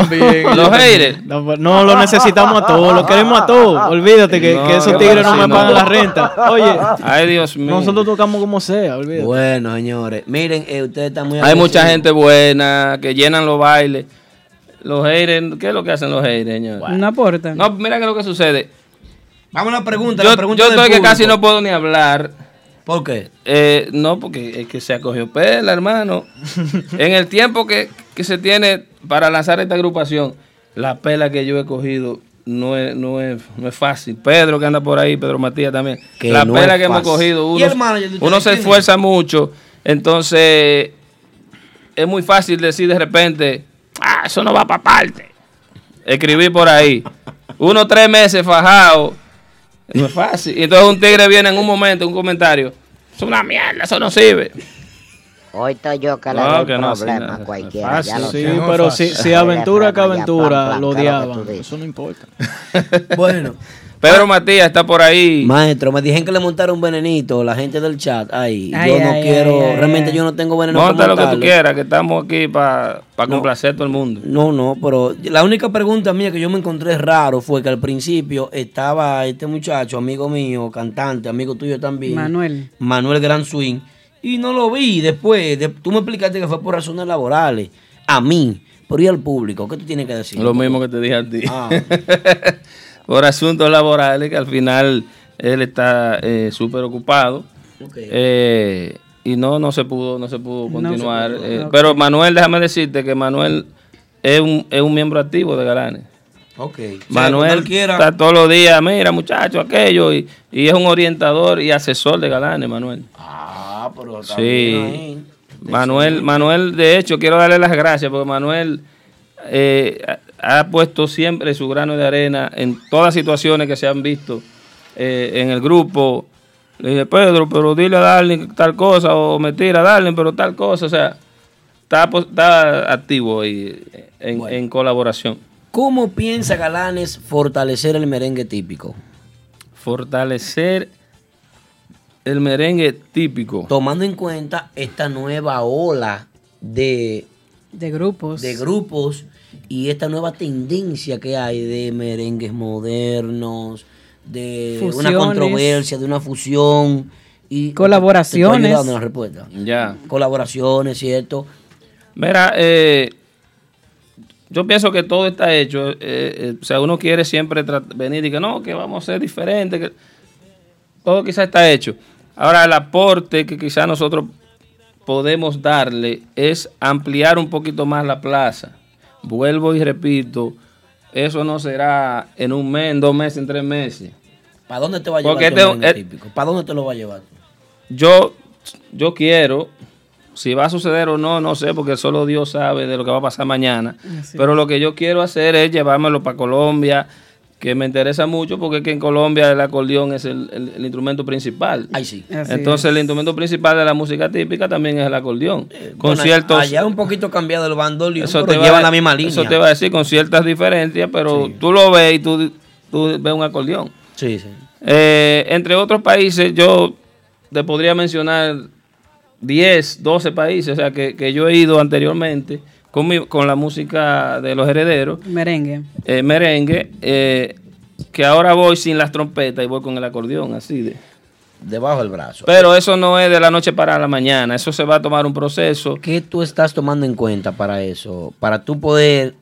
Speaker 11: Los haters.
Speaker 13: No, pues, no, lo necesitamos a todos, lo queremos a todos. Olvídate que, que esos
Speaker 11: no,
Speaker 13: tigres no
Speaker 11: así
Speaker 13: me
Speaker 11: no.
Speaker 13: pagan la renta. Oye,
Speaker 11: Ay, Dios mío.
Speaker 13: nosotros tocamos como
Speaker 11: ah.
Speaker 13: sea, olvídate.
Speaker 1: Bueno, señores, miren, eh, ustedes están muy
Speaker 11: Hay mucha
Speaker 1: agradecidos.
Speaker 11: gente buena que llenan los bailes. Los haters, ¿qué es lo que hacen los haters, señor?
Speaker 2: No aporta.
Speaker 11: No, mira qué es lo que sucede.
Speaker 1: Vamos a la pregunta.
Speaker 11: Yo,
Speaker 1: la pregunta
Speaker 11: yo
Speaker 1: del
Speaker 11: estoy que
Speaker 1: público.
Speaker 11: casi no puedo ni hablar.
Speaker 1: ¿Por qué?
Speaker 11: Eh, no, porque es que se acogió pela, hermano. en el tiempo que, que se tiene para lanzar esta agrupación, la pela que yo he cogido no es, no es, no es fácil. Pedro que anda por ahí, Pedro Matías también.
Speaker 1: Que
Speaker 11: la
Speaker 1: no
Speaker 11: pela
Speaker 1: es
Speaker 11: que hemos
Speaker 1: fácil.
Speaker 11: cogido,
Speaker 1: ¿Y
Speaker 11: uno,
Speaker 1: el manager de ustedes
Speaker 11: uno se
Speaker 1: quién es?
Speaker 11: esfuerza mucho. Entonces, es muy fácil decir de repente, ah, eso no va para parte. Escribí por ahí. Uno tres meses fajado. No es fácil. Y entonces un tigre viene en un momento, un comentario. Es una mierda, eso no sirve.
Speaker 12: Hoy estoy yo que le
Speaker 11: No,
Speaker 12: doy
Speaker 11: que no, así
Speaker 12: problema
Speaker 11: no,
Speaker 12: a cualquiera. ya lo
Speaker 13: Ah, sí,
Speaker 12: sé.
Speaker 13: pero si, si aventura que
Speaker 12: Vaya, plan,
Speaker 13: aventura,
Speaker 12: plan, claro
Speaker 13: lo
Speaker 12: que
Speaker 13: odiaban.
Speaker 12: tú dices.
Speaker 13: Eso no importa.
Speaker 1: Bueno.
Speaker 11: Pedro Matías está por ahí.
Speaker 1: Maestro, me dijeron que le montaron un venenito, la gente del chat. Ay,
Speaker 11: Ay,
Speaker 1: yo no
Speaker 11: ay,
Speaker 1: quiero,
Speaker 11: ay, ay,
Speaker 1: realmente
Speaker 11: ay.
Speaker 1: yo no tengo veneno. para
Speaker 11: Monta lo que tú
Speaker 1: montarlo.
Speaker 11: quieras, que estamos aquí para complacer a todo el mundo.
Speaker 1: No, no, pero la única pregunta mía que yo me encontré raro fue que al principio estaba este muchacho, amigo mío, cantante, amigo tuyo también.
Speaker 2: Manuel.
Speaker 1: Manuel Gran Swing. Y no lo vi después. de- tú me explicaste que fue por razones laborales. A mí, pero y al público, ¿qué tú tienes que decir?
Speaker 11: Lo mismo que te dije a ti.
Speaker 1: Ah.
Speaker 11: por asuntos laborales, que al final él está eh, súper ocupado. Eh, y no, no se pudo, no se pudo
Speaker 2: No se
Speaker 11: continuar.
Speaker 2: pudo,
Speaker 11: eh,
Speaker 2: ok.
Speaker 11: Pero Manuel, déjame decirte que Manuel es un, es un miembro activo de Galanes.
Speaker 1: Ok.
Speaker 11: Manuel está todos los días, mira muchacho, aquello, y, y es un orientador y asesor de Galanes, Manuel.
Speaker 1: Ah, pero está bien
Speaker 11: Sí.
Speaker 1: ahí.
Speaker 11: Manuel, Manuel, de hecho, quiero darle las gracias porque Manuel eh, ha ha puesto siempre su grano de arena en todas las situaciones que se han visto eh, en el grupo. Le dije, Pedro, pero dile a Darling tal cosa, o me tira a Darling, pero tal cosa. O sea, está, po- está activo ahí eh, en, en colaboración.
Speaker 1: ¿Cómo piensa Galanes fortalecer el merengue típico?
Speaker 11: Fortalecer el merengue típico.
Speaker 1: Tomando en cuenta esta nueva ola de,
Speaker 2: de grupos.
Speaker 1: De grupos y esta nueva tendencia que hay de merengues modernos, de una
Speaker 2: Fusiones.
Speaker 1: controversia, de una fusión. Y
Speaker 2: Colaboraciones.
Speaker 1: te estoy ayudando en la respuesta.
Speaker 11: Ya.
Speaker 1: Colaboraciones, ¿cierto?
Speaker 11: Mira, eh, yo pienso que todo está hecho. eh, eh, o sea, uno quiere siempre tra- venir y que no, que vamos a ser diferentes. que- Todo quizás está hecho. Ahora, el aporte que quizás nosotros podemos darle es ampliar un poquito más la plaza. Vuelvo y repito, eso no será en un mes, en dos meses, en tres meses.
Speaker 1: ¿Para dónde te va a llevar
Speaker 11: Porque
Speaker 1: tu
Speaker 11: este-
Speaker 1: merengue
Speaker 11: eh,
Speaker 1: típico? ¿Para dónde te lo va a llevar?
Speaker 11: Yo, yo quiero, si va a suceder o no, no sé, porque solo Dios sabe de lo que va a pasar mañana.
Speaker 14: Así
Speaker 11: pero lo que yo quiero hacer es llevármelo para Colombia, que me interesa mucho porque es que en Colombia el acordeón es el, el- el instrumento principal.
Speaker 1: Ahí sí. Así
Speaker 11: Entonces el instrumento principal de la música típica también es el acordeón.
Speaker 1: Eh,
Speaker 11: Conciertos.
Speaker 1: Bueno, allá es un poquito cambiado el bandoleón,
Speaker 11: Eso
Speaker 1: pero
Speaker 11: te, va,
Speaker 1: llevan la misma línea.
Speaker 11: eso te va a decir con ciertas diferencias, pero tú lo ves y tú, tú ves un acordeón.
Speaker 1: Sí, sí.
Speaker 11: Eh, entre otros países, yo te podría mencionar 10, 12 países, o sea, que, que yo he ido anteriormente con, mi- con la música de los herederos,
Speaker 2: Merengue.
Speaker 11: eh, merengue, eh, que ahora voy sin las trompetas y voy con el acordeón, así de...
Speaker 1: Debajo del brazo.
Speaker 11: Pero eso no es de la noche para la mañana, eso se va a tomar un proceso.
Speaker 1: ¿Qué tú estás tomando en cuenta para eso? Para tú poder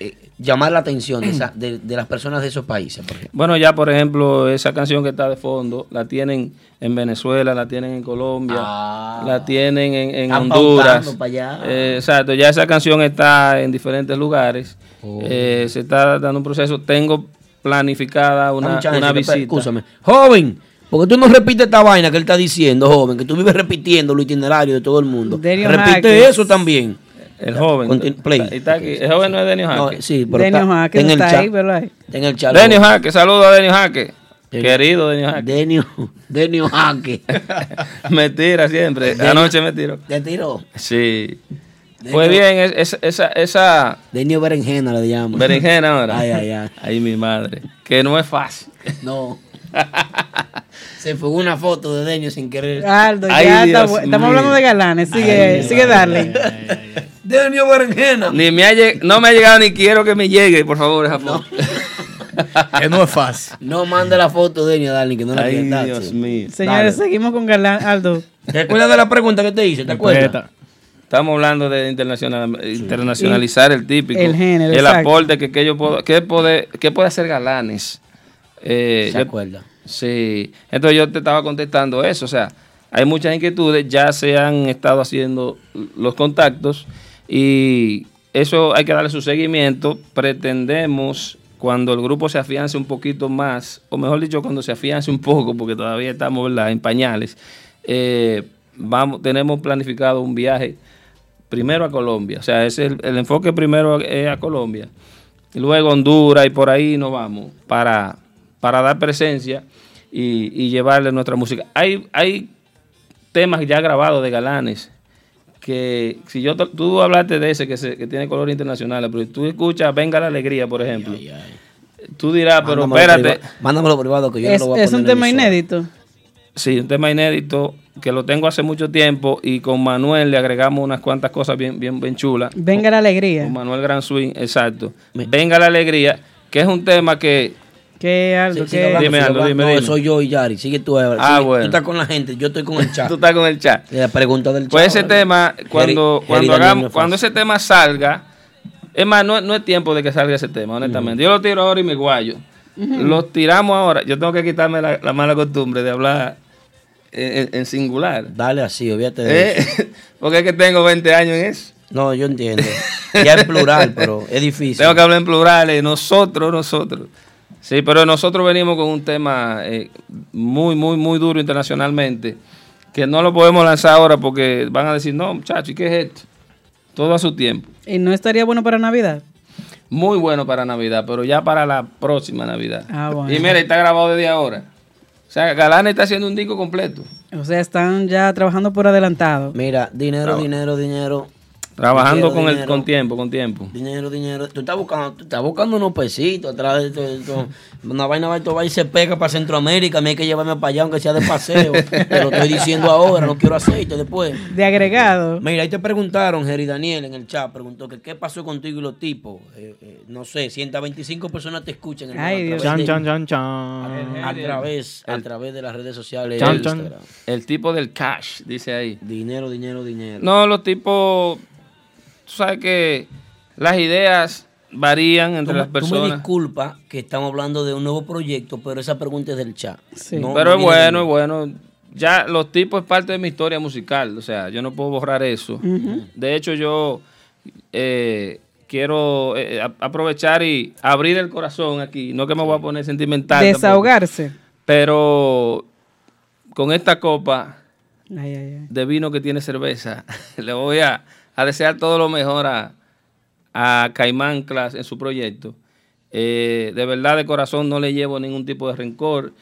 Speaker 1: eh, llamar la atención de, esa- de- de las personas de esos países. por ejemplo.
Speaker 11: Bueno, ya por ejemplo, esa canción que está de fondo, la tienen en Venezuela, la tienen en Colombia, la tienen en, en
Speaker 1: Ah. Están
Speaker 11: Honduras.
Speaker 1: pautando para allá.
Speaker 11: Eh, exacto, ya esa canción está en diferentes lugares.
Speaker 1: Oh.
Speaker 11: Eh, se está dando un proceso. Tengo planificada
Speaker 1: Dame
Speaker 11: una,
Speaker 1: un chance,
Speaker 11: una
Speaker 1: que-
Speaker 11: visita.
Speaker 1: escúchame. Joven, porque tú no repites esta vaina que él está diciendo, joven, que tú vives repitiendo lo itinerario de todo el mundo.
Speaker 11: Denio
Speaker 1: Repite
Speaker 11: Jaques.
Speaker 1: eso también.
Speaker 11: El joven.
Speaker 1: Contin- play.
Speaker 11: Está aquí. El joven no es Denio
Speaker 1: No,
Speaker 11: Jaque.
Speaker 1: sí, pero está- en el chat. Está en el chat.
Speaker 11: Denio Jaque, saludo a Denio Jaque. Querido Denio Jaque.
Speaker 1: Denio, Denio Jaque.
Speaker 11: me tira siempre.
Speaker 1: Denio-
Speaker 11: Anoche me tiró.
Speaker 1: ¿Te tiró?
Speaker 11: Sí.
Speaker 1: Denio-
Speaker 11: Fue bien, es- es- esa, esa
Speaker 1: Denio Berenjena le llamo.
Speaker 11: berenjena ahora.
Speaker 1: Ay, ay, ay.
Speaker 11: mi madre. Que no es fácil.
Speaker 1: No. Se fue una foto de Denio sin querer.
Speaker 2: Aldo,
Speaker 11: Ay,
Speaker 2: ya
Speaker 11: Dios
Speaker 2: está bu- estamos
Speaker 11: mío.
Speaker 2: hablando de galanes. Sigue, sigue darle.
Speaker 1: Denio Berenjena.
Speaker 11: Ni me ha lleg- no me ha llegado ni quiero que me llegue, por favor, esa foto.
Speaker 9: que no es fácil.
Speaker 1: No mande la foto, Denio, Darling, que no la
Speaker 11: Ay,
Speaker 1: quieren dar,
Speaker 11: Dios
Speaker 1: sí.
Speaker 11: mío.
Speaker 2: Señores, seguimos con galán. Aldo.
Speaker 1: ¿Te acuerdas de la pregunta que te hice? ¿Te acuerdas?
Speaker 11: Estamos hablando de internacional, internacionalizar el típico.
Speaker 2: El género, exacto.
Speaker 11: aporte que, que yo puedo, que puede, que puede hacer Galanes. Eh,
Speaker 1: Se
Speaker 11: yo-
Speaker 1: acuerda.
Speaker 11: Sí. Entonces yo te estaba contestando eso. O sea, hay muchas inquietudes, ya se han estado haciendo los contactos y eso hay que darle su seguimiento. Pretendemos cuando el grupo se afiance un poquito más, o mejor dicho, cuando se afiance un poco, porque todavía estamos ¿verdad? en pañales, eh, vamos, tenemos planificado un viaje primero a Colombia. O sea, ese es el, el enfoque primero es a Colombia. Y luego Honduras y por ahí nos vamos para, para dar presencia y, y llevarle nuestra música. Hay, hay temas ya grabados de galanes que si yo te- tú hablaste de ese que, se- que tiene color internacional, pero tú escuchas Venga la Alegría, por ejemplo. Tú dirás, pero
Speaker 1: Mándamelo
Speaker 11: espérate.
Speaker 1: priva- Mándamelo privado que yo no
Speaker 2: Es,
Speaker 1: lo voy a
Speaker 2: es
Speaker 1: poner
Speaker 2: un
Speaker 1: en
Speaker 2: tema
Speaker 1: el show.
Speaker 2: inédito.
Speaker 11: Sí, un tema inédito que lo tengo hace mucho tiempo y con Manuel le agregamos unas cuantas cosas bien, bien, bien chulas.
Speaker 2: Venga la alegría.
Speaker 11: Con Manuel Gran Swing, exacto. Venga la alegría, que es un tema que.
Speaker 2: Que Aldo,
Speaker 1: Sigue
Speaker 2: que
Speaker 1: hablando,
Speaker 11: Dime,
Speaker 1: sigue
Speaker 11: Aldo,
Speaker 1: hablando.
Speaker 11: dime,
Speaker 1: No,
Speaker 11: dime.
Speaker 1: soy yo y Yari. Sigue tú, Ever.
Speaker 11: Ah,
Speaker 1: Sigue-
Speaker 11: bueno.
Speaker 1: Tú estás con la gente, yo estoy con el chat.
Speaker 11: Tú estás con el chat.
Speaker 1: La pregunta del chat.
Speaker 11: Pues ese
Speaker 1: ahora.
Speaker 11: tema,
Speaker 1: Jerry-
Speaker 11: cuando,
Speaker 1: Jerry
Speaker 11: cuando,
Speaker 1: Daniel
Speaker 11: hagamos,
Speaker 1: Nefas.
Speaker 11: cuando ese tema salga, es más, no, no es tiempo de que salga ese tema, honestamente. Yo lo tiro ahora y me guayo.
Speaker 14: Ujú.
Speaker 11: Lo tiramos ahora. Yo tengo que quitarme la, la mala costumbre de hablar en, en- en singular.
Speaker 1: Dale así, obviate de eso.
Speaker 11: ¿Eh? Porque es que tengo 20 años en eso.
Speaker 1: No, yo entiendo. Ya es plural, pero es difícil.
Speaker 11: Tengo que hablar en plurales, nosotros, nosotros. Sí, pero nosotros venimos con un tema eh, muy, muy, muy duro internacionalmente, que no lo podemos lanzar ahora porque van a decir, no, muchachos, ¿y qué es esto? Todo a su tiempo.
Speaker 2: ¿Y no estaría bueno para Navidad?
Speaker 11: Muy bueno para Navidad, pero ya para la próxima Navidad.
Speaker 2: Ah, bueno.
Speaker 11: Y mira, está grabado desde ahora. O sea, Galán está haciendo un disco completo.
Speaker 2: O sea, están ya trabajando por adelantado.
Speaker 1: Mira, dinero, dinero, dinero.
Speaker 11: Trabajando con el
Speaker 1: dinero.
Speaker 11: con tiempo, con tiempo.
Speaker 1: Dinero, dinero. Tú estás buscando, tú estás buscando unos pesitos atrás de todo esto. Una vaina va, esto va y se pega para Centroamérica. A mí hay que llevarme para allá, aunque sea de paseo. Te lo estoy diciendo ahora, no quiero aceite después.
Speaker 2: De agregado.
Speaker 1: Mira, ahí te preguntaron, Jerry Daniel, en el chat, preguntó que qué pasó contigo y los tipos. Eh, eh, no sé, 125 personas te escuchan. hermano, a través
Speaker 13: Chan,
Speaker 1: de-
Speaker 13: chan, chan, chan.
Speaker 1: A través, a través de las redes sociales.
Speaker 11: Chan,
Speaker 1: de
Speaker 11: chan.
Speaker 1: Instagram.
Speaker 11: El tipo del cash, dice ahí.
Speaker 1: Dinero, dinero, dinero.
Speaker 11: No, los tipos. Tú sabes que las ideas varían
Speaker 1: Tú
Speaker 11: entre
Speaker 1: me-
Speaker 11: las
Speaker 1: Tú me
Speaker 11: personas.
Speaker 1: disculpas que estamos hablando de un nuevo proyecto, pero esa pregunta es del chat. No- no
Speaker 11: Pero es
Speaker 1: viene de
Speaker 11: bueno,
Speaker 1: mí.
Speaker 11: es bueno. Ya los tipos es parte de mi historia musical, o sea, yo no puedo borrar eso.
Speaker 1: Ujú.
Speaker 11: De hecho, yo eh, quiero eh, a- aprovechar y abrir el corazón aquí. No que me voy a poner sentimental. tampoco.
Speaker 2: Desahogarse.
Speaker 11: Pero con esta copa
Speaker 2: Ay, ay, ay.
Speaker 11: de vino que tiene cerveza, le voy a, a desear todo lo mejor a, a Caimán Class en su proyecto. Eh, de verdad, de corazón, no le llevo ningún tipo de rencor.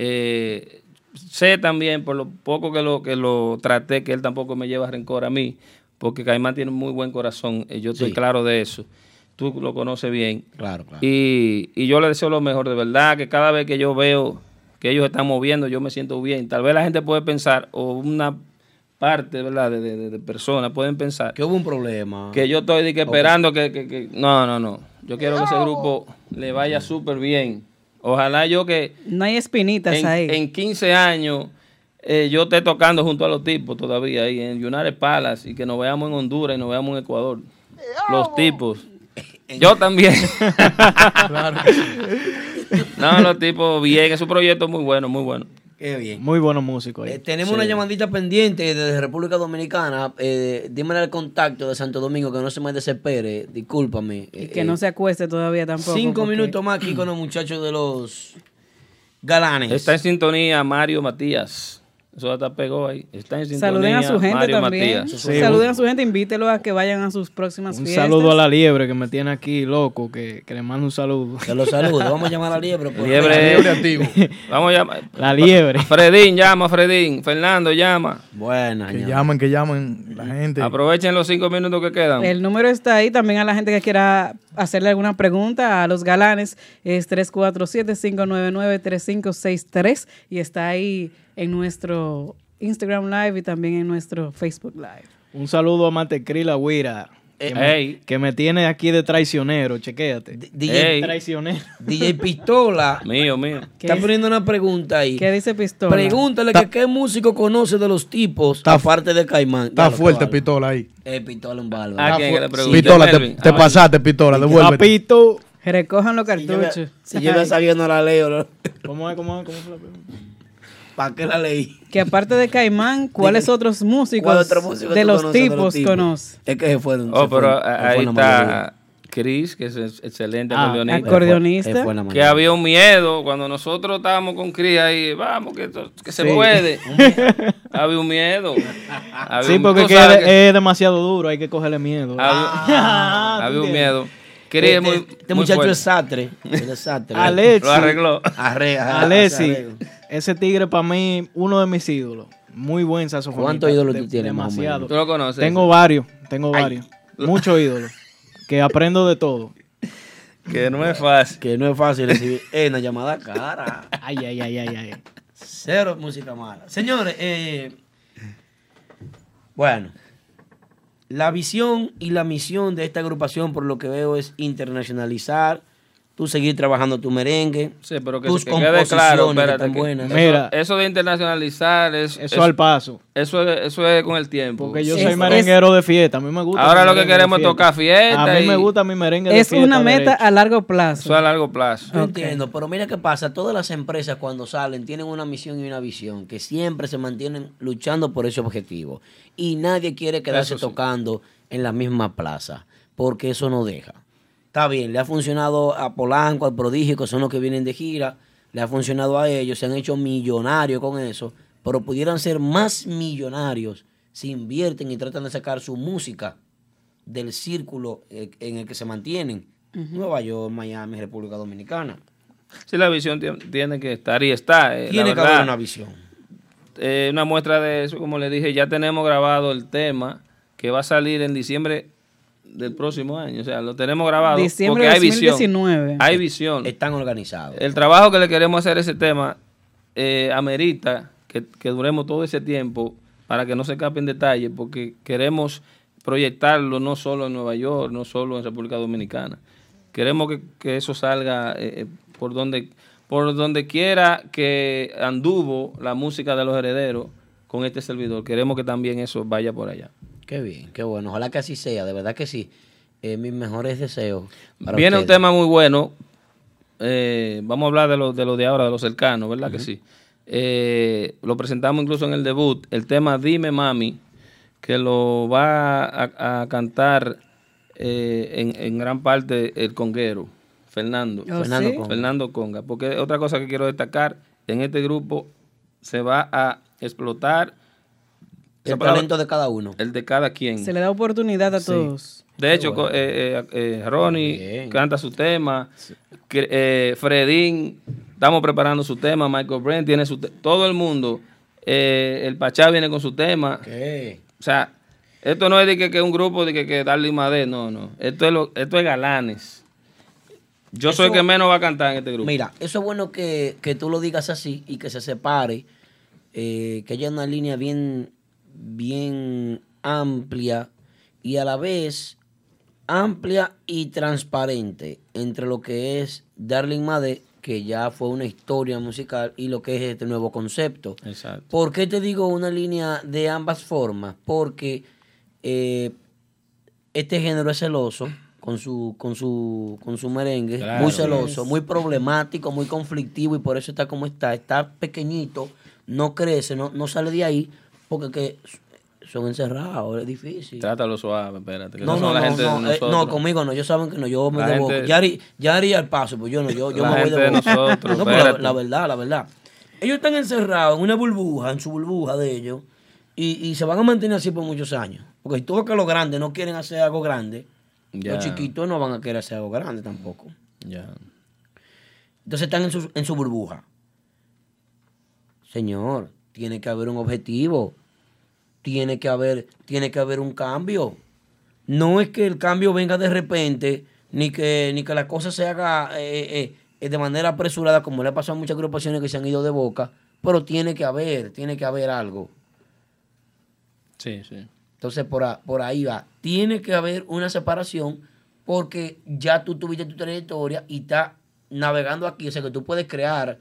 Speaker 11: Eh, sé también, por lo poco que lo, que lo traté, que él tampoco me lleva rencor a mí, porque Caimán tiene un muy buen corazón. eh, yo estoy
Speaker 1: Sí.
Speaker 11: claro de eso. Tú lo conoces bien.
Speaker 1: Claro, claro.
Speaker 11: Y, y yo le deseo lo mejor, de verdad, que cada vez que yo veo que ellos están moviendo, yo me siento bien. Tal vez la gente puede pensar, o una parte, ¿verdad?, de, de- de- de personas pueden pensar.
Speaker 1: Que hubo un problema.
Speaker 11: Que yo estoy de que
Speaker 1: Ok.
Speaker 11: esperando que, que- que- No, no, no. Yo quiero que ese grupo le vaya súper bien. Ojalá yo que
Speaker 2: No hay espinitas
Speaker 11: en,
Speaker 2: ahí.
Speaker 11: en 15 años eh, yo esté tocando junto a los tipos todavía ahí en United Palace y que nos veamos en Honduras y nos veamos en Ecuador. Los tipos. Yo también. no, los tipos bien. Es un proyecto muy bueno, muy bueno.
Speaker 1: Qué bien.
Speaker 13: Muy buenos músicos ahí.
Speaker 1: Eh, tenemos
Speaker 11: Sí.
Speaker 1: una llamadita pendiente desde República Dominicana. Eh, dímele el contacto de Santo Domingo que no se me desespere. Discúlpame. Eh,
Speaker 2: Y que no se acueste todavía tampoco.
Speaker 1: Cinco
Speaker 2: porque-
Speaker 1: minutos más aquí con los muchachos de los galanes.
Speaker 11: Está en sintonía Mario Matías. Eso hasta pegó ahí. Está en sintonía
Speaker 2: Saluden a su gente
Speaker 11: Mario
Speaker 2: también.
Speaker 11: Matías.
Speaker 2: Saluden a su gente, invítelos a que vayan a sus próximas
Speaker 13: Un
Speaker 2: fiestas.
Speaker 13: saludo a la liebre que me tiene aquí, loco, que, que le mando un saludo.
Speaker 1: Que lo saludo. Vamos a llamar a la liebre. por
Speaker 11: Liebre.
Speaker 1: favor.
Speaker 11: Vamos a llamar.
Speaker 13: La liebre.
Speaker 11: Fredín llama, Fredín. Fernando llama. Mm.
Speaker 1: Buena.
Speaker 9: Que llamen, que llamen la gente.
Speaker 11: Aprovechen los cinco minutos que quedan.
Speaker 2: El número está ahí. También a la gente que quiera hacerle alguna pregunta a los galanes es 347-599-3563 y está ahí en nuestro Instagram Live y también en nuestro Facebook Live.
Speaker 13: Un saludo a Matecri La Huira. Que, me-
Speaker 11: Eh, ey.
Speaker 13: que me tiene aquí de traicionero, chequéate.
Speaker 1: DJ
Speaker 13: Ey. traicionero.
Speaker 1: DJ Pistola.
Speaker 11: Mío, mío.
Speaker 1: Está poniendo una pregunta ahí.
Speaker 2: ¿Qué dice Pistola?
Speaker 1: Pregúntale que qué músico conoce de los tipos, aparte de Caimán.
Speaker 9: Está
Speaker 1: Ya lo que
Speaker 9: fuerte,
Speaker 1: vale.
Speaker 9: Pistola ahí.
Speaker 1: Eh, Pistola un bárbaro.
Speaker 2: Ah,
Speaker 11: ¿A Ah, quién que
Speaker 2: pues,
Speaker 11: le pregunte?
Speaker 9: Pistola, te,
Speaker 11: Melvin.
Speaker 9: te
Speaker 11: Ah,
Speaker 9: pasaste, Pistola, devuélvete.
Speaker 13: Papito.
Speaker 2: Recojan los
Speaker 1: yo hubiera-
Speaker 2: cartuchos.
Speaker 1: si yo hubiera sabido, no la leo. ¿no?
Speaker 13: ¿Cómo es? ¿Cómo es? ¿Cómo fue la pregunta?
Speaker 1: ¿Para qué la leí?
Speaker 2: Que aparte de Caimán, ¿cuáles otros músicos
Speaker 1: ¿Cuál otro músico
Speaker 2: de
Speaker 1: tú
Speaker 2: los
Speaker 1: conoces de los
Speaker 2: tipos
Speaker 1: tipos?
Speaker 2: conoce?
Speaker 1: Es que se fueron.
Speaker 11: Oh,
Speaker 1: se
Speaker 11: pero
Speaker 1: fueron, se
Speaker 11: ah,
Speaker 1: fue
Speaker 11: ahí
Speaker 1: la
Speaker 11: está Chris, que es ex- excelente
Speaker 1: Ah,
Speaker 11: acordeonista.
Speaker 2: acordeonista.
Speaker 1: Es buena
Speaker 11: Que
Speaker 1: mayoría.
Speaker 11: había un miedo cuando nosotros estábamos con Chris ahí. Vamos, que, esto- que se
Speaker 13: Sí.
Speaker 11: puede. había un miedo. Había
Speaker 13: Sí,
Speaker 11: un-
Speaker 13: porque
Speaker 11: tú
Speaker 13: que
Speaker 11: sabes
Speaker 13: es,
Speaker 1: eh.
Speaker 11: que- Ah,
Speaker 13: es demasiado duro, hay que cogerle miedo. Ah,
Speaker 1: Ah.
Speaker 2: Ah,
Speaker 11: Había, había un miedo. Chris
Speaker 1: Este,
Speaker 11: es muy,
Speaker 1: este
Speaker 11: muy
Speaker 1: muchacho
Speaker 11: fuerte.
Speaker 1: es sastre. Él es sastre.
Speaker 13: Alexi.
Speaker 11: Lo arregló.
Speaker 1: Arre- arre-
Speaker 13: Alexi,
Speaker 1: arreglo.
Speaker 13: ese tigre para mí, uno de mis ídolos. Muy buen saxofonista.
Speaker 1: ¿Cuántos ídolos tú
Speaker 13: De-
Speaker 1: tienes, más o menos?
Speaker 13: Demasiado.
Speaker 11: ¿Tú lo conoces?
Speaker 13: Tengo varios, tengo
Speaker 11: Ay.
Speaker 13: varios. Muchos ídolos. Que aprendo de todo.
Speaker 11: Que no es fácil.
Speaker 1: Que no es fácil recibir eh, una llamada cara.
Speaker 13: Ay, ay, ay, ay, ay.
Speaker 1: Cero música mala. Señores, eh, bueno, la visión y la misión de esta agrupación, por lo que veo, es internacionalizar, tú seguir trabajando tu merengue,
Speaker 11: Sí, pero que,
Speaker 1: tus
Speaker 11: que quede
Speaker 1: composiciones
Speaker 11: claro,
Speaker 1: que
Speaker 11: espérate,
Speaker 1: están
Speaker 11: que-
Speaker 1: buenas.
Speaker 11: eso- eso, de internacionalizar es,
Speaker 13: Eso al paso.
Speaker 11: Eso es, eso es con el tiempo.
Speaker 13: Porque yo soy merenguero de fiesta. A mí me gusta.
Speaker 11: Ahora
Speaker 13: mi
Speaker 11: lo que
Speaker 13: merengue de
Speaker 11: queremos es tocar fiesta
Speaker 13: A mí
Speaker 11: y-
Speaker 13: me gusta mi merengue de
Speaker 2: Es
Speaker 13: fiesta.
Speaker 2: una meta
Speaker 13: derecho.
Speaker 2: a largo plazo.
Speaker 11: Eso a largo plazo.
Speaker 1: Yo entiendo, pero mira qué pasa. Todas las empresas cuando salen tienen una misión y una visión que siempre se mantienen luchando por ese objetivo. Y nadie quiere quedarse
Speaker 11: Eso sí.
Speaker 1: tocando en la misma plaza, porque eso no deja. Está bien, le ha funcionado a Polanco, al Prodigio, que son los que vienen de gira, le ha funcionado a ellos, se han hecho millonarios con eso, pero pudieran ser más millonarios si invierten y tratan de sacar su música del círculo eh, en el que se mantienen. Nueva York, Miami, República Dominicana.
Speaker 11: Sí, la visión tie- tiene que estar y está. eh, la
Speaker 1: Tiene que
Speaker 11: verdad.
Speaker 1: haber una visión.
Speaker 11: Eh, una muestra de eso, como le dije, ya tenemos grabado el tema que va a salir en diciembre del próximo año. O sea, lo tenemos grabado
Speaker 2: Diciembre
Speaker 11: porque hay
Speaker 2: 2019.
Speaker 11: visión. Hay visión.
Speaker 1: Están organizados.
Speaker 11: El trabajo que le queremos hacer a ese tema eh, amerita que, que duremos todo ese tiempo para que no se escapen detalles porque queremos proyectarlo no solo en Nueva York, no solo en República Dominicana. Queremos que, que eso salga eh, eh, por donde por donde quiera que anduvo la música de los herederos con este servidor. Queremos que también eso vaya por allá.
Speaker 1: Qué bien, qué bueno. Ojalá que así sea, de verdad que sí. Eh, mis mejores deseos. para
Speaker 11: Viene un
Speaker 1: ustedes.
Speaker 11: tema muy bueno. Eh, vamos a hablar de lo, de lo de ahora, de lo cercano, ¿verdad que sí? Eh, lo presentamos incluso en el debut. El tema Dime Mami, que lo va a, a cantar eh, en, en gran parte el conguero, Fernando.
Speaker 1: Oh, Fernando ¿sí? Conga.
Speaker 11: Fernando Conga. Porque otra cosa que quiero destacar, en este grupo se va a explotar
Speaker 1: El
Speaker 11: esa palabra-
Speaker 1: talento de cada uno.
Speaker 11: El de cada quien.
Speaker 2: Se le da oportunidad a
Speaker 11: Sí.
Speaker 2: todos.
Speaker 11: De hecho, co- eh, eh, eh, Ronnie canta su tema, que- eh, Fredín, estamos preparando su tema, Michael Brent tiene su te- todo el mundo, eh, el Pachá viene con su tema. O sea, esto no es de que, que un grupo de que, que Darly Madé, no, no, esto es, lo- esto es galanes. Yo soy el
Speaker 1: Eso-
Speaker 11: que menos va a cantar en este grupo.
Speaker 1: Mira, eso es bueno que, que tú lo digas así y que se separe, eh, que haya una línea bien, bien amplia y a la vez amplia y transparente entre lo que es Darling Made, que ya fue una historia musical, y lo que es este nuevo concepto.
Speaker 11: Exacto.
Speaker 1: ¿Por qué te digo una línea de ambas formas? Porque eh, este género es celoso con su, con su, con su merengue,
Speaker 11: Claro.
Speaker 1: muy celoso,
Speaker 11: Yes.
Speaker 1: muy problemático, muy conflictivo y por eso está como está. Está pequeñito, no crece, no, no sale de ahí porque que son encerrados, es difícil.
Speaker 11: Trátalo suave, espérate. que
Speaker 1: No,
Speaker 11: son
Speaker 1: no,
Speaker 11: la
Speaker 1: no,
Speaker 11: gente de
Speaker 1: no, eh, no,
Speaker 11: nosotros.
Speaker 1: conmigo no, ellos saben que no, yo me
Speaker 11: La
Speaker 1: debo.
Speaker 11: gente-
Speaker 1: Yari, Yari al paso, pues yo no, yo, yo
Speaker 11: La
Speaker 1: me voy
Speaker 11: gente de
Speaker 1: boca.
Speaker 11: nosotros,
Speaker 1: No, pero la,
Speaker 11: espérate.
Speaker 1: la verdad, la verdad. Ellos están encerrados en una burbuja, en su burbuja de ellos, y, y se van a mantener así por muchos años. Porque todo que los grandes no quieren hacer algo grande,
Speaker 11: Ya.
Speaker 1: los chiquitos no van a querer hacer algo grande tampoco.
Speaker 11: Ya.
Speaker 1: Entonces están en su, en su burbuja. Señor, tiene que haber un objetivo. Tiene que haber, tiene que haber un cambio. No es que el cambio venga de repente, ni que, ni que la cosa se haga eh, eh, eh, de manera apresurada, como le ha pasado a muchas agrupaciones que se han ido de boca, pero tiene que haber, tiene que haber algo.
Speaker 11: Sí, sí.
Speaker 1: Entonces, por, a- por ahí va. Tiene que haber una separación porque ya tú tuviste tu trayectoria y estás navegando aquí. O sea, que tú puedes crear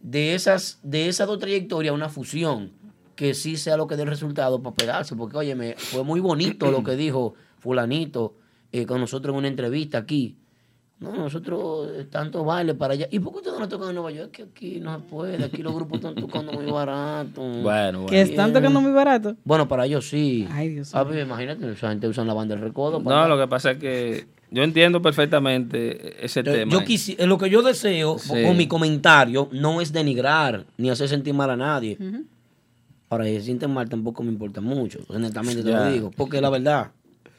Speaker 1: de esas, de esas dos trayectorias una fusión que sí sea lo que dé el resultado para pegarse. Porque, óyeme, fue muy bonito lo que dijo fulanito eh, con nosotros en una entrevista aquí. No, nosotros eh, tanto baile para allá. ¿Y por qué ustedes no tocan en Nueva York? Es que aquí no se puede. Aquí los grupos están tocando muy barato.
Speaker 11: Bueno, bueno.
Speaker 2: Que están tocando muy barato.
Speaker 1: Bueno, para ellos sí.
Speaker 2: Ay, Dios
Speaker 1: Ah, pues, imagínate, esa gente usa la banda del recodo. para-
Speaker 11: No, lo que pasa es que yo entiendo perfectamente ese
Speaker 1: Yo-
Speaker 11: tema.
Speaker 1: yo quisi- eh, lo que yo deseo
Speaker 11: Sí.
Speaker 1: con mi comentario no es denigrar ni hacer sentir mal a nadie. Ahora, si se sienten mal tampoco me importa mucho, honestamente te
Speaker 11: Ya.
Speaker 1: lo digo, porque es la verdad.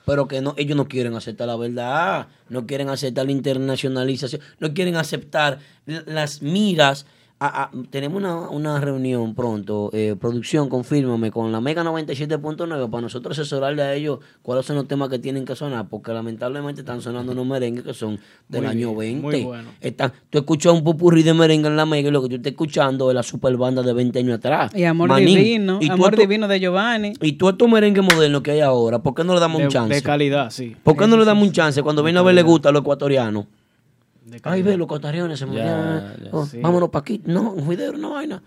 Speaker 1: Pero que no, ellos no quieren aceptar la verdad, no quieren aceptar la internacionalización, no quieren aceptar l- las miras. A- a- tenemos una, una reunión pronto, eh, producción, confírmame, con la Mega 97.9 para nosotros asesorarle a ellos cuáles son los temas que tienen que sonar, porque lamentablemente están sonando unos merengues que son del
Speaker 11: Muy
Speaker 1: año 20.
Speaker 11: bien, muy bueno.
Speaker 1: Está- tú escuchas un popurrí de merengue en la mega y lo que tú estás escuchando es la super banda de 20 años atrás.
Speaker 2: Y Amor
Speaker 1: Manín.
Speaker 2: Divino,
Speaker 1: Y tú
Speaker 2: Amor
Speaker 1: a tu-
Speaker 2: Divino de Giovanni.
Speaker 1: Y tú estos merengues modernos que hay ahora, ¿por qué no le damos
Speaker 13: De-
Speaker 1: un chance?
Speaker 13: de calidad, sí.
Speaker 1: ¿Por qué no le damos un chance cuando viene a ver le gusta a los ecuatorianos? Ay, ve, los ecuatorianos se
Speaker 13: Ya,
Speaker 1: murieron.
Speaker 13: ya,
Speaker 1: Oh,
Speaker 13: sí.
Speaker 1: Vámonos para aquí. No, un juidero, no vaina.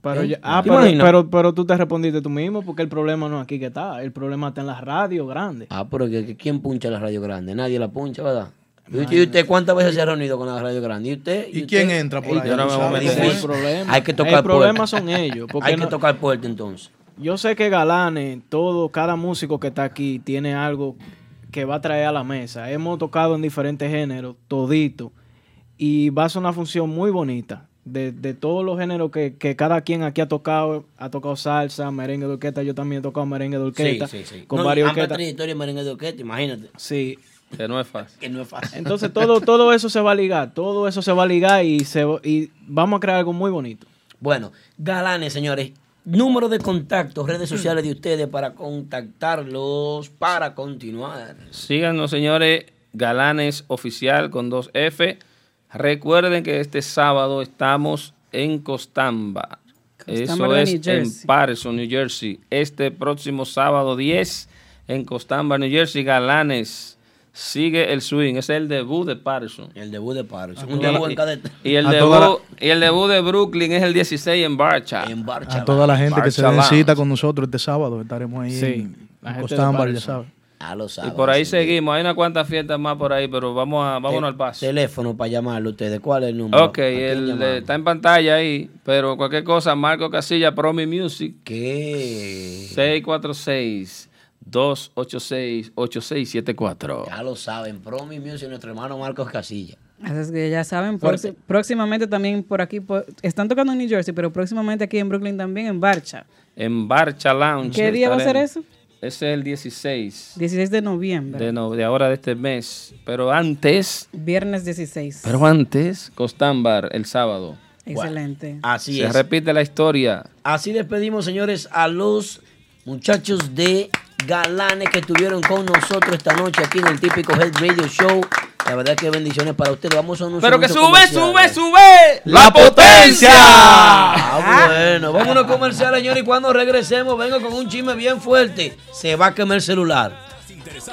Speaker 13: Pero,
Speaker 1: ¿Eh?
Speaker 13: ya- ah,
Speaker 1: ¿Te
Speaker 13: pero,
Speaker 1: imaginas?
Speaker 13: pero, pero tú te respondiste tú mismo porque el problema no es aquí que está, el problema está en las radios grandes.
Speaker 1: Ah, pero que, que ¿quién puncha la radio grande? Nadie la puncha, ¿verdad? ¿Y- ¿Y usted cuántas veces se ha reunido con la radio grande? ¿Y usted?
Speaker 9: ¿Y quién entra por ahí? Yo no me voy a meter.
Speaker 1: Difícil.
Speaker 9: Ese es el problema.
Speaker 1: Hay que
Speaker 9: El
Speaker 1: tocar
Speaker 13: problema
Speaker 1: puerta.
Speaker 13: son ellos, porque
Speaker 1: Hay que
Speaker 13: no-
Speaker 1: tocar puerta entonces.
Speaker 13: Yo sé que Galanes, todo, cada músico que está aquí tiene algo que va a traer a la mesa. Hemos tocado en diferentes géneros, todito, y va a ser una función muy bonita. De, de todos los géneros que, que cada quien aquí ha tocado, ha tocado salsa, merengue de orquesta, yo también he tocado merengue de orquesta, con
Speaker 1: No, y
Speaker 13: varias
Speaker 1: amplia
Speaker 13: orquestas.
Speaker 1: trayectoria en merengue de orquesta, imagínate.
Speaker 13: Sí.
Speaker 11: Que no es fácil.
Speaker 1: Que no es fácil.
Speaker 13: Entonces todo, todo eso se va a ligar, todo eso se va a ligar y, se, va- y vamos a crear algo muy bonito.
Speaker 1: Bueno, galanes, señores. Número de contactos, redes sociales de ustedes para contactarlos, para continuar.
Speaker 11: Síganos, señores, Galanes Oficial con 2F. Recuerden que este sábado estamos en Costamba. Eso
Speaker 2: de New
Speaker 11: es en
Speaker 2: Jersey.
Speaker 11: Patterson, New Jersey. Este próximo sábado 10 en Costamba, New Jersey, Galanes. Sigue el swing. Ese es el debut de Patterson.
Speaker 1: El debut de Patterson.
Speaker 11: Y,
Speaker 1: Un debut en cada et-
Speaker 11: y el
Speaker 1: A toda
Speaker 11: debut, y el debut de Brooklyn es el 16 en Barcha. En
Speaker 9: A toda la gente que se den cita con nosotros este sábado, estaremos ahí
Speaker 11: Sí,
Speaker 9: en,
Speaker 11: la
Speaker 9: en
Speaker 11: gente de
Speaker 9: Costamba, ya
Speaker 11: Patterson.
Speaker 9: sabes.
Speaker 1: A los
Speaker 11: Y
Speaker 1: sábados.
Speaker 11: por ahí seguimos. Hay unas cuantas fiestas más por ahí, pero vamos a, vámonos al paso.
Speaker 1: Teléfono para llamarlo ustedes. ¿Cuál es el número?
Speaker 11: Ok, el, eh, está en pantalla ahí, pero cualquier cosa, Marco Casilla, Promi Music.
Speaker 1: ¿Qué?
Speaker 11: 646-286-8674.
Speaker 1: Ya lo saben, Promi Music, nuestro hermano Marcos Casilla.
Speaker 2: Así es que ya saben,
Speaker 1: Porque-
Speaker 2: próxi- próximamente también por aquí, por- están tocando en New Jersey, pero próximamente aquí en Brooklyn también, en Barcha.
Speaker 11: En Barcha Lounge.
Speaker 2: ¿Qué día va a ser
Speaker 11: estaremos.
Speaker 2: eso?
Speaker 11: Ese es el 16
Speaker 2: 16 de noviembre,
Speaker 11: de, no- de ahora de este mes. Pero antes,
Speaker 2: viernes 16.
Speaker 11: pero antes, Costambar el sábado.
Speaker 2: Excelente.
Speaker 1: Así
Speaker 11: Se
Speaker 1: es.
Speaker 11: repite la historia.
Speaker 1: Así despedimos, señores, a los muchachos de Galanes que estuvieron con nosotros esta noche aquí en el típico Head Radio Show. La verdad que bendiciones para ustedes. Vamos a unos
Speaker 11: Pero que
Speaker 1: anuncios
Speaker 11: sube,
Speaker 1: comerciales.
Speaker 11: sube, sube.
Speaker 1: ¡La potencia! Ah, bueno, vamos a comercial, señores, y cuando regresemos vengo con un chisme bien fuerte. Se va a quemar el celular.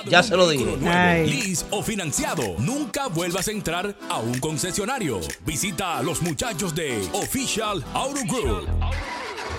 Speaker 1: Ya se lo dije.
Speaker 6: Nuevo, lease o financiado. Nunca vuelvas a entrar a un concesionario. Visita a los muchachos de Official Auto Group.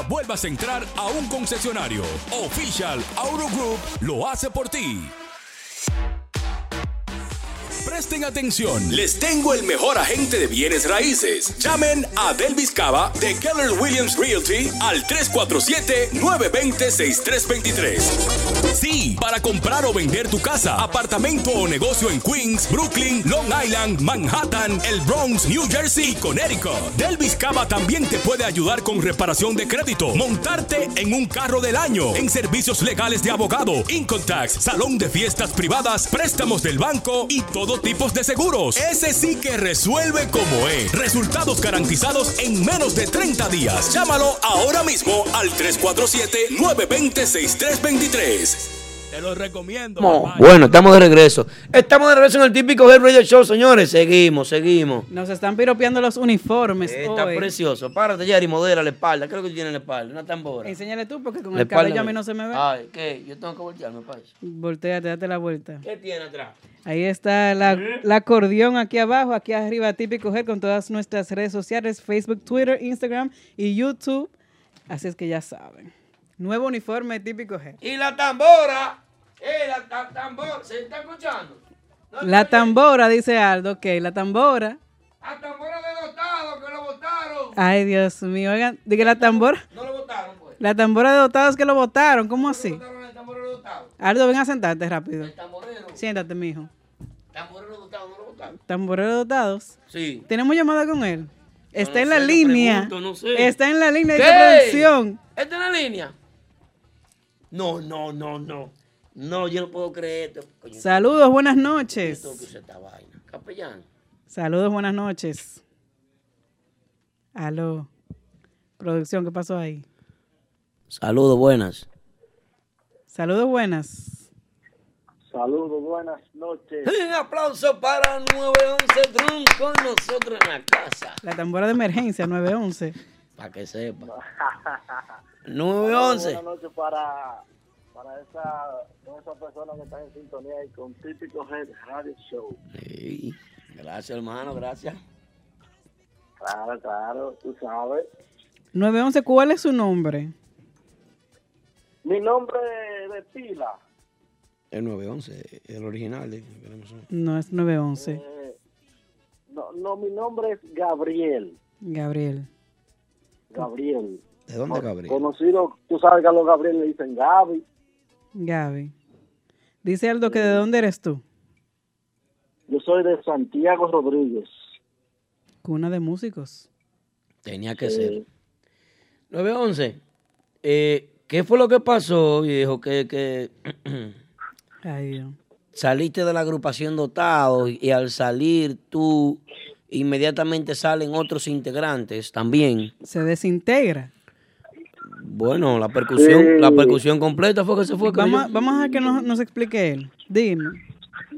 Speaker 6: vuelvas a entrar a un concesionario. Official Auto Group lo hace por ti. Presten atención, les tengo el mejor agente de bienes raíces. Llamen a Delvis Cava de Keller Williams Realty al 347-920-6323. Sí, para comprar o vender tu casa, apartamento o negocio en Queens, Brooklyn, Long Island, Manhattan, el Bronx, New Jersey y Connecticut. Delvis Cava también te puede ayudar con reparación de crédito, montarte en un carro del año, en servicios legales de abogado, income tax, salón de fiestas privadas, préstamos del banco y todo tipo de seguros. Ese sí que resuelve como es. Resultados garantizados en menos de 30 días. Llámalo ahora mismo al 347-920-6323. Te lo recomiendo.
Speaker 1: Bueno, estamos de regreso. Estamos de regreso en el típico Head Radio Show, señores. Seguimos, seguimos.
Speaker 2: Nos están piropeando los uniformes
Speaker 1: Eh, Está
Speaker 2: hoy.
Speaker 1: precioso. Párate, Jerry, modera la espalda. Creo que tú tienes en la espalda. Una tambora.
Speaker 2: Enséñale tú, porque con
Speaker 1: La
Speaker 2: el cabello
Speaker 1: espalda
Speaker 2: a mí
Speaker 1: mía.
Speaker 2: no se me ve.
Speaker 1: Ay, ¿qué? Yo tengo que voltearme, país.
Speaker 2: Voltéate, date la vuelta.
Speaker 1: ¿Qué tiene atrás?
Speaker 2: Ahí está la, la acordeón aquí abajo, aquí arriba, típico Head, con todas nuestras redes sociales, Facebook, Twitter, Instagram y YouTube. Así es que ya saben. Nuevo uniforme típico Head.
Speaker 1: Y la tambora. Eh, la ta- tambora. ¿Se está escuchando?
Speaker 2: La tambora, dice Aldo. Ok, la tambora.
Speaker 1: La tambora de dotado que lo votaron.
Speaker 2: Ay, Dios mío. Oigan, diga la tambora.
Speaker 1: No lo votaron, pues.
Speaker 2: La tambora de dotados que lo votaron. ¿Cómo así? Aldo, ven a sentarte rápido. Siéntate, mijo.
Speaker 1: Tamborero dotado, no lo votaron.
Speaker 2: Tamborero dotados.
Speaker 1: Sí.
Speaker 2: Tenemos llamada con él. Está
Speaker 1: no
Speaker 2: en la
Speaker 1: sé, no
Speaker 2: línea.
Speaker 1: pregunto, no sé.
Speaker 2: Está en la línea de
Speaker 1: ¿Qué?
Speaker 2: producción.
Speaker 1: ¿Está en la línea? No, no, no, no. No, yo no puedo creer esto. Coño,
Speaker 2: Saludos, buenas
Speaker 1: yo tengo que
Speaker 2: noches.
Speaker 1: usar esta vaina. Capellán.
Speaker 2: Saludos, buenas noches. Aló. Producción, ¿qué pasó ahí?
Speaker 1: Saludos, buenas.
Speaker 2: Saludos, buenas.
Speaker 14: Saludos, buenas noches.
Speaker 1: Un aplauso para 911 Drum con nosotros en la casa.
Speaker 2: La tambora de emergencia 911.
Speaker 1: Para que sepa. 911.
Speaker 14: 911. Buenas noches para, para esa, todas esas personas que están en sintonía y con Típico Head Radio Show.
Speaker 1: Sí. Gracias, hermano, gracias.
Speaker 14: Claro, claro, tú sabes.
Speaker 2: 911, ¿cuál es su nombre?
Speaker 14: Mi nombre de pila.
Speaker 1: El 911, el original. eh, queremos saber.
Speaker 2: No es 911.
Speaker 14: eh, no, no, mi nombre es Gabriel.
Speaker 2: Gabriel.
Speaker 14: Gabriel.
Speaker 1: ¿De dónde, Gabriel?
Speaker 14: Conocido, tú sabes que a los Gabriel le dicen Gaby.
Speaker 2: Gaby. Dice Aldo que de dónde eres tú.
Speaker 14: Yo soy de Santiago Rodríguez.
Speaker 2: Cuna de músicos.
Speaker 1: Tenía que
Speaker 14: Eh,
Speaker 1: ser. 911. Eh, ¿Qué fue lo que pasó, viejo? Que, que
Speaker 2: Ay, Dios.
Speaker 1: saliste de la agrupación dotado y, y al salir tú inmediatamente salen otros integrantes también.
Speaker 2: Se desintegra.
Speaker 1: Bueno, la percusión,
Speaker 14: Sí.
Speaker 1: la percusión completa fue que se fue.
Speaker 2: Vamos, a-
Speaker 1: creyó.
Speaker 2: vamos a dejar que nos, nos explique él. Dime.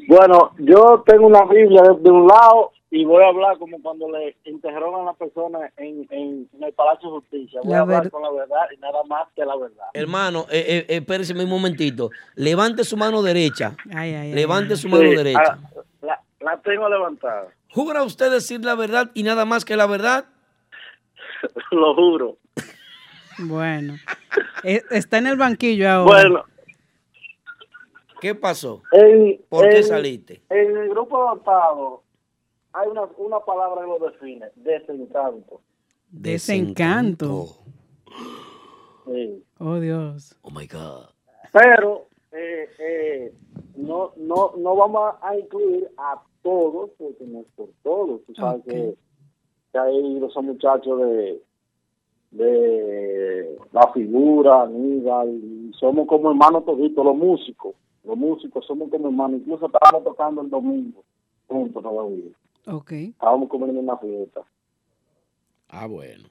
Speaker 14: Bueno, yo tengo una Biblia de, de un lado y voy a hablar como cuando le interrogan a la persona en, en, en el Palacio de Justicia. Voy
Speaker 1: La
Speaker 14: a hablar
Speaker 1: ver-
Speaker 14: con la verdad y nada más que la verdad.
Speaker 1: Hermano, eh, eh, espérese un momentito. Levante su mano derecha.
Speaker 2: Ay, ay,
Speaker 1: Levante su mano
Speaker 14: Sí,
Speaker 1: derecha.
Speaker 14: ah, la, la tengo levantada,
Speaker 1: ¿Jura usted decir la verdad y nada más que la verdad?
Speaker 14: lo juro.
Speaker 2: Bueno. Eh, Está en el banquillo ahora.
Speaker 14: Bueno.
Speaker 1: ¿Qué pasó?
Speaker 14: En-
Speaker 1: ¿Por qué
Speaker 14: en-
Speaker 1: saliste?
Speaker 14: En el grupo adaptado hay una, una palabra que lo define, desencanto.
Speaker 2: Desencanto.
Speaker 14: Sí.
Speaker 2: Oh, Dios.
Speaker 1: Oh, my God.
Speaker 14: Pero eh, eh, no, no, no vamos a incluir a todos, porque no es por todos. Tú sabes que, que hay los muchachos de, de la figura, amiga, y somos como hermanos toditos, los músicos. Los músicos somos como hermanos. Incluso estábamos tocando el domingo juntos, no
Speaker 2: Ok.
Speaker 14: Estábamos comiendo en una fiesta.
Speaker 1: Ah, bueno.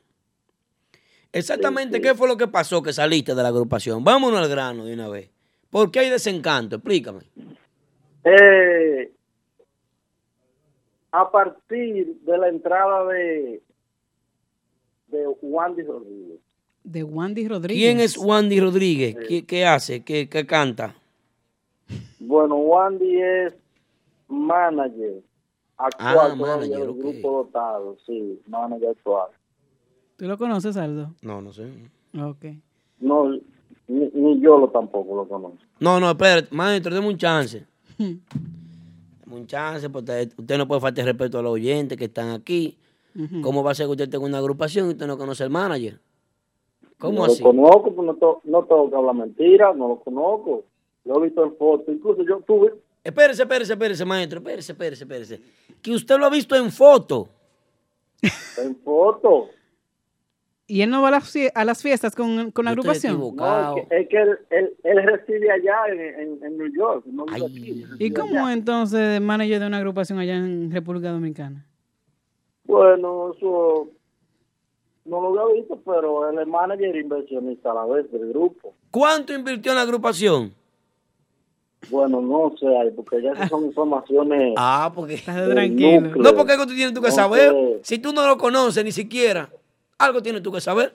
Speaker 1: Exactamente, ¿qué fue lo que pasó que saliste de la agrupación? Vámonos al grano de una vez. ¿Por qué hay desencanto? Explícame.
Speaker 14: Eh, a partir de la entrada de de Wandy Rodríguez.
Speaker 2: De Wandy Rodríguez.
Speaker 1: ¿Quién es Wandy Rodríguez? ¿Qué, qué hace? ¿Qué, qué canta?
Speaker 14: Bueno, Wandy es manager actual
Speaker 1: Ah,
Speaker 14: todavía
Speaker 1: manager,
Speaker 14: del
Speaker 1: ok.
Speaker 14: grupo dotado, sí, manager actual.
Speaker 2: ¿Tú lo conoces, Aldo?
Speaker 1: No, no sé.
Speaker 2: Ok.
Speaker 14: No, ni, ni yo lo tampoco lo conozco.
Speaker 1: No, no, espérate. Maestro, deme un chance. Deme un chance, porque usted no puede faltar el respeto a los oyentes que están aquí.
Speaker 14: Ujú.
Speaker 1: ¿Cómo va a ser que usted tenga una agrupación y usted no conoce al manager? ¿Cómo
Speaker 14: no
Speaker 1: así?
Speaker 14: Lo conozco, pues no, to- no tengo que hablar mentira, no lo conozco. Lo he visto en foto, incluso yo tuve.
Speaker 1: Espérese, espérese, espérese, maestro. Espérese, espérese, espérese. Que usted lo ha visto en foto.
Speaker 14: En foto.
Speaker 2: ¿Y él no va a las, fie- a las fiestas con, con la agrupación?
Speaker 14: No, es que, es que él, él, él reside allá en, en, en New York, no vive aquí.
Speaker 2: ¿Y cómo entonces el manager de una agrupación allá en República Dominicana?
Speaker 14: Bueno, eso no lo había visto, pero él es manager e inversionista a la vez del grupo.
Speaker 1: ¿Cuánto invirtió en la agrupación?
Speaker 14: Bueno, no sé, ay, porque ya esas son informaciones.
Speaker 1: Ah, porque.
Speaker 2: Eh,
Speaker 14: del núcleo.
Speaker 1: No, porque algo tú tienes tú que
Speaker 14: No,
Speaker 1: saber.
Speaker 14: pero-
Speaker 1: Si tú no lo conoces ni siquiera, algo tienes tú que saber.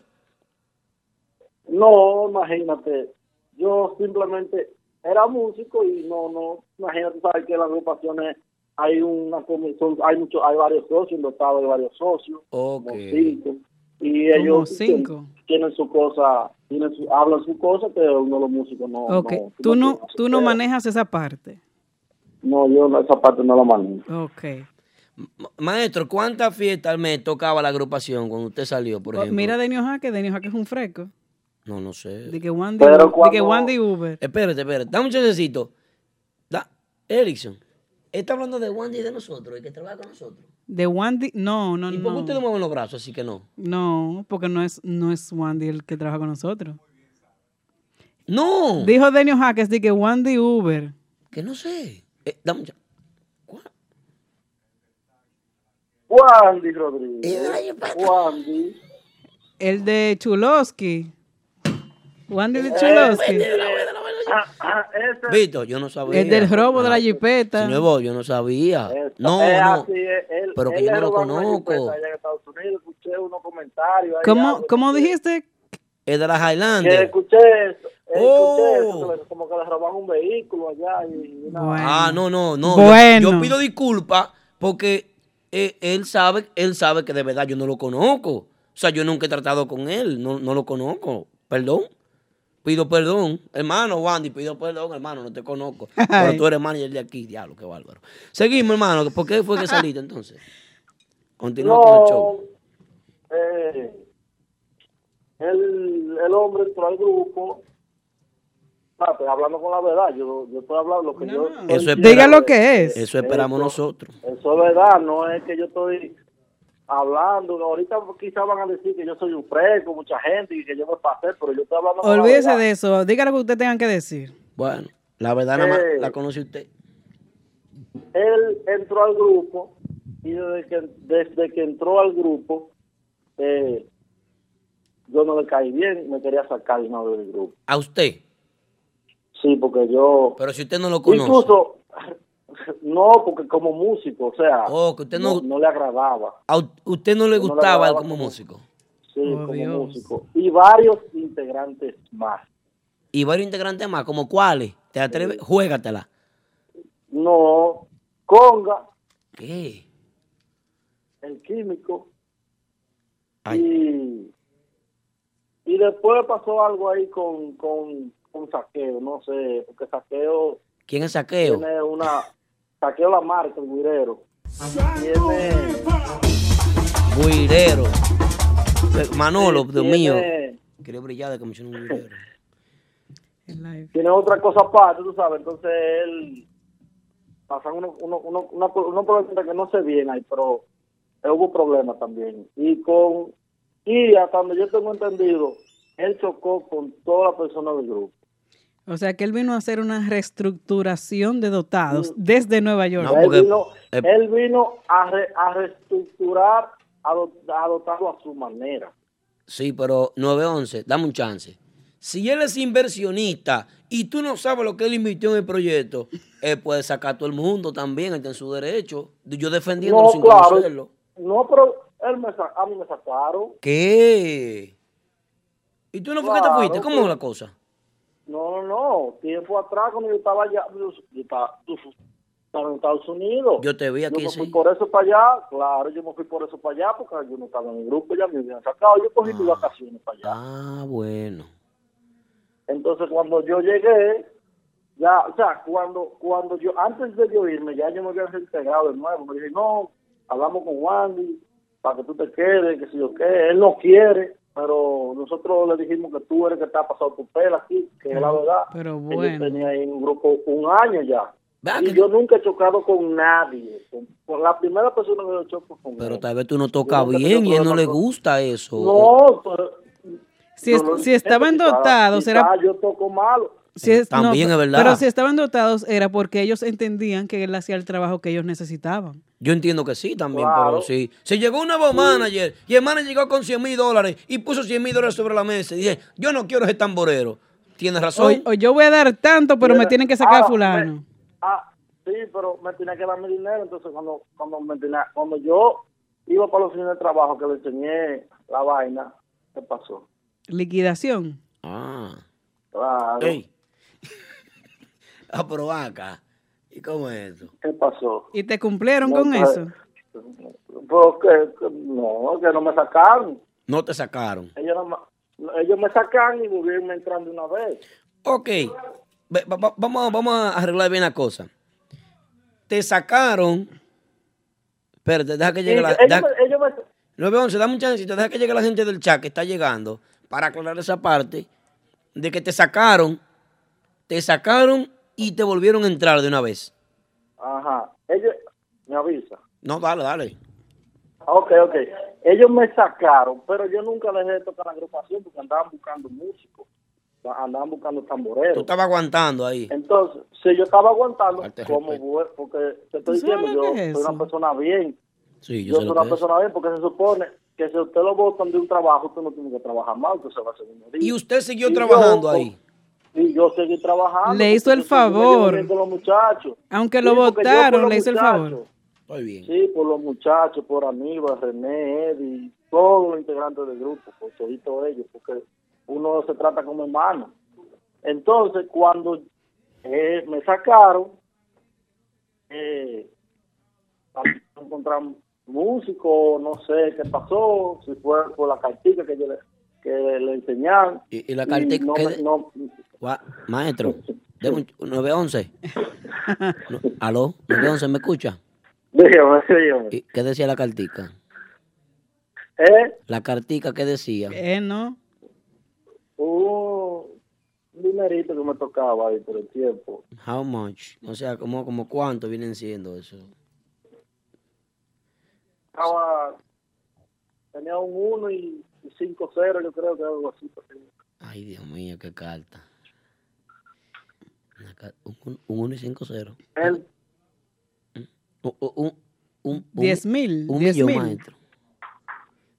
Speaker 14: No, imagínate, yo simplemente era músico y no, no, imagínate, sabes que en las agrupaciones hay una comisión, hay muchos, hay varios socios, en dotado hay varios socios, como cinco, y
Speaker 2: Como
Speaker 14: ellos
Speaker 2: cinco.
Speaker 14: tien- tienen su cosa, tienen su- hablan su cosa, pero uno de los músicos no,
Speaker 2: ok,
Speaker 14: no,
Speaker 2: tú no,
Speaker 14: tienes
Speaker 2: tú no
Speaker 14: idea.
Speaker 2: manejas esa parte.
Speaker 14: No, yo no, esa parte no la manejo.
Speaker 2: Ok.
Speaker 1: Ma- Maestro, ¿cuántas fiestas al mes tocaba la agrupación cuando usted salió, por
Speaker 2: Oh,
Speaker 1: ejemplo?
Speaker 2: Mira a Denio Jaque, Denio Jaque es un fresco.
Speaker 1: No, no sé.
Speaker 2: De que Wandy, de que Wandy Uber.
Speaker 1: Espérate, espérate. Dame un chancecito. Da, Erickson, está hablando de Wandy y de nosotros, el que trabaja con nosotros.
Speaker 2: De Wandy, no, no,
Speaker 1: ¿Y por qué
Speaker 2: no.
Speaker 1: ustedes mueven los brazos? Así que no.
Speaker 2: No, porque no es, no es Wandy el que trabaja con nosotros.
Speaker 1: No.
Speaker 2: Dijo Denio Jaques de que Wandy Uber.
Speaker 1: Que no sé. Eh, dame un cha-
Speaker 14: Wandy
Speaker 1: Eh,
Speaker 14: Rodríguez. Wandy.
Speaker 2: El de Chulosky. Wandy de
Speaker 14: Eh,
Speaker 2: Chulosky.
Speaker 14: ah, ah, ese-
Speaker 1: Vito, yo no sabía.
Speaker 2: El del robo de la jipeta.
Speaker 1: Nuevo, yo no sabía. No,
Speaker 14: Es
Speaker 1: no.
Speaker 14: así, él- él-
Speaker 1: Pero que
Speaker 14: él
Speaker 1: yo no
Speaker 14: le
Speaker 1: lo
Speaker 14: robaron una
Speaker 1: conozco.
Speaker 14: jipeta allá en Estados Unidos, escuché unos comentarios. ahí,
Speaker 2: ¿Cómo,
Speaker 14: algo,
Speaker 2: ¿Cómo dijiste?
Speaker 1: El de las
Speaker 14: Que
Speaker 1: Highlander.
Speaker 14: escuché eso, eh, escuché
Speaker 1: Oh.
Speaker 14: eso, que le- como que le robaron un vehículo allá y una-
Speaker 1: Ah, no, no, no.
Speaker 2: Bueno.
Speaker 1: Yo, yo pido disculpas porque eh, él sabe, él sabe que de verdad yo no lo conozco. O sea, yo nunca he tratado con él, no, no lo conozco. Perdón. Pido perdón, hermano Wandy, pido perdón, hermano, no te conozco. Pero tú eres manager de aquí, diablo, qué bárbaro. Seguimos, hermano, ¿por qué fue que saliste entonces? Continúa con el show.
Speaker 14: eh, el, el hombre entró al grupo. Ah, estoy hablando con la verdad, yo, yo estoy hablando lo que yo...
Speaker 1: Eso
Speaker 14: estoy-
Speaker 1: espera-
Speaker 15: Diga lo que es.
Speaker 1: Eso esperamos nosotros.
Speaker 14: Eso es verdad, no es que yo estoy hablando. Ahorita quizás van a decir que yo soy un fresco, mucha gente, y que yo me pasé, pero yo estoy hablando con la
Speaker 2: Olvídese
Speaker 14: verdad.
Speaker 2: de eso. Diga lo que usted tengan que decir.
Speaker 1: Bueno, la verdad nada más
Speaker 14: Eh.
Speaker 1: la conoce usted.
Speaker 14: él entró al grupo y desde que, desde que entró al grupo, eh, yo no le caí bien, me quería sacar de una vez del grupo.
Speaker 1: A usted.
Speaker 14: Sí, porque yo.
Speaker 1: Pero si usted no lo conoce.
Speaker 14: Incluso, no, porque como músico, o sea,
Speaker 1: Oh,
Speaker 14: no, no le agradaba.
Speaker 1: A u- usted no le
Speaker 14: No le
Speaker 1: gustaba él
Speaker 14: agradaba
Speaker 1: como músico.
Speaker 14: Sí,
Speaker 1: Oh,
Speaker 14: como
Speaker 1: Dios.
Speaker 14: músico. Y varios integrantes más.
Speaker 1: Y varios integrantes más, como cuáles. ¿Te atreves? Juégatela.
Speaker 14: No, Conga,
Speaker 1: ¿Qué?
Speaker 14: el químico.
Speaker 1: Ay.
Speaker 14: Y, y después pasó algo ahí con, con, con saqueo, no sé, porque saqueo
Speaker 1: ¿Quién es saqueo?
Speaker 14: tiene una. Saqueo la marca, el guirero. Tiene.
Speaker 1: Guirero. Eh, Manolo,
Speaker 14: Sí,
Speaker 1: Dios
Speaker 14: tiene-
Speaker 1: mío. Quería brillar de comisión un guirero.
Speaker 14: Tiene otra cosa aparte, tú sabes. Entonces él. Pasan unos uno, uno, una, una problemita que no sé bien ahí, pero hubo problemas también. Y con. Y hasta donde yo tengo entendido, él chocó con toda la persona del grupo.
Speaker 2: O sea, que él vino a hacer una reestructuración de dotados desde Nueva York.
Speaker 14: él, vino,
Speaker 1: eh,
Speaker 14: él vino a, re- a reestructurar, a, do- a dotarlo a su manera.
Speaker 1: Sí, pero 911, dame un chance. Si él es inversionista y tú no sabes lo que él invirtió en el proyecto, él puede sacar a todo el mundo también, él está en su derecho. Yo defendiéndolo
Speaker 14: No,
Speaker 1: sin
Speaker 14: claro.
Speaker 1: conocerlo.
Speaker 14: No, pero él me sa- a mí me sacaron.
Speaker 1: ¿Qué? ¿Y tú no fuiste
Speaker 14: Claro,
Speaker 1: te fuiste? ¿Cómo
Speaker 14: pues.
Speaker 1: es la cosa?
Speaker 14: No, no, no. Tiempo atrás, cuando yo estaba allá, yo, yo estaba, tú fu- estaba en Estados Unidos.
Speaker 1: Yo te vi
Speaker 14: Yo
Speaker 1: aquí,
Speaker 14: me fui
Speaker 1: sí.
Speaker 14: por eso para allá, claro, yo me fui por eso para allá, porque yo no estaba en el grupo, ya me habían sacado, yo cogí mis vacaciones para allá.
Speaker 1: Ah, bueno.
Speaker 14: Entonces, cuando yo llegué, ya, o sea, cuando, cuando yo, antes de yo irme, ya yo me había reintegrado de nuevo. Me dije, no, hablamos con Wandy para que tú te quedes, que si yo qué. Él no quiere, pero nosotros le dijimos que tú eres el que está pasado tu pela aquí, que es la verdad.
Speaker 2: Pero
Speaker 14: que
Speaker 2: bueno.
Speaker 14: Yo tenía ahí un grupo un año ya. Y yo nunca he chocado con nadie. Con, con la primera persona que yo choco con
Speaker 1: Pero
Speaker 14: él.
Speaker 1: tal vez tú no tocas
Speaker 14: Yo nunca he
Speaker 1: bien y a él
Speaker 14: tocado
Speaker 1: no le
Speaker 14: tanto.
Speaker 1: gusta eso.
Speaker 14: No, pero...
Speaker 2: Si, es- si estaban dotados, era...
Speaker 14: Yo toco malo.
Speaker 2: si es- no,
Speaker 1: También es verdad.
Speaker 2: Pero si estaban dotados era porque ellos entendían que él hacía el trabajo que ellos necesitaban.
Speaker 1: Yo entiendo que sí también,
Speaker 2: Claro.
Speaker 1: pero sí. Si llegó un nuevo manager y el manager llegó con 100 mil dólares y puso 100 mil dólares sobre la mesa y dice, yo no quiero ese tamborero. Tienes razón.
Speaker 2: O, o yo voy a dar tanto, pero me
Speaker 14: Mira,
Speaker 2: tienen que sacar a
Speaker 14: ahora,
Speaker 2: fulano.
Speaker 14: Ah, sí, pero me tenía que dar mi dinero. Entonces, cuando cuando, me tenía- cuando yo iba para los fines de trabajo, que le enseñé la vaina, ¿qué pasó?
Speaker 2: Liquidación.
Speaker 1: Ah.
Speaker 14: Claro.
Speaker 1: Ah, pero ven acá. ¿Y cómo es eso?
Speaker 14: ¿Qué pasó?
Speaker 2: ¿Y te cumplieron
Speaker 14: No,
Speaker 2: con
Speaker 14: pues,
Speaker 2: eso?
Speaker 14: Pero que, que no, que no me sacaron.
Speaker 1: No te sacaron.
Speaker 14: Ellos, no ma- no, ellos me sacaron y volvieron entrando una vez.
Speaker 1: Ok. Ve- va- va- Vamos, a- vamos a arreglar bien la cosa. Te sacaron. Espérate, deja que
Speaker 14: Y
Speaker 1: llegue la.
Speaker 14: ellos,
Speaker 1: deja-
Speaker 14: me- ellos me
Speaker 1: 911, dame un chancito, deja que llegue la gente del chat que está llegando para aclarar esa parte de que te sacaron, te sacaron y te volvieron a entrar de una vez.
Speaker 14: Ajá. Ellos me avisa.
Speaker 1: No, dale, dale.
Speaker 14: Ok, ok. Ellos me sacaron, pero yo nunca dejé de tocar la agrupación porque andaban buscando músicos, andaban buscando
Speaker 1: Tú
Speaker 14: tamboreros.
Speaker 1: estabas aguantando ahí.
Speaker 14: Entonces, si yo estaba aguantando,
Speaker 1: Falta de
Speaker 14: como bue- porque te estoy
Speaker 1: ¿Tú sabes
Speaker 14: diciendo,
Speaker 1: lo
Speaker 14: yo
Speaker 1: que es
Speaker 14: soy
Speaker 1: eso?
Speaker 14: una persona bien,
Speaker 1: Sí,
Speaker 14: yo, soy una persona bien, porque se supone que si usted lo votan de un trabajo, usted no tiene que trabajar más, usted se va a seguir
Speaker 1: Y usted siguió
Speaker 14: Y yo,
Speaker 1: trabajando ahí.
Speaker 14: Y yo seguí trabajando.
Speaker 2: Le hizo
Speaker 14: porque
Speaker 2: el
Speaker 14: yo seguí
Speaker 2: favor.
Speaker 14: bien Con los muchachos.
Speaker 2: Aunque lo
Speaker 14: Sí, porque yo por
Speaker 2: votaron,
Speaker 14: los
Speaker 2: le hizo el
Speaker 14: muchachos,
Speaker 2: favor.
Speaker 1: Muy bien.
Speaker 14: Sí, por los muchachos, por Aníbal, René, Eddie, todos los integrantes del grupo, por todos ellos, porque uno se trata como hermano. Entonces, cuando eh, me sacaron, eh, también encontraron músicos, no sé qué pasó, si fue por la cartita que yo le, que le enseñaron.
Speaker 1: ¿Y, la cartica
Speaker 14: no,
Speaker 1: que
Speaker 14: me-
Speaker 1: de-
Speaker 14: no-
Speaker 1: Gua- Maestro, deme un ch- 911. No, ¿Aló? 911, ¿me escucha?
Speaker 14: Dígame, dígame.
Speaker 1: ¿Y ¿Qué decía la cartica?
Speaker 14: ¿Eh?
Speaker 1: La cartica, ¿qué decía?
Speaker 2: Eh, no.
Speaker 14: un dinerito que me tocaba ahí por el tiempo.
Speaker 1: How much? O sea, como, como cuánto vienen siendo eso.
Speaker 14: Estaba, tenía un 1 y 5-0, yo creo que algo así.
Speaker 1: Ay, Dios mío, qué carta. Una ca- Un, un- un 1 y 5 0.
Speaker 14: El-
Speaker 1: Un, un, un, un-
Speaker 2: Diez mil,
Speaker 1: Un
Speaker 2: diez
Speaker 1: millón,
Speaker 2: mil.
Speaker 1: maestro.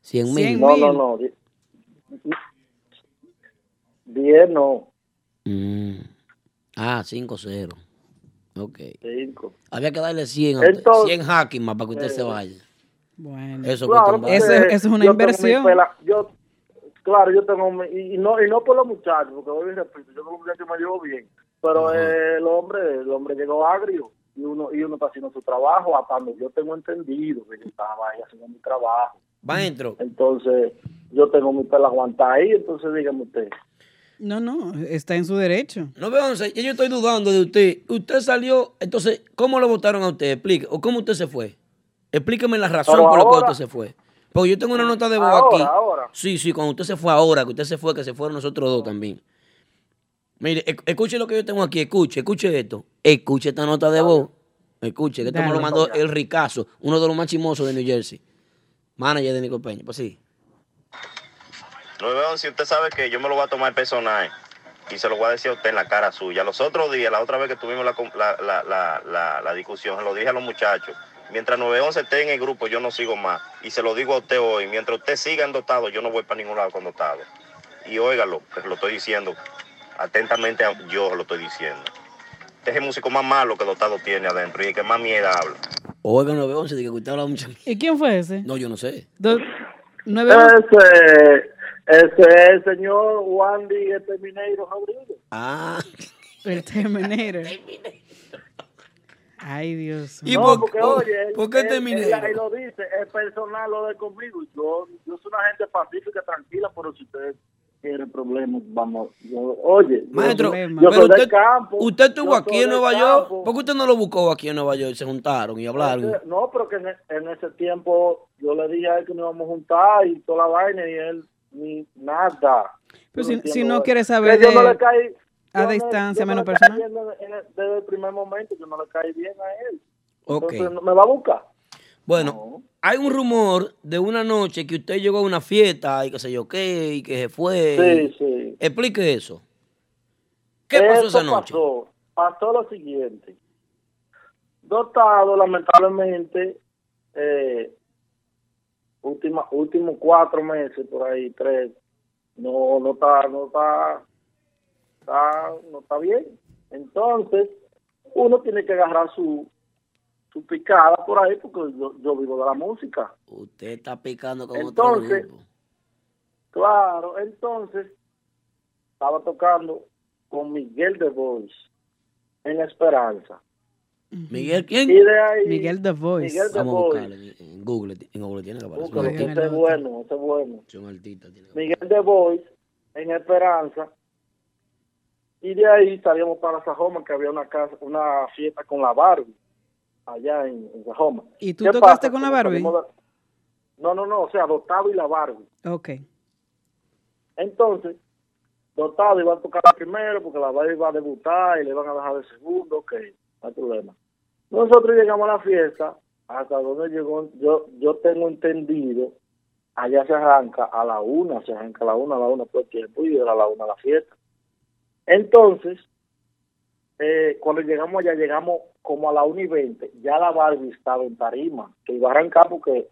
Speaker 1: Cien
Speaker 2: Cien
Speaker 1: mil.
Speaker 14: No, no, no. 10 no,
Speaker 1: Mm. Ah, 5 0. Ok.
Speaker 14: 5.
Speaker 1: Había que darle 100 a usted.
Speaker 14: Entonces-
Speaker 1: 100 hacking más para que usted
Speaker 14: Eh,
Speaker 1: se vaya.
Speaker 2: Bueno.
Speaker 1: Eso
Speaker 14: Claro,
Speaker 1: cuesta un
Speaker 14: porque
Speaker 1: vaso.
Speaker 14: yo tengo mi pela- yo, claro, yo tengo. mi- y, y no, y no por los muchachos, porque hoy repito, yo con los muchachos me llevo bien. Pero eh, el hombre el hombre llegó agrio y uno y uno está haciendo su trabajo, hasta donde yo tengo entendido que yo estaba ahí haciendo mi trabajo.
Speaker 1: Maestro.
Speaker 14: Entonces, yo tengo mi pela aguantada ahí, entonces dígame usted.
Speaker 2: No, no, está en su derecho.
Speaker 1: No veo, once. yo estoy dudando de usted. Usted salió, entonces, ¿cómo lo votaron a usted? Explique. ¿O cómo usted se fue? Explíqueme la razón
Speaker 14: Pero
Speaker 1: por la cual
Speaker 14: ahora-
Speaker 1: usted se fue. Porque yo tengo una nota de voz
Speaker 14: Ahora,
Speaker 1: aquí.
Speaker 14: ahora.
Speaker 1: Sí, sí, cuando usted se fue ahora, que usted se fue, que se fueron nosotros dos también. Mire, ec- escuche lo que yo tengo aquí, escuche, escuche esto. Escuche esta nota de voz. Escuche, que esto me
Speaker 15: Dale.
Speaker 1: lo mandó el Ricazo, uno de los más chimosos de New Jersey. Manager de Nico Peña. Pues sí.
Speaker 16: 911, usted sabe que yo me lo voy a tomar personal y se lo voy a decir a usted en la cara suya. Los otros días, la otra vez que tuvimos la, con- la, la, la, la- la discusión, se lo dije a los muchachos. Mientras 911 esté en el grupo, yo no sigo más. Y se lo digo a usted hoy. Mientras usted siga endotado, yo no voy para ningún lado con dotado. Y óigalo, que se lo estoy diciendo atentamente, a- yo se lo estoy diciendo. Este es el músico más malo que dotado tiene adentro y el que más mierda habla.
Speaker 1: Oiga, 911, dije que usted habla mucho.
Speaker 2: ¿Y quién fue ese?
Speaker 1: No, yo no sé.
Speaker 2: Do- nueve-
Speaker 14: Ese, ese es el señor Wandy Terminator Rodríguez.
Speaker 1: Ah.
Speaker 2: El Terminator. Ay, Dios.
Speaker 14: no, porque, oye, él-
Speaker 2: ¿por qué
Speaker 14: él-
Speaker 2: Terminator?
Speaker 14: él- él lo dice, el personal lo de conmigo. Yo, yo soy una gente pacífica, tranquila, pero si ustedes quieren problemas, vamos. Yo, oye, yo-
Speaker 1: Maestro,
Speaker 14: yo,
Speaker 1: pero
Speaker 14: soy del
Speaker 1: usted-
Speaker 14: campo.
Speaker 1: Usted
Speaker 14: yo
Speaker 1: estuvo aquí
Speaker 14: soy
Speaker 1: en
Speaker 14: del
Speaker 1: Nueva
Speaker 14: campo.
Speaker 1: York. ¿Por qué usted no lo buscó aquí en Nueva York? Se juntaron y hablaron.
Speaker 14: Entonces, No, pero que en, e, en ese tiempo yo le dije a él que nos íbamos a juntar y toda la vaina y él ni nada.
Speaker 2: Pero
Speaker 14: Yo
Speaker 2: si-
Speaker 14: entiendo
Speaker 2: si no
Speaker 14: eso.
Speaker 2: quiere
Speaker 14: Que
Speaker 2: saber
Speaker 14: yo no
Speaker 2: de-
Speaker 14: le caí-
Speaker 2: a
Speaker 14: yo no-
Speaker 2: distancia,
Speaker 14: yo no
Speaker 2: menos
Speaker 14: le
Speaker 2: personal.
Speaker 14: caí bien en- en- Desde el primer momento yo no le caí bien a él.
Speaker 1: Ok.
Speaker 14: Entonces, ¿me va a buscar?
Speaker 1: Bueno, hay un rumor de una noche que usted llegó a una fiesta y que sé yo qué, y que se fue.
Speaker 14: Sí, sí.
Speaker 1: Explique eso. ¿Qué pasó
Speaker 14: Eso
Speaker 1: esa noche?
Speaker 14: Pasó, pasó lo siguiente. Dotado, lamentablemente, eh, última, últimos cuatro meses, por ahí, tres, no, no está, no está, está- no está bien. Entonces, uno tiene que agarrar su, su picada por ahí, porque yo, yo vivo de la música.
Speaker 1: Usted está picando con otro
Speaker 14: Entonces,
Speaker 1: grupo.
Speaker 14: claro, entonces estaba tocando con Miguel de Voice en Esperanza.
Speaker 1: Miguel, ¿quién?
Speaker 14: Y de ahí,
Speaker 2: Miguel The Voice.
Speaker 14: Miguel The
Speaker 1: Vamos a
Speaker 14: Voice.
Speaker 1: buscarlo en, en Google. En Google tiene que aparecer.
Speaker 14: Búscalo, que ese es bueno, ese es bueno.
Speaker 1: Es un artista, tiene que-
Speaker 14: Miguel de Bois en Esperanza. Y de ahí salíamos para Sajoma, que había una casa, una fiesta con la Barbie, allá en, en Sajoma.
Speaker 2: ¿Y tú
Speaker 14: ¿Qué
Speaker 2: tocaste
Speaker 14: pasa?
Speaker 2: con la
Speaker 14: Cuando
Speaker 2: Barbie?
Speaker 14: salimos de- No, no, no, o sea, Dotado y la Barbie.
Speaker 2: Ok.
Speaker 14: Entonces, Dotado iba a tocar la primero, porque la Barbie va a debutar y le van a dejar de segundo, ok, no hay problema. Nosotros llegamos a la fiesta, hasta donde llegó, yo, yo tengo entendido, allá se arranca a la una, se arranca a la una, a la una todo el tiempo, y era a la una la fiesta. Entonces, eh, cuando llegamos allá, llegamos como a la una y veinte, ya la Barbie estaba en tarima, que iba a arrancar porque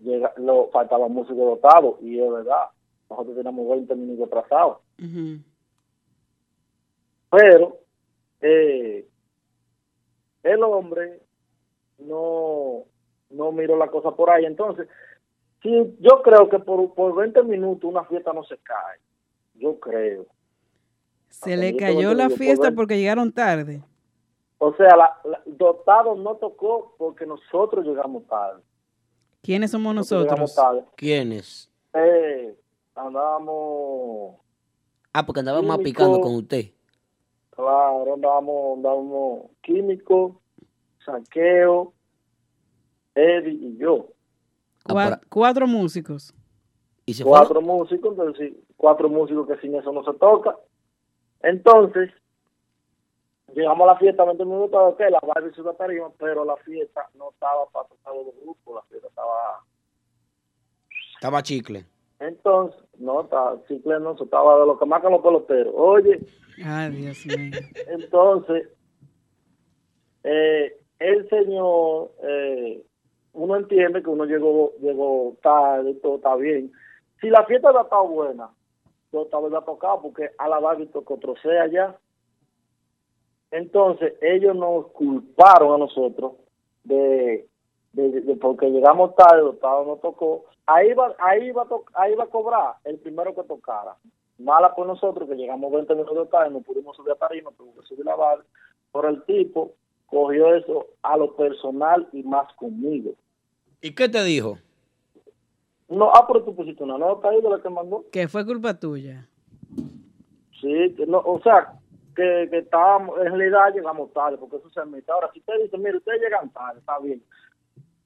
Speaker 14: llega, lo, faltaba música dotado, y es verdad, nosotros teníamos 20 minutos atrasados. Pero eh, el hombre no, no miró la cosa por ahí. Entonces, sí, yo creo que por, por 20 minutos una fiesta no se cae. Yo creo.
Speaker 2: Se le
Speaker 14: yo
Speaker 2: cayó
Speaker 14: tengo
Speaker 2: la
Speaker 14: entendido,
Speaker 2: fiesta
Speaker 14: Robert.
Speaker 2: porque llegaron tarde.
Speaker 14: O sea, la, la- Dotado no tocó porque nosotros llegamos tarde.
Speaker 2: ¿Quiénes somos
Speaker 14: Llegamos
Speaker 2: nosotros?
Speaker 14: tarde.
Speaker 1: ¿Quiénes?
Speaker 14: Eh, andábamos,
Speaker 1: Ah, porque andábamos
Speaker 14: Químico.
Speaker 1: picando con usted.
Speaker 14: claro, andábamos, andábamos químico, saqueo, Eddie y yo.
Speaker 2: Cua- cuatro músicos.
Speaker 1: ¿Y se
Speaker 14: cuatro músicos, entonces sí, cuatro músicos que sin eso no se toca. Entonces, llegamos a la fiesta 20 minutos, ok, la barra hizo la tarima, pero la fiesta no estaba para tocar los grupos, la fiesta estaba...
Speaker 1: Estaba chicle.
Speaker 14: Entonces, no, estaba, chicle no, eso estaba de lo que marcan los peloteros. Oye,
Speaker 2: Ay, Dios mío.
Speaker 14: entonces, eh, el señor, eh, uno entiende que uno llegó, llegó tarde, todo está bien. Si la fiesta no está buena, yo estaba ya tocado porque a la barra tocó trocea ya. Entonces, ellos nos culparon a nosotros de, de- de- de porque llegamos tarde, el octavo no tocó. Ahí va, ahí va, a to- ahí va a cobrar el primero que tocara. Mala por nosotros que llegamos 20 minutos tarde, no pudimos subir a tarima, tuvimos que subir la barra. Pero el tipo cogió eso a lo personal y más conmigo.
Speaker 1: ¿Y qué te dijo?
Speaker 14: No, ah, pero tú pusiste una nota ahí de la que mandó.
Speaker 2: Que fue culpa tuya.
Speaker 14: Sí, que no, o sea, que, que estábamos, en realidad llegamos tarde, porque eso se admite. Ahora, si usted dice, mire, ustedes llegan tarde, está bien.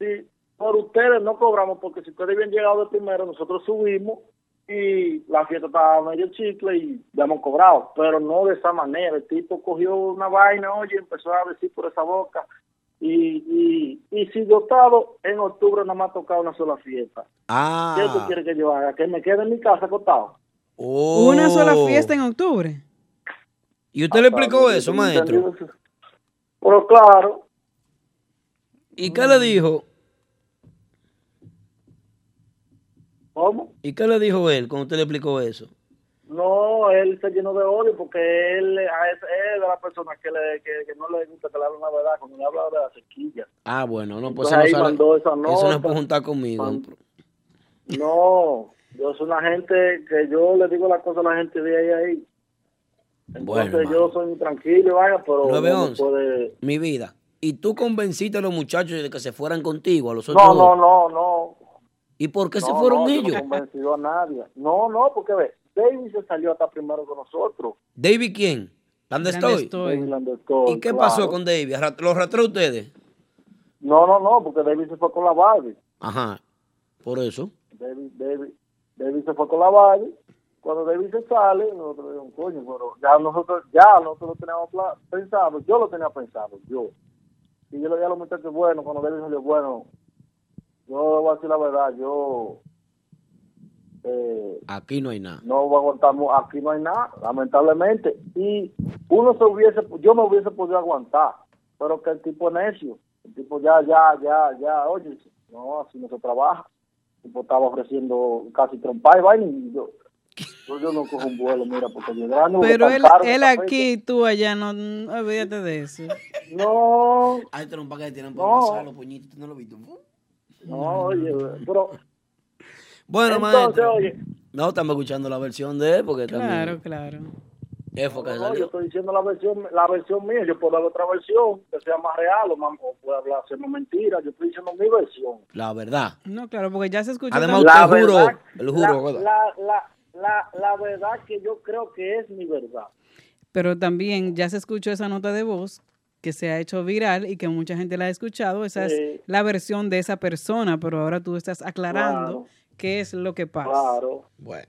Speaker 14: Sí, por ustedes no cobramos, porque si ustedes habían llegado de primero, nosotros subimos y la fiesta estaba medio chicle y ya hemos cobrado, pero no de esa manera. El tipo cogió una vaina, oye, empezó a decir por esa boca. Y, y, y si dotado, en octubre nada más tocaba una sola fiesta.
Speaker 1: Ah.
Speaker 14: ¿Qué tú quieres que yo haga? ¿Que me quede en mi casa acostado?
Speaker 2: Una sola fiesta en octubre.
Speaker 1: oh. ¿Y usted le explicó eso, maestro?
Speaker 14: Pero claro.
Speaker 1: ¿Y qué le dijo?
Speaker 14: ¿Cómo?
Speaker 1: ¿Y qué le dijo él cuando usted le explicó eso?
Speaker 14: No, él se llenó de odio porque él, a ese- él es la persona que, le, que, que no le gusta que le hablen la verdad. Cuando le habla de la sequilla.
Speaker 1: Ah, bueno, no, pues
Speaker 14: Entonces ahí
Speaker 1: eso no sale-
Speaker 14: mandó esa
Speaker 1: Eso no
Speaker 14: nota.
Speaker 1: es para juntar conmigo.
Speaker 14: No, yo soy una gente que yo le digo las cosas a la gente de ahí a ahí. Entonces
Speaker 1: Bueno,
Speaker 14: yo soy tranquilo, vaya, pero no me
Speaker 1: 911.
Speaker 14: puede-
Speaker 1: Mi vida. ¿Y tú convenciste a los muchachos de que se fueran contigo, a los otros?
Speaker 14: No, no,
Speaker 1: dos?
Speaker 14: no, no.
Speaker 1: ¿Y por qué se
Speaker 14: No,
Speaker 1: fueron
Speaker 14: no, yo
Speaker 1: ellos?
Speaker 14: No convencido a nadie. No, no, porque ve, David se salió hasta primero con nosotros.
Speaker 1: ¿David quién? ¿Dónde estoy? ¿Y qué pasó con David? ¿Arra- ¿Lo arrastró ustedes?
Speaker 14: No, no, no, porque David se fue con la Barbie.
Speaker 1: Ajá. Por eso.
Speaker 14: David, David, David se fue con la Barbie. Cuando David se sale, nosotros le dijimos, coño, pero ya nosotros, ya nosotros lo teníamos pla- pensado, yo lo tenía pensado, yo. Y yo le dije a los muchachos, bueno, cuando David salió, bueno, yo le voy a decir la verdad, yo eh,
Speaker 1: Aquí no hay nada.
Speaker 14: no voy a aguantar, mu- aquí no hay nada, lamentablemente. Y uno se hubiese, yo me hubiese podido aguantar, pero que el tipo es necio, el tipo ya, ya, ya, ya, oye, no, así no se trabaja. El tipo estaba ofreciendo casi trompa y vaina, y yo, yo, yo no cojo un vuelo, mira, porque llegando.
Speaker 2: Pero
Speaker 14: tan
Speaker 2: él,
Speaker 14: caro,
Speaker 2: él
Speaker 14: tan fecho.
Speaker 2: aquí, tú allá, no, no, olvídate de eso.
Speaker 14: No.
Speaker 1: Hay trompas que tienen
Speaker 2: por No. pasar
Speaker 1: los puñitos, no lo viste.
Speaker 14: No, oye, pero.
Speaker 1: Bueno,
Speaker 14: Entonces,
Speaker 1: maestro.
Speaker 14: oye.
Speaker 1: No, estamos escuchando la versión de él porque
Speaker 2: Claro,
Speaker 1: también.
Speaker 2: claro.
Speaker 1: ¿Qué fue que
Speaker 14: No, yo
Speaker 1: salió?
Speaker 14: estoy diciendo la versión, la versión mía, yo puedo dar otra versión que sea más real o, más, o puedo hablar, hacer una mentira, yo estoy diciendo mi versión.
Speaker 1: La verdad.
Speaker 2: No, claro, porque ya se escuchó.
Speaker 1: Además,
Speaker 2: tanto.
Speaker 1: usted juro. El juro,
Speaker 14: La,
Speaker 1: ¿verdad?
Speaker 14: la, la, la, la verdad que yo creo que es mi verdad.
Speaker 2: Pero también ya se escuchó esa nota de voz que se ha hecho viral y que mucha gente la ha escuchado. Esa es
Speaker 14: Sí.
Speaker 2: la versión de esa persona, pero ahora tú estás aclarando qué es lo que pasa.
Speaker 1: Bueno.